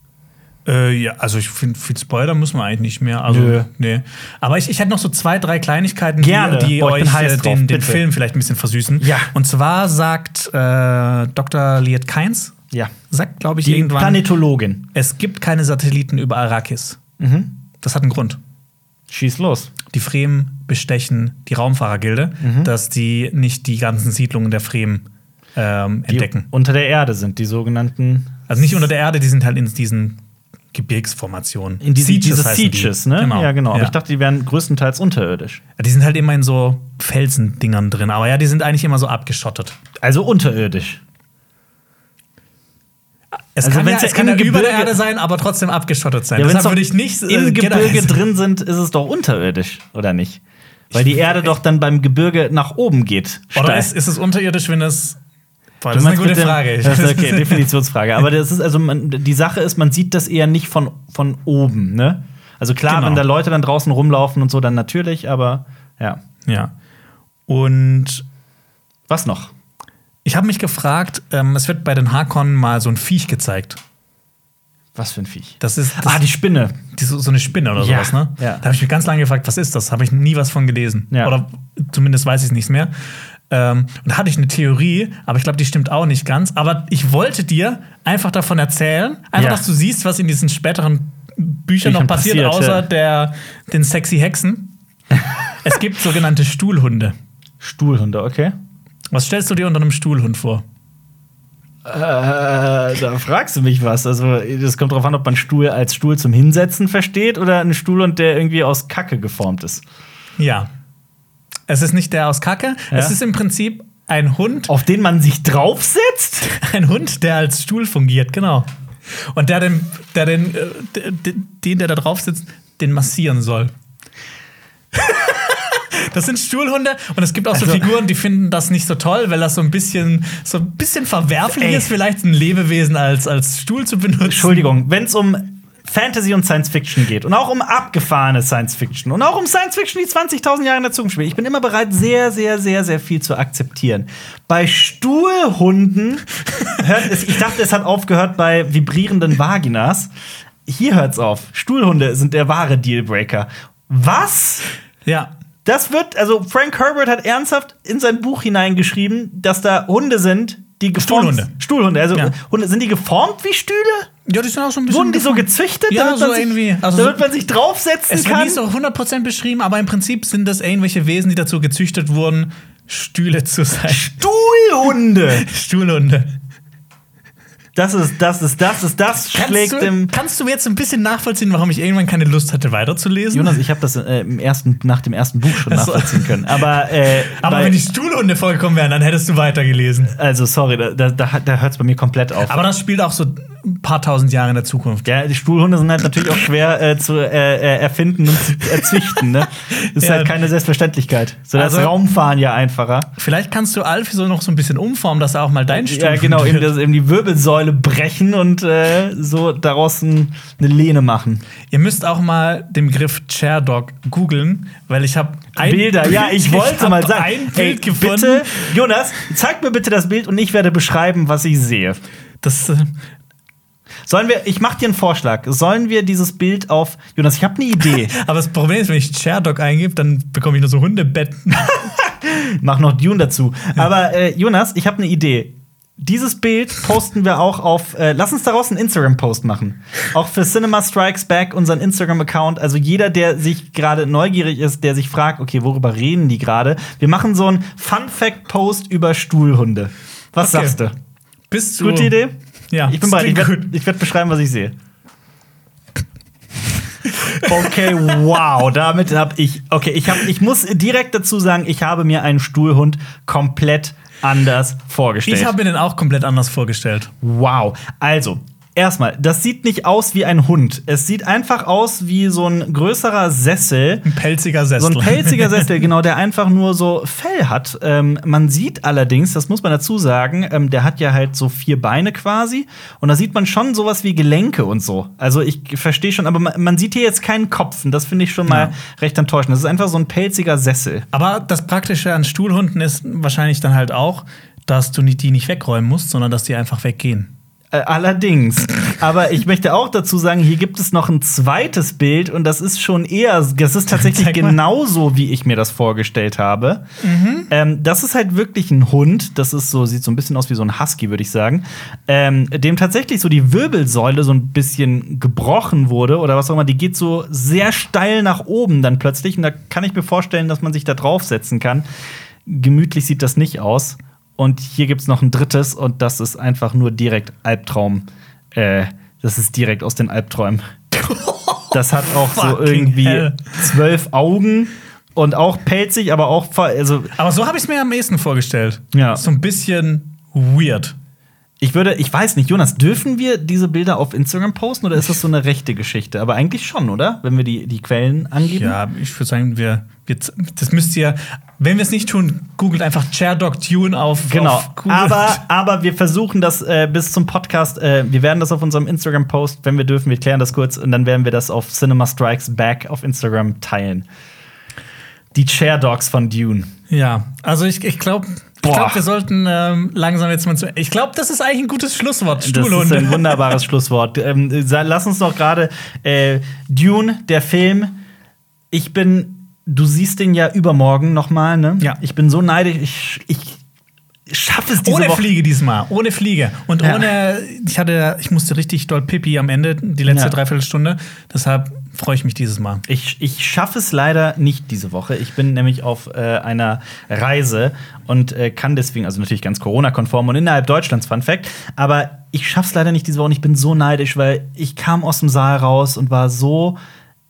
Speaker 2: Äh, ja, also ich finde, viel Spoiler müssen wir eigentlich nicht mehr. Also,
Speaker 1: Nö.
Speaker 2: nee. Aber ich, ich hätte noch so zwei, drei Kleinigkeiten,
Speaker 1: Gerne.
Speaker 2: die, die
Speaker 1: Boah, ich bin
Speaker 2: euch
Speaker 1: heiß
Speaker 2: äh,
Speaker 1: drauf,
Speaker 2: den, den
Speaker 1: bitte.
Speaker 2: Film vielleicht ein bisschen versüßen.
Speaker 1: Ja.
Speaker 2: Und zwar sagt äh, Dr. Liet Kainz,
Speaker 1: Ja.
Speaker 2: sagt, glaube ich,
Speaker 1: Die
Speaker 2: irgendwann,
Speaker 1: Planetologin.
Speaker 2: es gibt keine Satelliten über Arrakis.
Speaker 1: Mhm.
Speaker 2: Das hat einen Grund.
Speaker 1: Schieß los.
Speaker 2: die Fremen bestechen die Raumfahrergilde,
Speaker 1: Mhm.
Speaker 2: dass die nicht die ganzen Siedlungen der Fremen ähm,
Speaker 1: Die
Speaker 2: entdecken.
Speaker 1: unter der Erde sind, die sogenannten
Speaker 2: Also nicht unter der Erde, die sind halt in diesen Gebirgsformationen.
Speaker 1: in diese Sieges, diese
Speaker 2: heißen die.
Speaker 1: Sieges ne?
Speaker 2: Genau.
Speaker 1: Ja, genau. Aber
Speaker 2: Ja.
Speaker 1: ich dachte, die wären größtenteils unterirdisch.
Speaker 2: die sind halt immer in so Felsendingern drin. Aber ja, die sind eigentlich immer so abgeschottet.
Speaker 1: Also unterirdisch.
Speaker 2: Es
Speaker 1: Also
Speaker 2: kann, ja,
Speaker 1: wenn's ja
Speaker 2: es kann
Speaker 1: in
Speaker 2: ja über der
Speaker 1: Gebirge-
Speaker 2: Erde sein, aber trotzdem abgeschottet sein.
Speaker 1: wenn's
Speaker 2: Deshalb
Speaker 1: doch
Speaker 2: würde ich nicht äh,
Speaker 1: im Gebirge
Speaker 2: generalisieren.
Speaker 1: drin sind, ist es doch unterirdisch, oder nicht? Weil die Erde doch dann beim Gebirge nach oben geht.
Speaker 2: Oder
Speaker 1: steil.
Speaker 2: Oh, ist, ist es unterirdisch, wenn es. Boah, das
Speaker 1: Du
Speaker 2: ist eine
Speaker 1: meinst
Speaker 2: gute
Speaker 1: mit dem-
Speaker 2: Frage.
Speaker 1: Das ist okay, Definitionsfrage. Aber das ist also man, die Sache ist, man sieht das eher nicht von, von oben, ne? Also klar,
Speaker 2: Genau.
Speaker 1: wenn da Leute dann draußen rumlaufen und so, dann natürlich, aber ja.
Speaker 2: ja. Und
Speaker 1: Was noch?
Speaker 2: Ich habe mich gefragt, ähm, es wird bei den Harkonnen mal so ein Viech gezeigt.
Speaker 1: Was für ein Viech?
Speaker 2: Das ist das,
Speaker 1: ah, die Spinne.
Speaker 2: die, so, so eine Spinne oder
Speaker 1: Ja,
Speaker 2: sowas, ne?
Speaker 1: ja.
Speaker 2: Da habe ich mich ganz lange gefragt, was ist das? Habe ich nie was von gelesen.
Speaker 1: Ja.
Speaker 2: Oder zumindest weiß ich es nicht mehr. Ähm, und da hatte ich eine Theorie, aber ich glaube, die stimmt auch nicht ganz. Aber ich wollte dir einfach davon erzählen, einfach,
Speaker 1: Ja.
Speaker 2: dass du siehst, was in diesen späteren Büchern noch
Speaker 1: Büchern passiert,
Speaker 2: passiert,
Speaker 1: ja.
Speaker 2: außer der, den sexy Hexen. es gibt sogenannte Stuhlhunde.
Speaker 1: Stuhlhunde, okay.
Speaker 2: Was stellst du dir unter einem Stuhlhund vor?
Speaker 1: Äh, da fragst du mich was. Also, das kommt drauf an, ob man Stuhl als Stuhl zum Hinsetzen versteht oder einen Stuhl und der irgendwie aus Kacke geformt ist.
Speaker 2: Ja. Es ist nicht der aus Kacke.
Speaker 1: Ja.
Speaker 2: Es ist im Prinzip ein Hund,
Speaker 1: Auf den man sich draufsetzt?
Speaker 2: ein Hund, der als Stuhl fungiert, genau. Und der den, der den, äh, d- d- den, der da drauf sitzt, den massieren soll. Das sind Stuhlhunde und es gibt auch so
Speaker 1: Also-
Speaker 2: Figuren, die finden das nicht so toll, weil das so ein bisschen, so ein bisschen verwerflich
Speaker 1: Ey.
Speaker 2: ist, vielleicht ein Lebewesen als, als Stuhl zu benutzen.
Speaker 1: Entschuldigung, wenn es um Fantasy und Science Fiction geht und auch um abgefahrene Science Fiction und auch um Science Fiction, die 20.000 Jahre in der Zukunft spielt. Ich bin immer bereit, sehr, sehr, sehr, sehr viel zu akzeptieren. Bei Stuhlhunden hört es, ich dachte, es hat aufgehört bei vibrierenden Vaginas. Hier hört's auf. Stuhlhunde sind der wahre Dealbreaker. Was?
Speaker 2: Ja.
Speaker 1: Das wird, also Frank Herbert hat ernsthaft in sein Buch hineingeschrieben, dass da Hunde sind, die geformt
Speaker 2: Stuhlhunde.
Speaker 1: Stuhlhunde, also
Speaker 2: Ja.
Speaker 1: Hunde, sind die geformt wie Stühle?
Speaker 2: Ja, die sind auch so ein
Speaker 1: Wurden die so gezüchtet,
Speaker 2: Ja,
Speaker 1: damit,
Speaker 2: so
Speaker 1: man sich,
Speaker 2: irgendwie. Also
Speaker 1: damit
Speaker 2: so-
Speaker 1: man sich draufsetzen
Speaker 2: Es wird
Speaker 1: kann?
Speaker 2: nicht so 100% beschrieben, aber im Prinzip sind das irgendwelche Wesen, die dazu gezüchtet wurden, Stühle zu sein.
Speaker 1: Stuhlhunde!
Speaker 2: Stuhlhunde.
Speaker 1: Das ist, das ist, das ist, das schlägt
Speaker 2: kannst, du,
Speaker 1: im.
Speaker 2: kannst du jetzt ein bisschen nachvollziehen, warum ich irgendwann keine Lust hatte, weiterzulesen?
Speaker 1: Jonas, ich habe das äh, im ersten, nach dem ersten Buch schon
Speaker 2: Ach so.
Speaker 1: nachvollziehen können. Aber, äh,
Speaker 2: Aber
Speaker 1: bei-
Speaker 2: wenn die Stuhlhunde vorgekommen wären, dann hättest du weitergelesen.
Speaker 1: also sorry, da, da, da hört es bei mir komplett auf.
Speaker 2: Aber das spielt auch so ein paar tausend Jahre in der Zukunft.
Speaker 1: Ja, die Stuhlhunde sind halt natürlich auch schwer äh, zu äh, äh, erfinden und zu erzüchten. Ne? Ist
Speaker 2: Ja.
Speaker 1: halt keine Selbstverständlichkeit. So das
Speaker 2: Also-
Speaker 1: Raumfahren ja einfacher.
Speaker 2: Vielleicht kannst du Alfie so noch so ein bisschen umformen, dass er auch mal dein Stuhl
Speaker 1: Ja, genau, eben,
Speaker 2: wird.
Speaker 1: das, eben die Wirbelsäule brechen und äh, so daraus ein, eine Lehne machen.
Speaker 2: Ihr müsst auch mal den Begriff Chair Dog googeln, weil ich habe
Speaker 1: Bilder, ja, ich wollte mal sagen.
Speaker 2: Ein
Speaker 1: Ey,
Speaker 2: Bild gefunden.
Speaker 1: Bitte, Jonas, zeig mir bitte das Bild und ich werde beschreiben, was ich sehe.
Speaker 2: Das, äh,
Speaker 1: Sollen wir, ich mach dir einen Vorschlag. Sollen wir dieses Bild auf, Jonas, ich habe eine Idee.
Speaker 2: aber das Problem ist, wenn ich Chair Dog eingebe, dann bekomme ich nur so Hundebetten.
Speaker 1: Mach noch Dune dazu. Aber äh, Jonas, ich habe eine Idee. Dieses Bild posten wir auch auf. Äh, lass uns daraus einen Instagram-Post machen. Auch für Cinema Strikes Back, unseren Instagram-Account. Also jeder, der sich gerade neugierig ist, der sich fragt, okay, worüber reden die gerade? Wir machen so einen Fun-Fact-Post über Stuhlhunde. Was
Speaker 2: Okay.
Speaker 1: sagst du?
Speaker 2: Bist du?
Speaker 1: Gute Idee?
Speaker 2: Ja,
Speaker 1: Ich bin
Speaker 2: das
Speaker 1: bereit. Ich
Speaker 2: klingt
Speaker 1: werde werd beschreiben, was ich sehe. Okay, wow, damit habe ich. Okay, ich, hab, ich muss direkt dazu sagen, ich habe mir einen Stuhlhund komplett anders vorgestellt.
Speaker 2: Ich habe mir den auch komplett anders vorgestellt.
Speaker 1: wow. Also, erstmal, das sieht nicht aus wie ein Hund. Es sieht einfach aus wie so ein größerer Sessel.
Speaker 2: Ein pelziger
Speaker 1: So
Speaker 2: Sessel.
Speaker 1: ein pelziger Sessel, genau, der einfach nur so Fell hat. Ähm, man sieht allerdings, das muss man dazu sagen, ähm, der hat ja halt so vier Beine quasi. Und da sieht man schon sowas wie Gelenke und so. Also ich verstehe schon, aber man, man sieht hier jetzt keinen Kopf. Und das finde ich schon mal recht enttäuschend. Das ist einfach so ein pelziger Sessel.
Speaker 2: Aber das Praktische an Stuhlhunden ist wahrscheinlich dann halt auch, dass du nicht- die nicht wegräumen musst, sondern dass die einfach weggehen.
Speaker 1: Äh, Allerdings. Aber ich möchte auch dazu sagen, hier gibt es noch ein zweites Bild und das ist schon eher, das ist tatsächlich
Speaker 2: Zeig mal.
Speaker 1: genauso, wie ich mir das vorgestellt habe. Ähm, das ist halt wirklich ein Hund. Das ist so, sieht so ein bisschen aus wie so ein Husky, würde ich sagen. Ähm, dem tatsächlich so die Wirbelsäule so ein bisschen gebrochen wurde oder was auch immer. Die geht so sehr steil nach oben dann plötzlich und da kann ich mir vorstellen, dass man sich da draufsetzen kann. Gemütlich sieht das nicht aus. Und hier gibt es noch ein drittes und das ist einfach nur direkt Albtraum. Äh, das ist direkt aus den Albträumen. Das hat auch so
Speaker 2: Fucking
Speaker 1: irgendwie
Speaker 2: hell.
Speaker 1: zwölf Augen und auch pelzig, aber auch ver- also
Speaker 2: Aber so habe ich es mir am ehesten vorgestellt.
Speaker 1: Ja.
Speaker 2: So ein bisschen weird.
Speaker 1: ich würde, ich weiß nicht, Jonas, dürfen wir diese Bilder auf Instagram posten oder ist das so eine rechte Geschichte? Aber eigentlich schon, oder? Wenn wir die, die Quellen angeben.
Speaker 2: Ja, ich würde sagen, wir, wir, das müsst ihr, wenn wir es nicht tun, googelt einfach Chair Dog Tune auf.
Speaker 1: Genau.
Speaker 2: Auf Google.
Speaker 1: Aber, aber wir versuchen das äh, bis zum Podcast. Äh, wir werden das auf unserem Instagram posten, wenn wir dürfen. Wir klären das kurz und dann werden wir das auf Cinema Strikes Back auf Instagram teilen. Die Chair Dogs von Dune.
Speaker 2: Ja, also ich, ich glaube. Ich
Speaker 1: Boah.
Speaker 2: glaube, wir sollten ähm, langsam jetzt mal zu. Ich glaube, das ist eigentlich ein gutes Schlusswort.
Speaker 1: Das ist ein
Speaker 2: Stuhlhunde.
Speaker 1: wunderbares Schlusswort. Ähm, sa- lass uns noch gerade äh, Dune, der Film. Ich bin, du siehst den ja übermorgen noch mal, ne?
Speaker 2: Ja.
Speaker 1: Ich bin so neidisch. Ich, ich schaffe es diese
Speaker 2: Ohne
Speaker 1: Woche.
Speaker 2: Fliege diesmal, ohne Fliege und
Speaker 1: Ja.
Speaker 2: ohne. Ich hatte, ich musste richtig doll Pipi am Ende, die letzte
Speaker 1: Ja.
Speaker 2: Dreiviertelstunde. Deshalb freue ich mich dieses Mal.
Speaker 1: Ich, ich schaffe es leider nicht diese Woche. Ich bin nämlich auf äh, einer Reise und äh, kann deswegen, also natürlich ganz Corona-konform und innerhalb Deutschlands, Fun Fact, aber ich schaffe es leider nicht diese Woche und ich bin so neidisch, weil ich kam aus dem Saal raus und war so.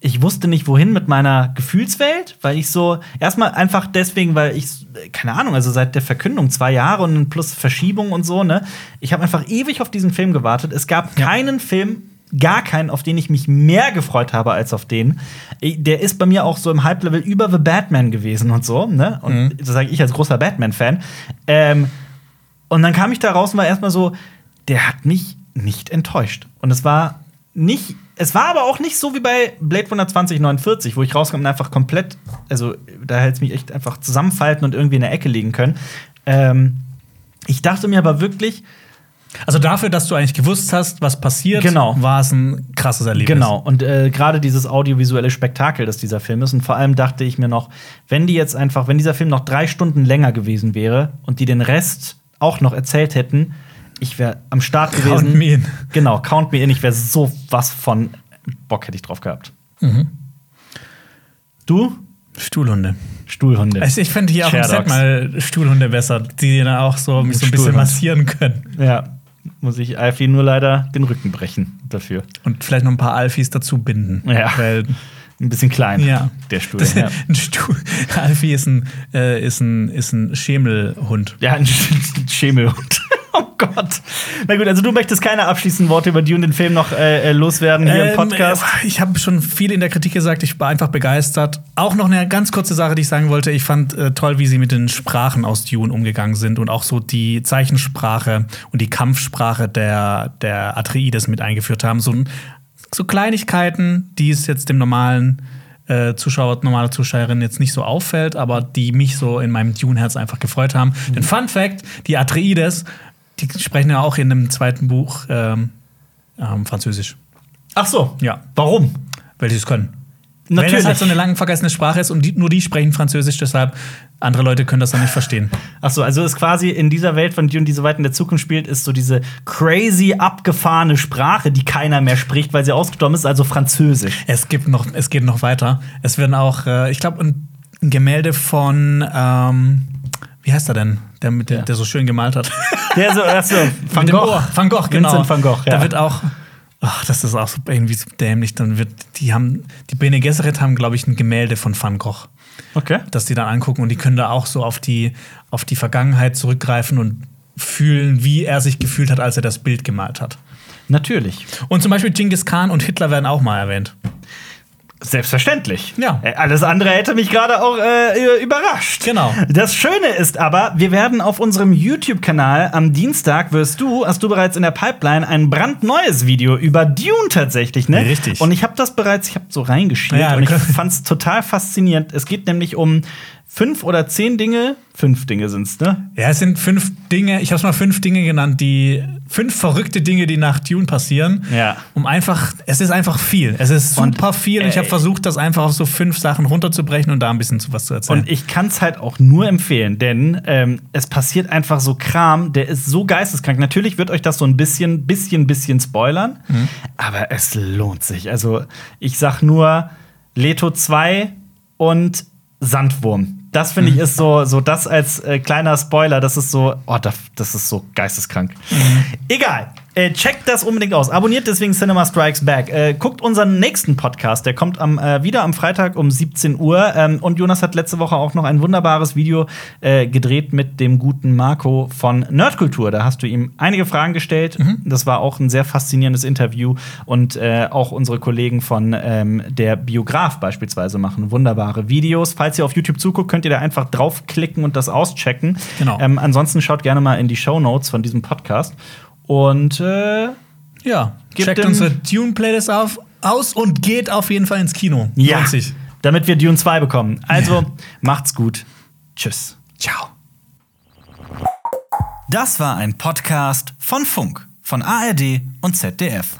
Speaker 1: Ich wusste nicht, wohin mit meiner Gefühlswelt, weil ich so, erstmal einfach deswegen, weil ich, keine Ahnung, also seit der Verkündung zwei Jahre und plus Verschiebung und so, ne? Ich habe einfach ewig auf diesen Film gewartet. Es gab
Speaker 2: Ja.
Speaker 1: keinen Film, gar keinen, auf den ich mich mehr gefreut habe als auf den. Ich- Der ist bei mir auch so im Hype-Level über The Batman gewesen und so, ne? Und das sage ich als großer Batman-Fan. Ähm, und dann kam ich da raus und war erstmal so, der hat mich nicht enttäuscht. Und es war nicht, es war aber auch nicht so wie bei Blade Runner 2049, wo ich rauskam und einfach komplett, also da hätte es mich echt einfach zusammenfalten und irgendwie in der Ecke legen können. Ähm, ich dachte mir aber wirklich,
Speaker 2: Also dafür, dass du eigentlich gewusst hast, was passiert,
Speaker 1: Genau.
Speaker 2: war es ein krasses Erlebnis.
Speaker 1: Genau, und äh, gerade dieses audiovisuelle Spektakel, das dieser Film ist. Und vor allem dachte ich mir noch, wenn die jetzt einfach, wenn dieser Film noch drei Stunden länger gewesen wäre und die den Rest auch noch erzählt hätten, ich wäre am Start gewesen.
Speaker 2: Count me in.
Speaker 1: Genau, count me in. Ich wäre so was von Bock hätte ich drauf gehabt.
Speaker 2: Mhm.
Speaker 1: Du?
Speaker 2: Stuhlhunde.
Speaker 1: Stuhlhunde.
Speaker 2: Also ich fände hier auch im
Speaker 1: Share
Speaker 2: Set
Speaker 1: Dogs.
Speaker 2: mal Stuhlhunde besser, die dann auch so, mich so ein bisschen
Speaker 1: Stuhlhund.
Speaker 2: massieren können.
Speaker 1: ja. muss ich Alfie nur leider den Rücken brechen dafür.
Speaker 2: Und vielleicht noch ein paar Alfis dazu binden.
Speaker 1: Ja.
Speaker 2: Weil
Speaker 1: Ein bisschen klein,
Speaker 2: Ja.
Speaker 1: der Stuhl.
Speaker 2: das,
Speaker 1: ja.
Speaker 2: ein Stuhl, Alfie ist ein, äh, ist ein, ist ein Schemelhund.
Speaker 1: Ja, ein Schemelhund. Oh Gott. Na gut, also du möchtest keine abschließenden Worte über Dune, den Film, noch äh, äh, loswerden hier im
Speaker 2: Ähm,
Speaker 1: Podcast.
Speaker 2: äh, Ich habe schon viel in der Kritik gesagt, ich war einfach begeistert. Auch noch eine ganz kurze Sache, die ich sagen wollte. Ich fand äh, toll, wie sie mit den Sprachen aus Dune umgegangen sind und auch so die Zeichensprache und die Kampfsprache der, der Atreides mit eingeführt haben. So, ein- so Kleinigkeiten, die es jetzt dem normalen äh, Zuschauer, normale Zuschauerin jetzt nicht so auffällt, aber die mich so in meinem Dune-Herz einfach gefreut haben. Denn Fun Fact: die Atreides, die sprechen ja auch in dem zweiten Buch ähm, ähm, Französisch.
Speaker 1: Ach so.
Speaker 2: Ja.
Speaker 1: Warum?
Speaker 2: Weil sie es können.
Speaker 1: Natürlich.
Speaker 2: Wenn es halt so eine lang vergessene Sprache ist und die, nur die sprechen Französisch, deshalb andere Leute können das dann nicht verstehen.
Speaker 1: Ach so, also ist quasi in dieser Welt von Dune, die so weit in der Zukunft spielt, ist so diese crazy abgefahrene Sprache, die keiner mehr spricht, weil sie ausgestorben ist, also Französisch.
Speaker 2: Es gibt noch, es geht noch weiter. Es werden auch, äh, ich glaube, ein, ein Gemälde von, ähm, wie heißt er denn, der, mit, der, der so schön gemalt hat?
Speaker 1: Der so, ach so, Van
Speaker 2: Mit dem
Speaker 1: Gogh.
Speaker 2: Ohr. Van Gogh, genau.
Speaker 1: Vincent van Gogh, ja.
Speaker 2: Da wird auch, ach, das ist auch so irgendwie so dämlich. Dann wird, die haben, die Bene Gesserit haben, glaube ich, ein Gemälde von Van Gogh.
Speaker 1: Okay.
Speaker 2: dass die dann angucken und die können da auch so auf die, auf die Vergangenheit zurückgreifen und fühlen, wie er sich gefühlt hat, als er das Bild gemalt hat.
Speaker 1: Natürlich.
Speaker 2: Und zum Beispiel Genghis Khan und Hitler werden auch mal erwähnt.
Speaker 1: Selbstverständlich.
Speaker 2: Ja.
Speaker 1: Äh, Alles andere hätte mich gerade auch äh, überrascht.
Speaker 2: Genau.
Speaker 1: Das Schöne ist aber, wir werden auf unserem YouTube-Kanal am Dienstag wirst du, hast du bereits in der Pipeline ein brandneues Video über Dune tatsächlich, ne?
Speaker 2: Richtig.
Speaker 1: Und ich habe das bereits, ich habe so reingeschielt
Speaker 2: Ja, ne?
Speaker 1: und ich
Speaker 2: wir können-
Speaker 1: fand es total faszinierend. Es geht nämlich um fünf oder zehn Dinge, fünf Dinge sind's, ne?
Speaker 2: Ja, es sind fünf Dinge, ich habe mal fünf Dinge genannt, die fünf verrückte Dinge, die nach Dune passieren.
Speaker 1: Ja.
Speaker 2: Um einfach, es ist einfach viel. Es ist super viel. Und ich habe
Speaker 1: äh,
Speaker 2: versucht, das einfach auf so fünf Sachen runterzubrechen und da ein bisschen zu was zu erzählen.
Speaker 1: Und ich kann es halt auch nur empfehlen, denn ähm, es passiert einfach so Kram, der ist so geisteskrank. Natürlich wird euch das so ein bisschen, bisschen, bisschen spoilern, aber es lohnt sich. Also ich sag nur Leto 2 und Sandwurm. Das finde ich ist so, so das als äh, kleiner Spoiler, das ist so, oh, das, das ist so geisteskrank. Egal. Äh, checkt das unbedingt aus. Abonniert deswegen Cinema Strikes Back. Äh, guckt unseren nächsten Podcast. Der kommt am, äh, wieder am Freitag um 17 Uhr. Ähm, und Jonas hat letzte Woche auch noch ein wunderbares Video äh, gedreht mit dem guten Marco von Nerdkultur. Da hast du ihm einige Fragen gestellt. Das war auch ein sehr faszinierendes Interview. Und äh, auch unsere Kollegen von ähm, der Biograf beispielsweise machen wunderbare Videos. Falls ihr auf YouTube zuguckt, könnt ihr da einfach draufklicken und das auschecken.
Speaker 2: Genau.
Speaker 1: Ähm, ansonsten schaut gerne mal in die Show Notes von diesem Podcast. Und äh,
Speaker 2: ja,
Speaker 1: Gebt
Speaker 2: checkt
Speaker 1: dem-
Speaker 2: unsere Dune-Playlist auf, aus und geht auf jeden Fall ins Kino.
Speaker 1: ja,
Speaker 2: Lohnt sich.
Speaker 1: damit wir Dune 2 bekommen. Also
Speaker 2: Ja.
Speaker 1: macht's gut. Tschüss.
Speaker 2: Ciao.
Speaker 1: Das war ein Podcast von Funk, von ARD und ZDF.